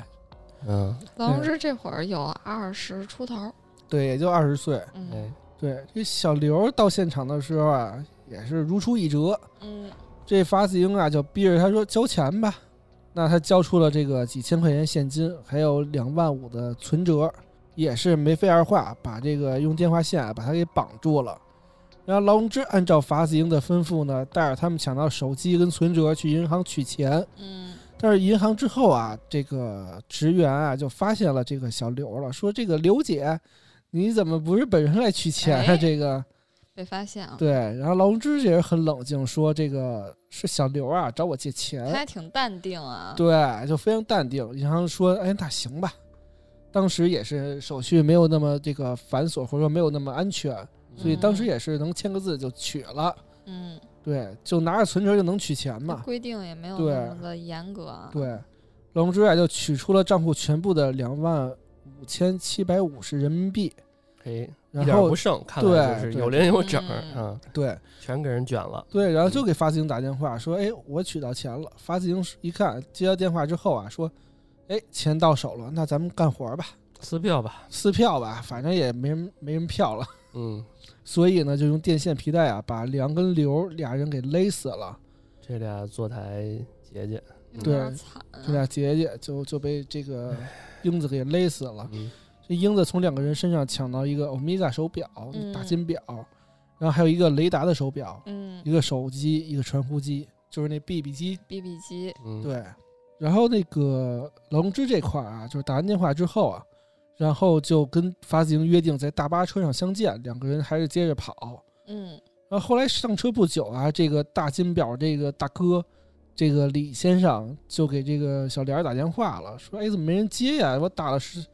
[SPEAKER 5] 嗯，
[SPEAKER 1] 劳荣枝这会儿有二十出头，
[SPEAKER 4] 对，也就二十岁。
[SPEAKER 1] 嗯
[SPEAKER 5] 哎，
[SPEAKER 4] 对，这小刘到现场的时候啊，也是如出一辙。
[SPEAKER 1] 嗯，
[SPEAKER 4] 这法子英啊，就逼着他说交钱吧。那他交出了这个几千块钱现金，还有两万五的存折，也是没费二话，把这个用电话线啊把他给绑住了。然后劳荣枝按照法子英的吩咐呢，带着他们抢到手机跟存折去银行取钱。
[SPEAKER 1] 嗯，
[SPEAKER 4] 但是银行之后啊，这个职员啊就发现了这个小刘了，说这个刘姐，你怎么不是本人来取钱啊？
[SPEAKER 1] 哎
[SPEAKER 4] 这个。
[SPEAKER 1] 被发现啊了，
[SPEAKER 4] 对，然后劳荣枝也是很冷静，说这个是小刘啊找我借
[SPEAKER 1] 他
[SPEAKER 4] 钱，
[SPEAKER 1] 还挺淡定啊，
[SPEAKER 4] 对，就非常淡定。银行说，哎，那行吧。当时也是手续没有那么这个繁琐，或者说没有那么安全，所以当时也是能签个字就取了。
[SPEAKER 1] 嗯，
[SPEAKER 4] 对，就拿着存折就能取钱嘛。
[SPEAKER 1] 规定也没有
[SPEAKER 4] 对
[SPEAKER 1] 那么的严格啊，
[SPEAKER 4] 对，劳荣枝啊就取出了账户全部的两万五千七百五十人民币，
[SPEAKER 5] 嘿，一
[SPEAKER 4] 然
[SPEAKER 5] 点
[SPEAKER 4] 后
[SPEAKER 5] 不剩，看来
[SPEAKER 4] 对
[SPEAKER 5] 就是
[SPEAKER 4] 对
[SPEAKER 5] 有零有整儿
[SPEAKER 1] 嗯
[SPEAKER 5] 啊，
[SPEAKER 4] 对
[SPEAKER 5] 全给人卷了，
[SPEAKER 4] 对，然后就给发子英打电话说：“哎，我取到钱了。”发子英一看接到电话之后啊，说：“哎，钱到手了，那咱们干活吧，
[SPEAKER 5] 撕票吧，
[SPEAKER 4] 撕票吧，反正也没人没人票了。 (laughs)
[SPEAKER 5] 嗯，”
[SPEAKER 4] 所以呢，就用电线皮带啊，把梁跟刘俩人给勒死了。
[SPEAKER 1] 啊
[SPEAKER 5] 这俩坐台姐姐，
[SPEAKER 1] 有
[SPEAKER 4] 对
[SPEAKER 1] 点惨啊，
[SPEAKER 4] 这俩姐姐就就被这个英子给勒死了。
[SPEAKER 5] 嗯，
[SPEAKER 4] 这英子从两个人身上抢到一个欧米伽手表、
[SPEAKER 1] 嗯
[SPEAKER 4] 打金表，然后还有一个雷达的手表、
[SPEAKER 1] 嗯
[SPEAKER 4] 一个手机、一个传呼机，就是那 BB 机。
[SPEAKER 1] ，BB 机，
[SPEAKER 5] 嗯，
[SPEAKER 4] 对，然后那个劳荣枝这块儿啊，就是打完电话之后啊，然后就跟法子英约定在大巴车上相见，两个人还是接着跑。
[SPEAKER 1] 嗯
[SPEAKER 4] 然后后来上车不久啊，这个大金表这个大哥，这个李先生就给这个小莲儿打电话了，说：“哎，怎么没人接呀、我打了十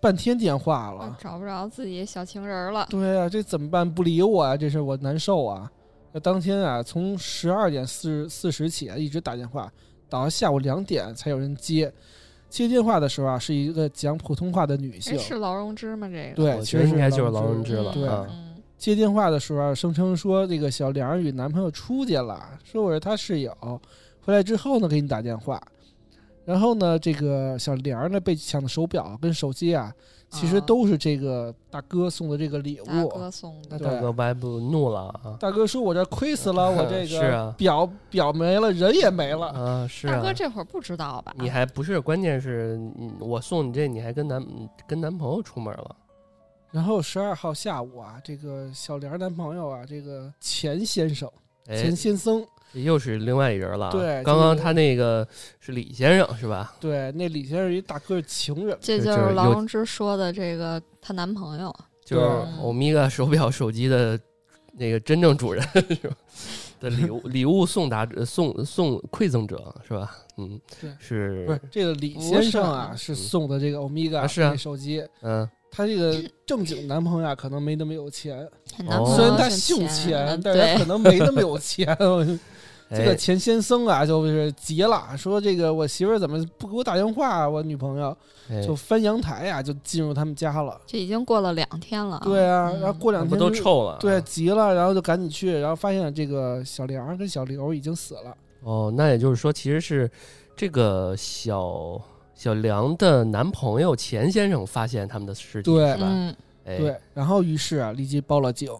[SPEAKER 4] 半天电话了。
[SPEAKER 1] 我找不着自己小情人儿了，
[SPEAKER 4] 对啊，这怎么办？不理我啊，这事我难受啊。那当天啊，从十二点四四十起啊，一直打电话，打到下午两点才有人接。接电话的时候啊，是一个讲普通话的女性
[SPEAKER 1] 哎，，是劳荣枝吗？这个，
[SPEAKER 4] 对，
[SPEAKER 5] 我
[SPEAKER 4] 其
[SPEAKER 5] 觉得
[SPEAKER 4] 实
[SPEAKER 5] 应该就是劳
[SPEAKER 4] 劳
[SPEAKER 5] 荣
[SPEAKER 4] 荣
[SPEAKER 5] 枝了，
[SPEAKER 4] 对
[SPEAKER 5] 啊，
[SPEAKER 1] 嗯
[SPEAKER 4] 接电话的时候啊，声称说这个小梁儿与男朋友出去了，说我是他室友，回来之后呢给你打电话。然后呢，这个小梁儿呢被抢的手表跟手机啊，其实
[SPEAKER 1] 啊
[SPEAKER 4] 都是这个大哥送的这个礼物。
[SPEAKER 1] 嗯大哥送的，
[SPEAKER 4] 那对
[SPEAKER 5] 大哥白不怒了啊，
[SPEAKER 4] 大哥说：“我这亏死了，
[SPEAKER 5] (laughs)
[SPEAKER 4] 我这
[SPEAKER 5] 是
[SPEAKER 4] 个
[SPEAKER 5] 啊，
[SPEAKER 4] 表表没了，人也没了。
[SPEAKER 5] 啊是
[SPEAKER 1] 大
[SPEAKER 5] 啊
[SPEAKER 1] 哥，这会儿不知道吧？
[SPEAKER 5] 你还不是，关键是你我送你这，你还跟男跟男朋友出门了，”
[SPEAKER 4] 然后十二号下午啊，这个小莲儿男朋友啊，这个钱先生、
[SPEAKER 5] 哎
[SPEAKER 4] 钱，先生，
[SPEAKER 5] 这又是另外一人了啊，
[SPEAKER 4] 对
[SPEAKER 5] 刚
[SPEAKER 4] 就
[SPEAKER 5] 刚
[SPEAKER 4] 是
[SPEAKER 5] 他那个是李先生是吧？
[SPEAKER 4] 对，那李先生一大哥是情人，
[SPEAKER 1] 这就
[SPEAKER 5] 这就是是
[SPEAKER 1] 劳
[SPEAKER 5] 有
[SPEAKER 1] 荣枝说的这个她男朋友，
[SPEAKER 5] 就是
[SPEAKER 4] 对
[SPEAKER 5] 欧米伽手表、手机的那个真正主人是吧？的礼
[SPEAKER 4] (laughs)
[SPEAKER 5] 物，礼物送达者送送馈赠者是吧？嗯
[SPEAKER 4] 对，
[SPEAKER 5] 是，嗯
[SPEAKER 4] 不是这个李先生啊，
[SPEAKER 1] 不
[SPEAKER 4] 是送的这个欧米伽
[SPEAKER 5] 啊是啊
[SPEAKER 4] 手机。
[SPEAKER 5] 嗯，
[SPEAKER 4] 他这个正经男朋友啊，可能没那么有钱，
[SPEAKER 1] 她男
[SPEAKER 5] 哦
[SPEAKER 1] 朋
[SPEAKER 4] 虽然
[SPEAKER 1] 友
[SPEAKER 4] 他
[SPEAKER 1] 姓
[SPEAKER 4] 姓钱，但是
[SPEAKER 1] 嗯
[SPEAKER 4] 他可
[SPEAKER 1] 对，
[SPEAKER 4] 能没那么有钱。这个
[SPEAKER 5] 哎
[SPEAKER 4] 钱先生啊，就是急了，说这个我媳妇儿怎么不给我打电话啊？我女朋友
[SPEAKER 5] 哎
[SPEAKER 4] 就翻阳台呀、就进入他们家了。
[SPEAKER 1] 这已经过了两天了，
[SPEAKER 4] 对，啊，
[SPEAKER 1] 嗯
[SPEAKER 4] 然后过两
[SPEAKER 5] 不
[SPEAKER 4] 天
[SPEAKER 5] 都
[SPEAKER 4] 就
[SPEAKER 5] 臭了？啊
[SPEAKER 4] 对，急了，然后就赶紧去，然后发现这个小梁跟小刘已经死了。
[SPEAKER 5] 哦，那也就是说，其实是这个小小梁的男朋友钱先生发现他们的尸体，
[SPEAKER 4] 对
[SPEAKER 5] 是吧？
[SPEAKER 1] 嗯，
[SPEAKER 5] 哎，
[SPEAKER 4] 对，然后于是啊，立即报了警。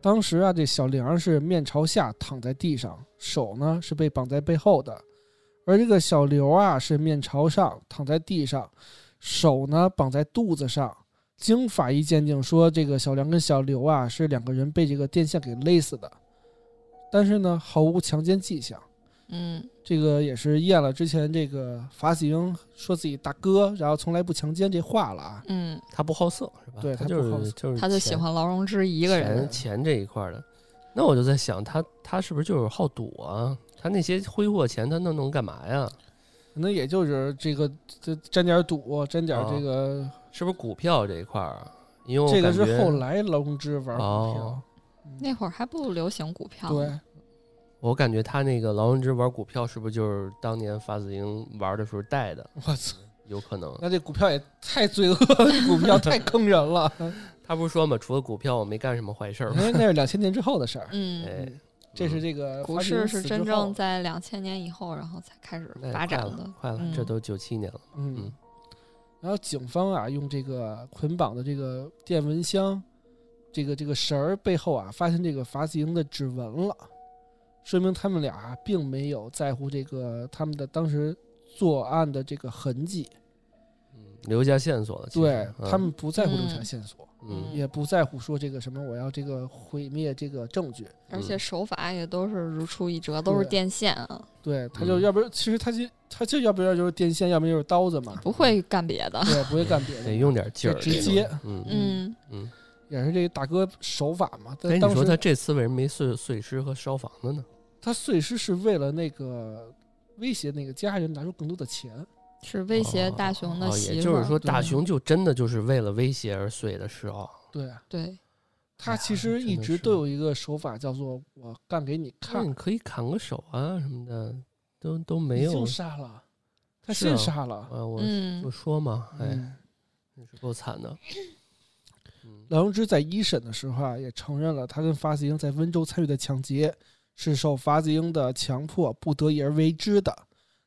[SPEAKER 4] 当时啊，这小梁是面朝下躺在地上，手呢是被绑在背后的，而这个小刘啊是面朝上躺在地上，手呢绑在肚子上。经法医鉴定说，这个小梁跟小刘啊是两个人被这个电线给勒死的，但是呢毫无强奸迹象。
[SPEAKER 1] 嗯
[SPEAKER 4] 这个也是验了之前这个法喜英说自己大哥，然后从来不强奸这话了啊。
[SPEAKER 1] 嗯，
[SPEAKER 5] 他不好色是吧？
[SPEAKER 4] 对
[SPEAKER 5] 他
[SPEAKER 4] 他
[SPEAKER 5] 就
[SPEAKER 4] 不好色
[SPEAKER 5] 是就是
[SPEAKER 1] 他就
[SPEAKER 5] 钱
[SPEAKER 1] 喜欢劳荣枝一个人
[SPEAKER 5] 钱。钱这一块儿的。那我就在想，他他是不是就是好赌啊？他那些挥霍钱，他那能干嘛呀？
[SPEAKER 4] 可能也就是这个这沾点赌，沾点
[SPEAKER 5] 哦
[SPEAKER 4] 这个，
[SPEAKER 5] 是不是股票这一块儿啊？因为我
[SPEAKER 4] 这个
[SPEAKER 5] 感
[SPEAKER 4] 是
[SPEAKER 5] 觉
[SPEAKER 4] 后来劳荣枝玩股票
[SPEAKER 5] 哦，
[SPEAKER 1] 那会儿还不流行股票，
[SPEAKER 4] 对，
[SPEAKER 5] 我感觉他那个劳荣枝玩股票，是不是就是当年法子英玩的时候带的？
[SPEAKER 4] 我操，
[SPEAKER 5] 有可能。
[SPEAKER 4] 那这股票也太罪恶了， (laughs) 这股票太坑人
[SPEAKER 5] (laughs)
[SPEAKER 4] 了。
[SPEAKER 5] 他不是说嘛，除了股票，我没干什么坏事儿
[SPEAKER 4] 因
[SPEAKER 5] 吗？
[SPEAKER 4] 为那是两千年之后的事儿，
[SPEAKER 1] 嗯，
[SPEAKER 5] 哎，
[SPEAKER 4] 哎这是
[SPEAKER 5] 嗯
[SPEAKER 4] 这个
[SPEAKER 1] 股
[SPEAKER 4] 法喜英
[SPEAKER 1] 市
[SPEAKER 4] 死
[SPEAKER 1] 是
[SPEAKER 4] 之
[SPEAKER 1] 真
[SPEAKER 4] 后
[SPEAKER 1] 正在两千年以后，然后才开始
[SPEAKER 5] 那也
[SPEAKER 1] 发
[SPEAKER 5] 哎快
[SPEAKER 1] 展
[SPEAKER 5] 了
[SPEAKER 1] 的。
[SPEAKER 5] 快了，
[SPEAKER 1] 嗯
[SPEAKER 5] 这都九七年了。
[SPEAKER 4] 嗯
[SPEAKER 5] 嗯，
[SPEAKER 4] 然后警方啊，用这个捆绑的这个电蚊香，这个这个绳儿背后啊，发现这个法子英的指纹了，说明他们俩啊，并没有在乎这个他们的当时作案的这个痕迹，
[SPEAKER 5] 嗯留下线索了。其实
[SPEAKER 4] 对、
[SPEAKER 5] 嗯
[SPEAKER 4] 他们不在乎留下
[SPEAKER 1] 嗯
[SPEAKER 4] 线索，
[SPEAKER 5] 嗯
[SPEAKER 4] 也不在乎说这个什么我要这个毁灭这个证据，
[SPEAKER 1] 而
[SPEAKER 5] 嗯
[SPEAKER 1] 且手法也都是如出一辙，都是
[SPEAKER 4] 对
[SPEAKER 1] 电线啊，
[SPEAKER 4] 对，他就
[SPEAKER 5] 嗯
[SPEAKER 4] 要不然、其实他就他就要不然就是电线，要不然就是刀子嘛，
[SPEAKER 1] 不会干别的。
[SPEAKER 4] 对，不会干别的，
[SPEAKER 5] 得用点劲儿，
[SPEAKER 4] 得直接
[SPEAKER 5] 这种。嗯
[SPEAKER 1] 嗯，
[SPEAKER 5] 嗯。
[SPEAKER 4] 也是这个大哥手法嘛。但
[SPEAKER 5] 哎，
[SPEAKER 4] 当
[SPEAKER 5] 你
[SPEAKER 4] 时
[SPEAKER 5] 说他这次为什么没碎碎尸和烧房子呢？
[SPEAKER 4] 他碎尸是为了那个威胁那个家人拿出更多的钱，
[SPEAKER 1] 是威胁大雄的
[SPEAKER 5] 哦，
[SPEAKER 1] 媳妇儿。嗯
[SPEAKER 5] 也就是说，
[SPEAKER 4] 对
[SPEAKER 5] 大雄就真的就是为了威胁而碎的尸啊。
[SPEAKER 4] 对
[SPEAKER 1] 对，
[SPEAKER 4] 他其
[SPEAKER 5] 哎
[SPEAKER 4] 实
[SPEAKER 5] 呀
[SPEAKER 4] 一
[SPEAKER 5] 真的
[SPEAKER 4] 直
[SPEAKER 5] 是
[SPEAKER 4] 都有一个手法叫做我干给你
[SPEAKER 5] 那
[SPEAKER 4] 看，
[SPEAKER 5] 你可以砍个手啊什么的，都都没
[SPEAKER 4] 你
[SPEAKER 5] 有
[SPEAKER 4] 就。杀了，他
[SPEAKER 5] 是
[SPEAKER 4] 先
[SPEAKER 5] 啊
[SPEAKER 4] 杀了，
[SPEAKER 5] 啊，我就
[SPEAKER 1] 嗯
[SPEAKER 5] 说嘛，哎，
[SPEAKER 4] 嗯。
[SPEAKER 5] 那是够惨的。嗯
[SPEAKER 4] 劳荣枝在一审的时候啊，也承认了他跟法子英在温州参与的抢劫是受法子英的强迫不得已而为之的，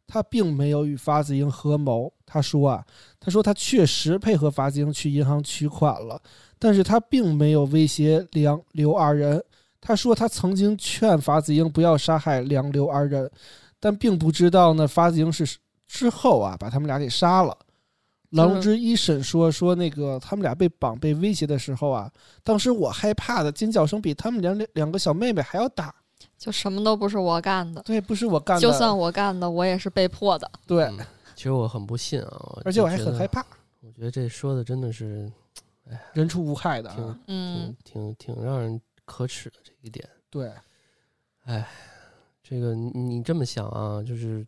[SPEAKER 4] 他并没有与法子英合谋。他说啊，他说他确实配合法子英去银行取款了，但是他并没有威胁梁刘二人。他说他曾经劝法子英不要杀害梁刘二人，但并不知道呢，法子英是之后啊把他们俩给杀了。劳荣枝一审说说那个他们俩被绑被威胁的时候啊，当时我害怕的尖叫声比他们两两个小妹妹还要大。
[SPEAKER 1] 就什么都不是我干的，
[SPEAKER 4] 对，不是我干的，
[SPEAKER 1] 就算我干的，我也是被迫的。
[SPEAKER 4] 对，
[SPEAKER 5] 嗯其实我很不信啊，
[SPEAKER 4] 而且我还
[SPEAKER 5] 就觉
[SPEAKER 4] 很
[SPEAKER 5] 得
[SPEAKER 4] 害。怕，
[SPEAKER 5] 我觉得这说的真的是
[SPEAKER 4] 人畜无害的啊、
[SPEAKER 5] 挺
[SPEAKER 1] 嗯
[SPEAKER 5] 挺，挺挺让人可耻的这一点。
[SPEAKER 4] 对，
[SPEAKER 5] 这个你你这么想啊，就是，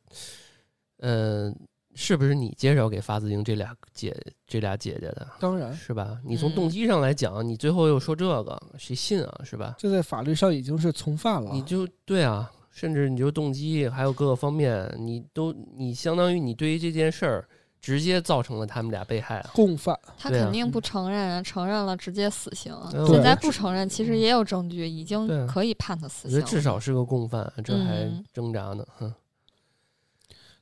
[SPEAKER 5] 呃，是不是你介绍给发自英这俩姐这俩姐姐的，
[SPEAKER 4] 当然
[SPEAKER 5] 是吧？你从动
[SPEAKER 1] 嗯
[SPEAKER 5] 机上来讲，你最后又说这个，谁信啊，是吧？
[SPEAKER 4] 这在法律上已经是从犯了。
[SPEAKER 5] 你就对啊，甚至你就动机还有各个方面，你都你相当于你对于这件事儿直接造成了他们俩被害啊。
[SPEAKER 4] 共犯，
[SPEAKER 1] 他
[SPEAKER 5] 对啊
[SPEAKER 1] 肯定不承认，承认了直接死刑啊。
[SPEAKER 5] 嗯
[SPEAKER 1] 现
[SPEAKER 4] 对
[SPEAKER 1] 在不承认，其实也有证据，已
[SPEAKER 5] 对啊
[SPEAKER 1] 经可以判他
[SPEAKER 5] 我
[SPEAKER 1] 死
[SPEAKER 5] 觉
[SPEAKER 1] 刑
[SPEAKER 5] 得
[SPEAKER 1] 了。
[SPEAKER 5] 至少是个共犯，这还
[SPEAKER 1] 嗯
[SPEAKER 5] 挣扎呢。哼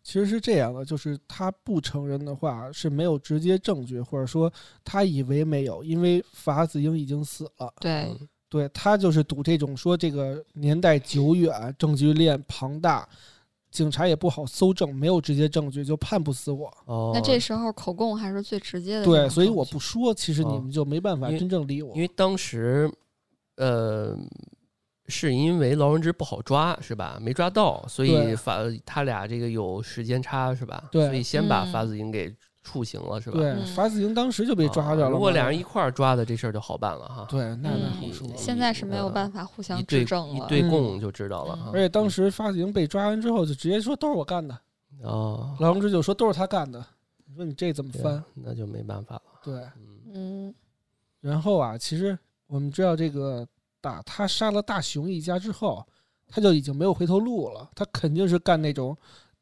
[SPEAKER 4] 其实是这样的，就是他不承认的话是没有直接证据，或者说他以为没有，因为法子英已经死了。
[SPEAKER 1] 对，
[SPEAKER 4] 对他就是赌这种说这个年代久远，证据链庞大，警察也不好搜证，没有直接证据就判不死我。
[SPEAKER 5] 哦，
[SPEAKER 1] 那这时候口供还是最直接的一种证
[SPEAKER 4] 对，
[SPEAKER 1] 据。
[SPEAKER 4] 所以我不说，其实你
[SPEAKER 5] 哦
[SPEAKER 4] 们就没办法
[SPEAKER 5] 因为
[SPEAKER 4] 真正理我
[SPEAKER 5] 因。为当时，呃，是因为劳荣枝不好抓是吧？没抓到，所以
[SPEAKER 4] 对
[SPEAKER 5] 法他俩这个有时间差是吧？
[SPEAKER 4] 对
[SPEAKER 5] 所以先把
[SPEAKER 1] 嗯
[SPEAKER 5] 法子英给处刑了是吧？
[SPEAKER 4] 对
[SPEAKER 1] 嗯，
[SPEAKER 4] 法子英当时就被抓
[SPEAKER 5] 啊
[SPEAKER 4] 着了嘛。
[SPEAKER 5] 如果俩人一块儿抓的，这事儿就好办了哈。
[SPEAKER 4] 对，那那好
[SPEAKER 1] 嗯
[SPEAKER 4] 说。
[SPEAKER 1] 现在是没有办法互
[SPEAKER 5] 一
[SPEAKER 1] 相
[SPEAKER 5] 对
[SPEAKER 1] 指证
[SPEAKER 5] 一
[SPEAKER 1] 了。
[SPEAKER 5] 对
[SPEAKER 4] 嗯
[SPEAKER 5] 供就知道了哈
[SPEAKER 4] 而。且当时法子英被抓完之后，就直接说都是我干的。
[SPEAKER 5] 哦，
[SPEAKER 4] 劳荣枝就说都是他干的。你说你这怎么
[SPEAKER 5] 对啊
[SPEAKER 4] 翻？
[SPEAKER 5] 那就没办法了。
[SPEAKER 4] 对， (laughs)
[SPEAKER 5] 嗯
[SPEAKER 1] 嗯
[SPEAKER 4] 然后啊，其实我们知道这个打他杀了大熊一家之后，他就已经没有回头路了。他肯定是干那种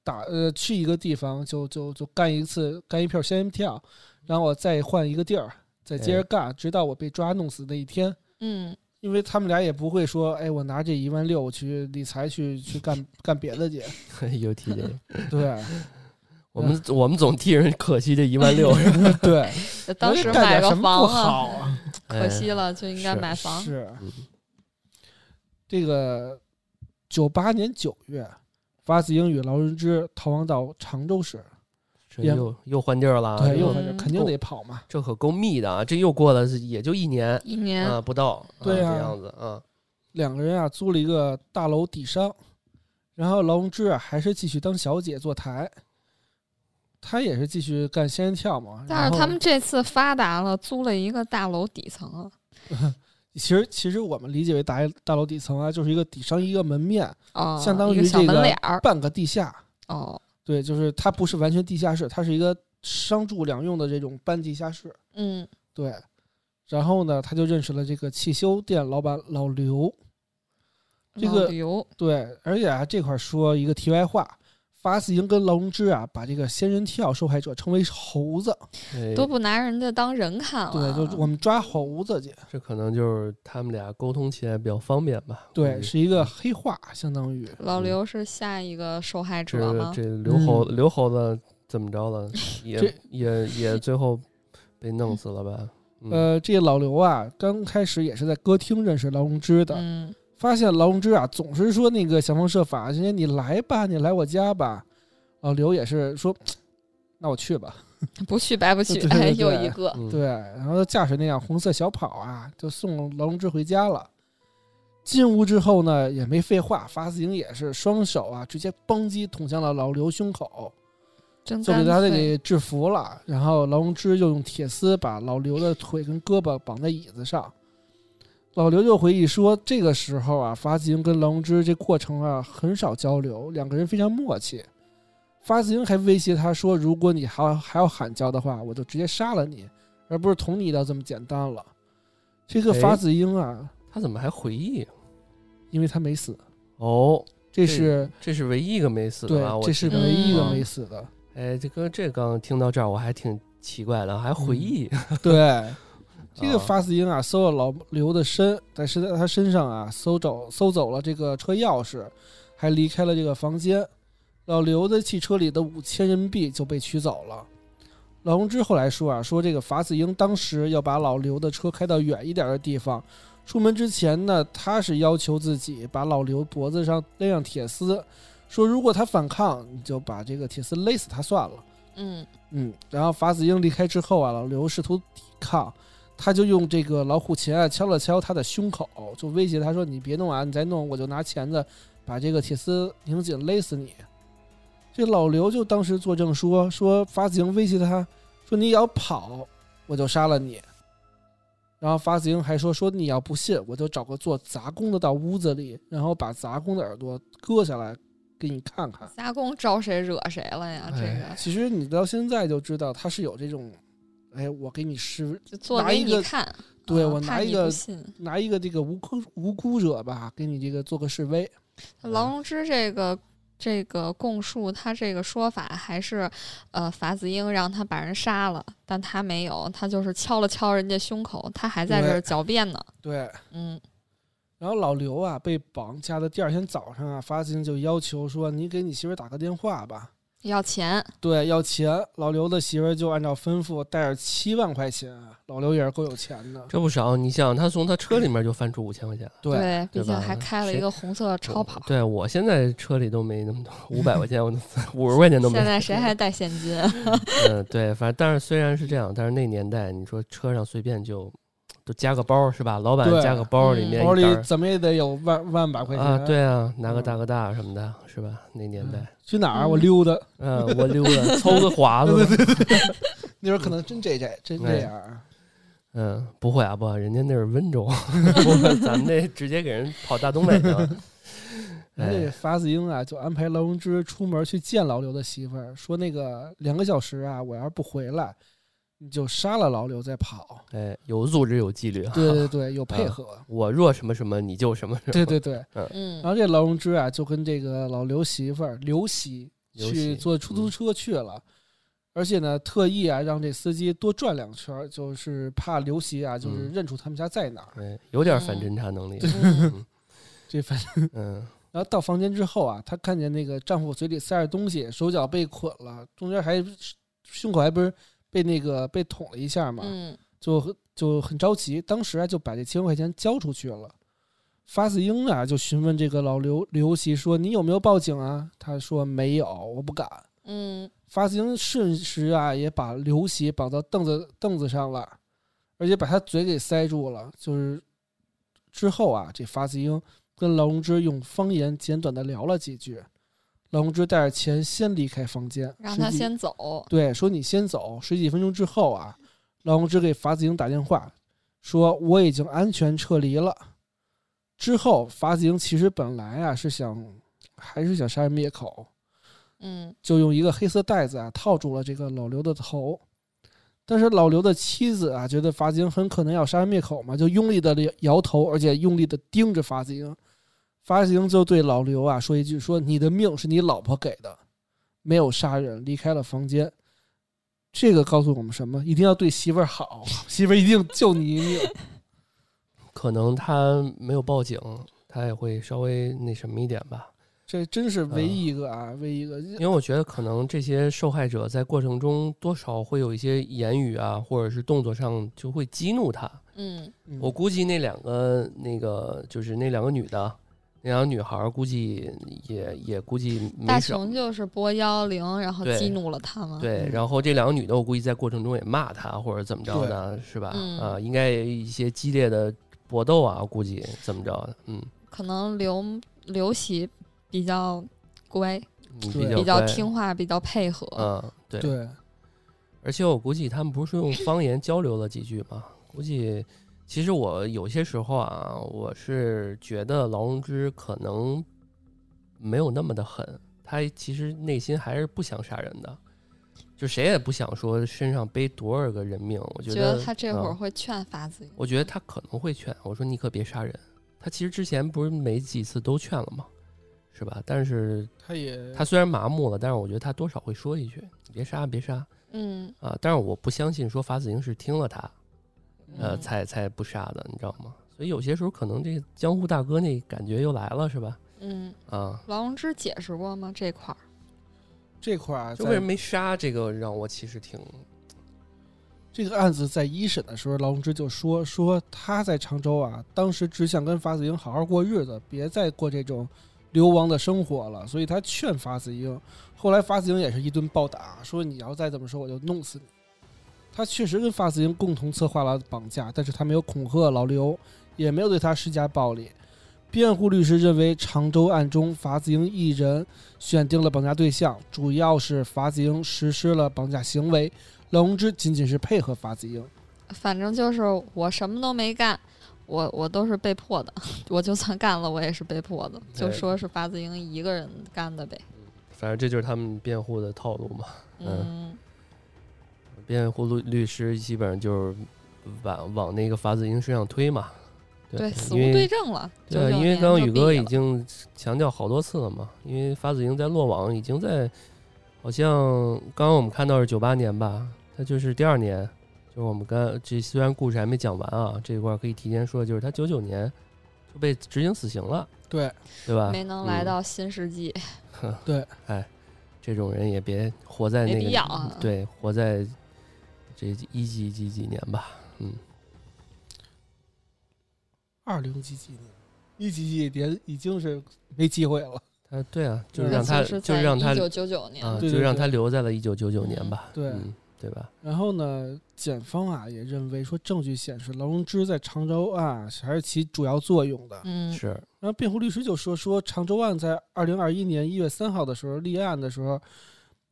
[SPEAKER 4] 打呃去一个地方就就就干一次干一票仙人跳，然后我再换一个地儿，再接着干，直到我被抓弄死那一天。
[SPEAKER 1] 嗯，
[SPEAKER 4] 因为他们俩也不会说，哎，我拿这一万六我去理财去去干干别的去。
[SPEAKER 5] 又提这个，
[SPEAKER 4] 对
[SPEAKER 5] 我们我们总替人可惜这一
[SPEAKER 4] (laughs)
[SPEAKER 5] 万六，
[SPEAKER 4] 对，
[SPEAKER 1] 呃当
[SPEAKER 4] 人
[SPEAKER 1] 时
[SPEAKER 4] 家干
[SPEAKER 1] 买
[SPEAKER 4] 点
[SPEAKER 1] 个
[SPEAKER 4] 什么不
[SPEAKER 1] 房啊，
[SPEAKER 4] 好啊？
[SPEAKER 1] 可惜了，就应该
[SPEAKER 5] 哎是
[SPEAKER 1] 买房。
[SPEAKER 4] 是。
[SPEAKER 5] 嗯
[SPEAKER 4] 这个九八年九月，法子英与劳荣枝逃亡到常州市，
[SPEAKER 5] 这又又换地儿了啊，
[SPEAKER 4] 对，
[SPEAKER 5] 这
[SPEAKER 4] 又
[SPEAKER 1] 嗯
[SPEAKER 4] 反正肯定得跑嘛。
[SPEAKER 5] 这可够密的啊！这又过了也就一年，
[SPEAKER 1] 一年
[SPEAKER 5] 啊，不到，
[SPEAKER 4] 对
[SPEAKER 5] 啊，
[SPEAKER 4] 啊
[SPEAKER 5] 这样子啊，
[SPEAKER 4] 两个人啊租了一个大楼底商，然后劳荣枝啊还是继续当小姐坐台，她也是继续干仙人跳嘛。
[SPEAKER 1] 但
[SPEAKER 4] 然
[SPEAKER 1] 是
[SPEAKER 4] 后
[SPEAKER 1] 他们这次发达了，租了一个大楼底层啊。
[SPEAKER 4] 其实其实我们理解为大大楼底层啊，就是一个底上一个门面，
[SPEAKER 1] 哦，
[SPEAKER 4] 相当于
[SPEAKER 1] 一个小
[SPEAKER 4] 这个
[SPEAKER 1] 门脸儿
[SPEAKER 4] 半个地下。
[SPEAKER 1] 哦，
[SPEAKER 4] 对，就是它不是完全地下室，它是一个商住两用的这种半地下室。
[SPEAKER 1] 嗯，
[SPEAKER 4] 对，然后呢，他就认识了这个汽修店老板老刘。这个
[SPEAKER 1] 老刘
[SPEAKER 4] 对，而且啊，这块儿说一个题外话，法子英跟劳荣枝啊，把这个仙人跳受害者称为猴子，
[SPEAKER 5] 哎
[SPEAKER 1] 都不拿人家当人看了，
[SPEAKER 4] 对，就是我们抓猴子去，
[SPEAKER 5] 这可能就是他们俩沟通起来比较方便吧。
[SPEAKER 4] 对，
[SPEAKER 5] 估计
[SPEAKER 4] 是一个黑话，相当于
[SPEAKER 1] 老刘是下一个受害
[SPEAKER 5] 这
[SPEAKER 1] 者吗？
[SPEAKER 5] 这刘猴刘猴子怎么着了？也
[SPEAKER 4] 嗯这
[SPEAKER 5] 也也最后被弄死了吧？嗯，
[SPEAKER 4] 呃，这个老刘啊，刚开始也是在歌厅认识劳荣枝的，
[SPEAKER 1] 嗯，
[SPEAKER 4] 发现劳荣枝啊总是说那个想方设法，人家你来吧，你来我家吧，老刘也是说，那我去吧，
[SPEAKER 1] 不去白不去，
[SPEAKER 4] 对对对
[SPEAKER 1] 哎，又
[SPEAKER 4] 对
[SPEAKER 1] 一个，
[SPEAKER 5] 嗯
[SPEAKER 4] 对，，然后驾驶那辆红色小跑啊，就送劳荣枝回家了。进屋之后呢，也没废话，法子英也是双手啊，直接邦击捅向了老刘胸口，
[SPEAKER 1] 真
[SPEAKER 4] 就
[SPEAKER 1] 干
[SPEAKER 4] 给他这
[SPEAKER 1] 脆
[SPEAKER 4] 给制服了。然后劳荣枝又用铁丝把老刘的腿跟胳膊绑在椅子上。老刘就回忆说，这个时候啊，法子英跟劳荣枝这过程啊很少交流，两个人非常默契。法子英还威胁他说：“如果你还还要喊叫的话，我就直接杀了你，而不是捅你一刀这么简单了。”这个
[SPEAKER 5] 哎
[SPEAKER 4] 法子英啊，
[SPEAKER 5] 他怎么还回忆啊？
[SPEAKER 4] 因为他没死，
[SPEAKER 5] 哦，
[SPEAKER 4] 这是
[SPEAKER 5] 这是唯一一个没死
[SPEAKER 4] 对
[SPEAKER 5] 的吧？，我
[SPEAKER 4] 这是
[SPEAKER 5] 记得
[SPEAKER 4] 唯一一个
[SPEAKER 5] 嗯
[SPEAKER 4] 没死的。
[SPEAKER 5] 哎，这个这刚听到这儿，我还挺奇怪的，还回忆。
[SPEAKER 4] 对，嗯这个
[SPEAKER 5] 啊
[SPEAKER 4] 法子英啊，搜了老刘的身，在是在他身上啊搜走搜走了这个车钥匙，还离开了这个房间。老刘的汽车里的五千人民币就被取走了。老荣之后来说啊，说这个法子英当时要把老刘的车开到远一点的地方。出门之前呢，他是要求自己把老刘脖子上勒上铁丝，说如果他反抗，你就把这个铁丝勒死他算了。
[SPEAKER 1] 嗯，
[SPEAKER 4] 嗯，然后法子英离开之后啊，老刘试图抵抗，他就用这个老虎钳啊敲了敲他的胸口，就威胁他说：“你别弄啊，你再弄我就拿钳子把这个铁丝拧紧勒死你。”这老刘就当时作证说：“说法子英威胁他说你要跑，我就杀了你。”然后法子英还说：“说你要不信，我就找个做杂工的到屋子里，然后把杂工的耳朵割下来给你看看。”
[SPEAKER 1] 杂工招谁惹谁了呀？这
[SPEAKER 5] 哎
[SPEAKER 1] 个
[SPEAKER 4] 其实你到现在就知道他是有这种，哎，我给你施
[SPEAKER 1] 就做
[SPEAKER 4] 拿
[SPEAKER 1] 给
[SPEAKER 4] 一
[SPEAKER 1] 你
[SPEAKER 4] 个
[SPEAKER 1] 看，
[SPEAKER 4] 对
[SPEAKER 1] 啊
[SPEAKER 4] 我
[SPEAKER 1] 怕
[SPEAKER 4] 拿一
[SPEAKER 1] 你
[SPEAKER 4] 个嗯
[SPEAKER 1] 不信
[SPEAKER 4] 拿一个这个无辜无辜者吧，给你这个做个示威。
[SPEAKER 1] 劳荣枝这个这个供述，他这个说法还是，呃，法子英让他把人杀了，但他没有，他就是敲了敲人家胸口，他还在这儿
[SPEAKER 4] 对
[SPEAKER 1] 狡辩呢。
[SPEAKER 4] 对，
[SPEAKER 1] 嗯，
[SPEAKER 4] 然后老刘啊被绑架的第二天早上啊，法子英就要求说：“你给你媳妇儿打个电话吧。
[SPEAKER 1] 要钱，”
[SPEAKER 4] 对，要钱。老刘的媳妇儿就按照吩咐带着七万块钱啊，老刘也是够有钱的。
[SPEAKER 5] 这不少，你想，他从他车里面就翻出五千块钱来。
[SPEAKER 4] 对
[SPEAKER 1] 毕
[SPEAKER 5] 对
[SPEAKER 1] 竟
[SPEAKER 5] 吧
[SPEAKER 1] 还开了
[SPEAKER 5] 谁
[SPEAKER 1] 一个红色超跑，
[SPEAKER 5] 对我现在车里都没那么多，五百块钱，
[SPEAKER 4] (laughs)
[SPEAKER 5] 我五十块钱都没。
[SPEAKER 1] 现在谁还带现金？啊
[SPEAKER 5] 嗯，对，反正但是虽然是这样，但是那年代你说车上随便就都加个包是吧？老板
[SPEAKER 4] 对
[SPEAKER 5] 加个包
[SPEAKER 1] 嗯
[SPEAKER 5] 里面
[SPEAKER 4] 包
[SPEAKER 5] 一
[SPEAKER 4] 里
[SPEAKER 5] 袋儿
[SPEAKER 4] 怎么也得有万万把块钱
[SPEAKER 5] 啊，，对啊，拿个
[SPEAKER 4] 嗯
[SPEAKER 5] 大哥大什么的，是吧？那年代，
[SPEAKER 4] 去哪儿啊我
[SPEAKER 1] 嗯
[SPEAKER 4] 溜达， (laughs)
[SPEAKER 5] 嗯，我溜达抽个华子吧，
[SPEAKER 4] 那边可能真这这真这
[SPEAKER 5] 哎
[SPEAKER 4] 样啊。
[SPEAKER 5] 嗯，不会啊，不，人家那是温州，我咱们这直接给人跑大东北去了。
[SPEAKER 4] 然后这
[SPEAKER 5] 哎，
[SPEAKER 4] 法子英啊，就安排劳荣枝出门去见老刘的媳妇儿，说那个两个小时啊，我要是不回来，你就杀了老刘再
[SPEAKER 5] (laughs)
[SPEAKER 4] 跑。
[SPEAKER 5] 哎，有组织有纪律啊！
[SPEAKER 4] 对对对，有配合。
[SPEAKER 5] 我若什么什么，你就什么什么。
[SPEAKER 4] 对对对，
[SPEAKER 1] 嗯
[SPEAKER 4] 然，后这劳荣枝啊，就跟这个老刘媳妇儿刘媳
[SPEAKER 5] 刘
[SPEAKER 4] 去
[SPEAKER 5] 喜嗯
[SPEAKER 4] 坐出租车去了，而且呢，特意啊让这司机多转两圈儿，就是怕刘媳啊，就是
[SPEAKER 5] 嗯
[SPEAKER 4] 认出他们家在哪儿。
[SPEAKER 5] 哎，有点反侦查能力。
[SPEAKER 1] 嗯
[SPEAKER 4] 这反
[SPEAKER 5] 嗯，
[SPEAKER 4] 然后到房间之后啊，她看见那个丈夫嘴里塞着东西，手脚被捆了，中间还胸口还不是被那个被捅了一下嘛，
[SPEAKER 1] 嗯，
[SPEAKER 4] 就就很着急，当时啊就把这七万块钱交出去了。法子英啊就询问这个老刘刘媳说：“你有没有报警啊？”他说：“没有，我不敢。”
[SPEAKER 1] 嗯，
[SPEAKER 4] 法子英瞬时啊也把刘喜绑到凳子凳子上了，而且把他嘴给塞住了。就是之后啊，这法子英跟劳荣枝用方言简短的聊了几句。劳荣枝带着钱先离开房间，
[SPEAKER 1] 让他
[SPEAKER 4] 十几
[SPEAKER 1] 先走。
[SPEAKER 4] 对，说你先走。十几分钟之后啊，劳荣枝给法子营打电话，说我已经安全撤离了。之后，法子营其实本来啊是想，还是想杀人灭口，
[SPEAKER 1] 嗯，
[SPEAKER 4] 就用一个黑色袋子啊套住了这个老刘的头。但是老刘的妻子啊，觉得法子英很可能要杀人灭口嘛，就用力的摇头，而且用力的盯着法子英。法子英就对老刘啊说一句：“说你的命是你老婆给的，没有杀人，离开了房间。”这个告诉我们什么？一定要对媳妇儿好，媳妇儿一定救你一
[SPEAKER 5] (laughs)
[SPEAKER 4] 命。
[SPEAKER 5] 可能他没有报警，他也会稍微那什么一点吧。
[SPEAKER 4] 这真是唯一一个啊，唯一一个。
[SPEAKER 5] 因为我觉得可能这些受害者在过程中多少会有一些言语啊，或者是动作上就会激怒他。
[SPEAKER 1] 嗯，
[SPEAKER 4] 嗯
[SPEAKER 5] 我估计那两个那个就是那两个女的，那两个女孩儿估计也也估计
[SPEAKER 1] 大
[SPEAKER 5] 没少。
[SPEAKER 1] 熊就是拨幺幺零，然后
[SPEAKER 5] 对
[SPEAKER 1] 激怒了他嘛。
[SPEAKER 5] 对
[SPEAKER 4] 嗯，
[SPEAKER 5] 然后这两个女的，我估计在过程中也骂他或者怎么着的，是吧？
[SPEAKER 1] 嗯
[SPEAKER 5] 啊，应该也有一些激烈的搏斗啊，我估计怎么着的，嗯，
[SPEAKER 1] 可能刘刘喜比较乖，
[SPEAKER 5] 你
[SPEAKER 4] 对
[SPEAKER 5] 比较
[SPEAKER 1] 比较
[SPEAKER 5] 乖，
[SPEAKER 1] 听话，比较配合。
[SPEAKER 5] 嗯，对。
[SPEAKER 4] 对，
[SPEAKER 5] 而且我估计他们
[SPEAKER 1] (laughs)
[SPEAKER 5] 不是用方言交流了几句嘛，估计其实我有些时候啊，我是觉得劳荣枝可能没有那么的狠，他其实内心还是不想杀人的，就谁也不想说身上背多少个人命。我觉
[SPEAKER 1] 觉
[SPEAKER 5] 得
[SPEAKER 1] 得他这会儿
[SPEAKER 5] 嗯
[SPEAKER 1] 会劝法子营，
[SPEAKER 5] 我觉得他可能会劝我说：“你可别杀人。”他其实之前不是没几次都劝了吗？是吧？但是
[SPEAKER 4] 他也
[SPEAKER 5] 他虽然麻木了，但是我觉得他多少会说一句：“你别杀，别杀
[SPEAKER 1] 嗯，
[SPEAKER 5] 啊！”但是我不相信说法子英是听了他，呃，
[SPEAKER 1] 嗯
[SPEAKER 5] 才才不杀的，你知道吗？所以有些时候可能这江湖大哥那感觉又来了，是吧？
[SPEAKER 1] 嗯，
[SPEAKER 5] 啊，
[SPEAKER 1] 劳荣枝解释过吗？这块儿，
[SPEAKER 4] 这块儿啊，
[SPEAKER 5] 就为
[SPEAKER 4] 在
[SPEAKER 5] 什么没杀这个让我其实挺
[SPEAKER 4] 这个案子在一审的时候，劳荣枝就说说他在常州啊，当时只想跟法子英好好过日子，别再过这种流亡的生活了，所以他劝法子英。后来法子英也是一顿暴打，说你要再这么说，我就弄死你。他确实跟法子英共同策划了绑架，但是他没有恐吓老刘，也没有对他施加暴力。辩护律师认为，常州案中法子英一人选定了绑架对象，主要是法子英实施了绑架行为，劳荣枝仅仅是配合法子英。
[SPEAKER 1] 反正就是我什么都没干，我我都是被迫的，我就算干了，我也是被迫的，就
[SPEAKER 5] 对
[SPEAKER 1] 说是法子营一个人干的呗。
[SPEAKER 5] 反正这就是他们辩护的套路嘛。
[SPEAKER 1] 嗯，
[SPEAKER 5] 辩护律律师基本上就是往往那个法子英身上推嘛。
[SPEAKER 1] 对，死无
[SPEAKER 5] 因为
[SPEAKER 1] 对证了。
[SPEAKER 5] 对，啊
[SPEAKER 1] 99
[SPEAKER 5] 因为
[SPEAKER 1] 年
[SPEAKER 5] 刚刚
[SPEAKER 1] 就
[SPEAKER 5] 宇
[SPEAKER 1] 毕
[SPEAKER 5] 哥
[SPEAKER 1] 业
[SPEAKER 5] 已
[SPEAKER 1] 了
[SPEAKER 5] 经强调好多次了嘛，因为法子英在落网已经在，好像刚刚我们看到是九八年吧，他就是第二年，就是我们刚这虽然故事还没讲完啊，这一块儿可以提前说，就是他九九年就被执行死刑了，
[SPEAKER 4] 对，
[SPEAKER 5] 对吧？ (laughs)
[SPEAKER 1] 没能来
[SPEAKER 5] 嗯
[SPEAKER 1] 到新世纪，
[SPEAKER 5] 这种人也别活在那
[SPEAKER 1] 没
[SPEAKER 5] 个
[SPEAKER 1] 必要啊
[SPEAKER 5] 对，活在这一几几几年吧，
[SPEAKER 4] 二零几几年，一几几年已经是没机会了。
[SPEAKER 5] 他对啊，就
[SPEAKER 4] 对
[SPEAKER 5] 是
[SPEAKER 4] 那
[SPEAKER 5] 让他
[SPEAKER 1] 是
[SPEAKER 5] 就是让他
[SPEAKER 1] 一九九九年，
[SPEAKER 5] 啊，
[SPEAKER 4] 对
[SPEAKER 5] 就
[SPEAKER 4] 对
[SPEAKER 5] 让
[SPEAKER 4] 对
[SPEAKER 5] 他留在了一九九九年
[SPEAKER 1] 嗯
[SPEAKER 5] 吧，
[SPEAKER 4] 对
[SPEAKER 5] 嗯，对吧？
[SPEAKER 4] 然后呢，检方啊也认为说，证据显示劳荣枝在常州案啊还是起主要作用的。
[SPEAKER 1] 嗯，
[SPEAKER 5] 是，
[SPEAKER 4] 然后辩护律师就说说，常州案在二零二一年一月三号的时候立案的时候，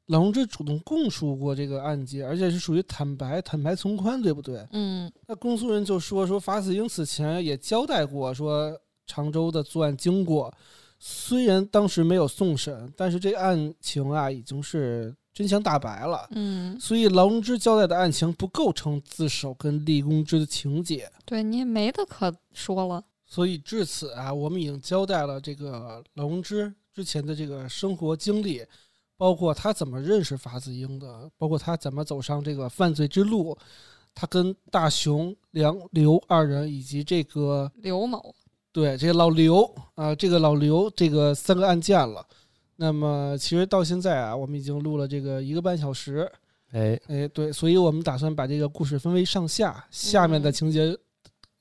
[SPEAKER 4] 劳荣枝主动供述过这个案件，而且是属于坦白，坦白从宽，对不对？
[SPEAKER 1] 嗯
[SPEAKER 4] 那公诉人就说说法子英此前也交代过说常州的作案经过，虽然当时没有送审，但是这案情啊已经是真相大白了。
[SPEAKER 1] 嗯，
[SPEAKER 4] 所以劳荣枝交代的案情不构成自首跟立功之的情节，
[SPEAKER 1] 对你也没得可说了，
[SPEAKER 4] 所以至此啊，我们已经交代了这个劳荣枝之前的这个生活经历，包括他怎么认识法子英的，包括他怎么走上这个犯罪之路，他跟大熊、梁刘二人以及这个
[SPEAKER 1] 刘某，
[SPEAKER 4] 对这个老刘啊、这个老刘这个三个案件了。那么其实到现在啊，我们已经录了这个一个半小时，
[SPEAKER 5] 哎，
[SPEAKER 4] 哎，对，所以我们打算把这个故事分为上下，下面的
[SPEAKER 1] 嗯
[SPEAKER 4] 情节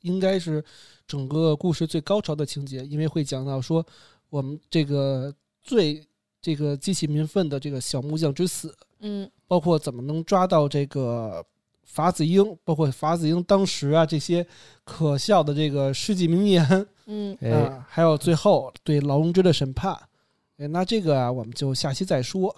[SPEAKER 4] 应该是整个故事最高潮的情节，因为会讲到说我们这个最这个激起民愤的这个小木匠之死，
[SPEAKER 1] 嗯
[SPEAKER 4] 包括怎么能抓到这个法子英，包括法子英当时啊这些可笑的这个世纪名言啊、
[SPEAKER 1] 嗯，
[SPEAKER 5] 哎，
[SPEAKER 4] 还有最后对劳荣枝的审判。哎，那这个啊，我们就下期再说。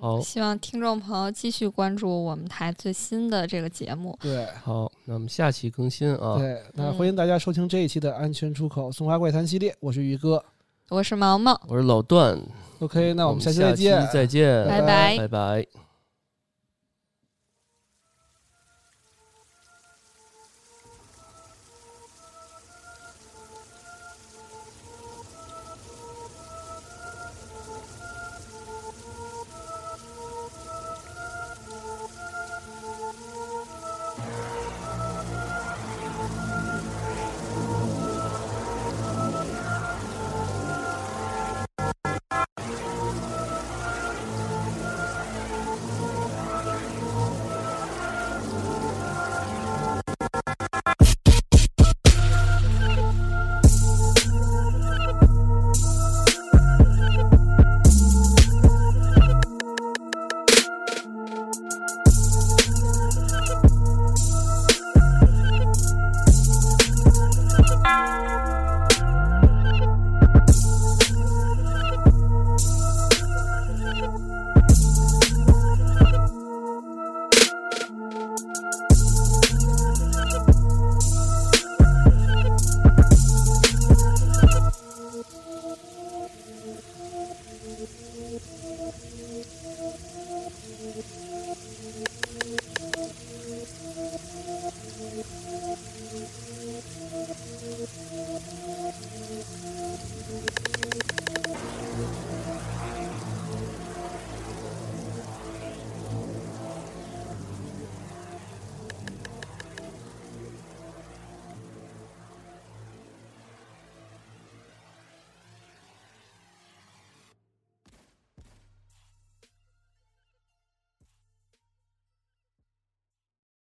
[SPEAKER 5] 好
[SPEAKER 1] 希望听众朋友继续关注我们台最新的这个节目。
[SPEAKER 4] 对
[SPEAKER 5] 好，那我们下期更新啊。
[SPEAKER 4] 对，那欢迎大家收听这一期的《安全出口松花怪谈》系列，我是宇哥。
[SPEAKER 1] 我是毛毛，
[SPEAKER 5] 我是老段，
[SPEAKER 4] OK，那我们下期
[SPEAKER 5] 期
[SPEAKER 4] 再见。
[SPEAKER 5] 再见，
[SPEAKER 1] 拜
[SPEAKER 4] 拜
[SPEAKER 1] 拜。
[SPEAKER 5] 拜拜。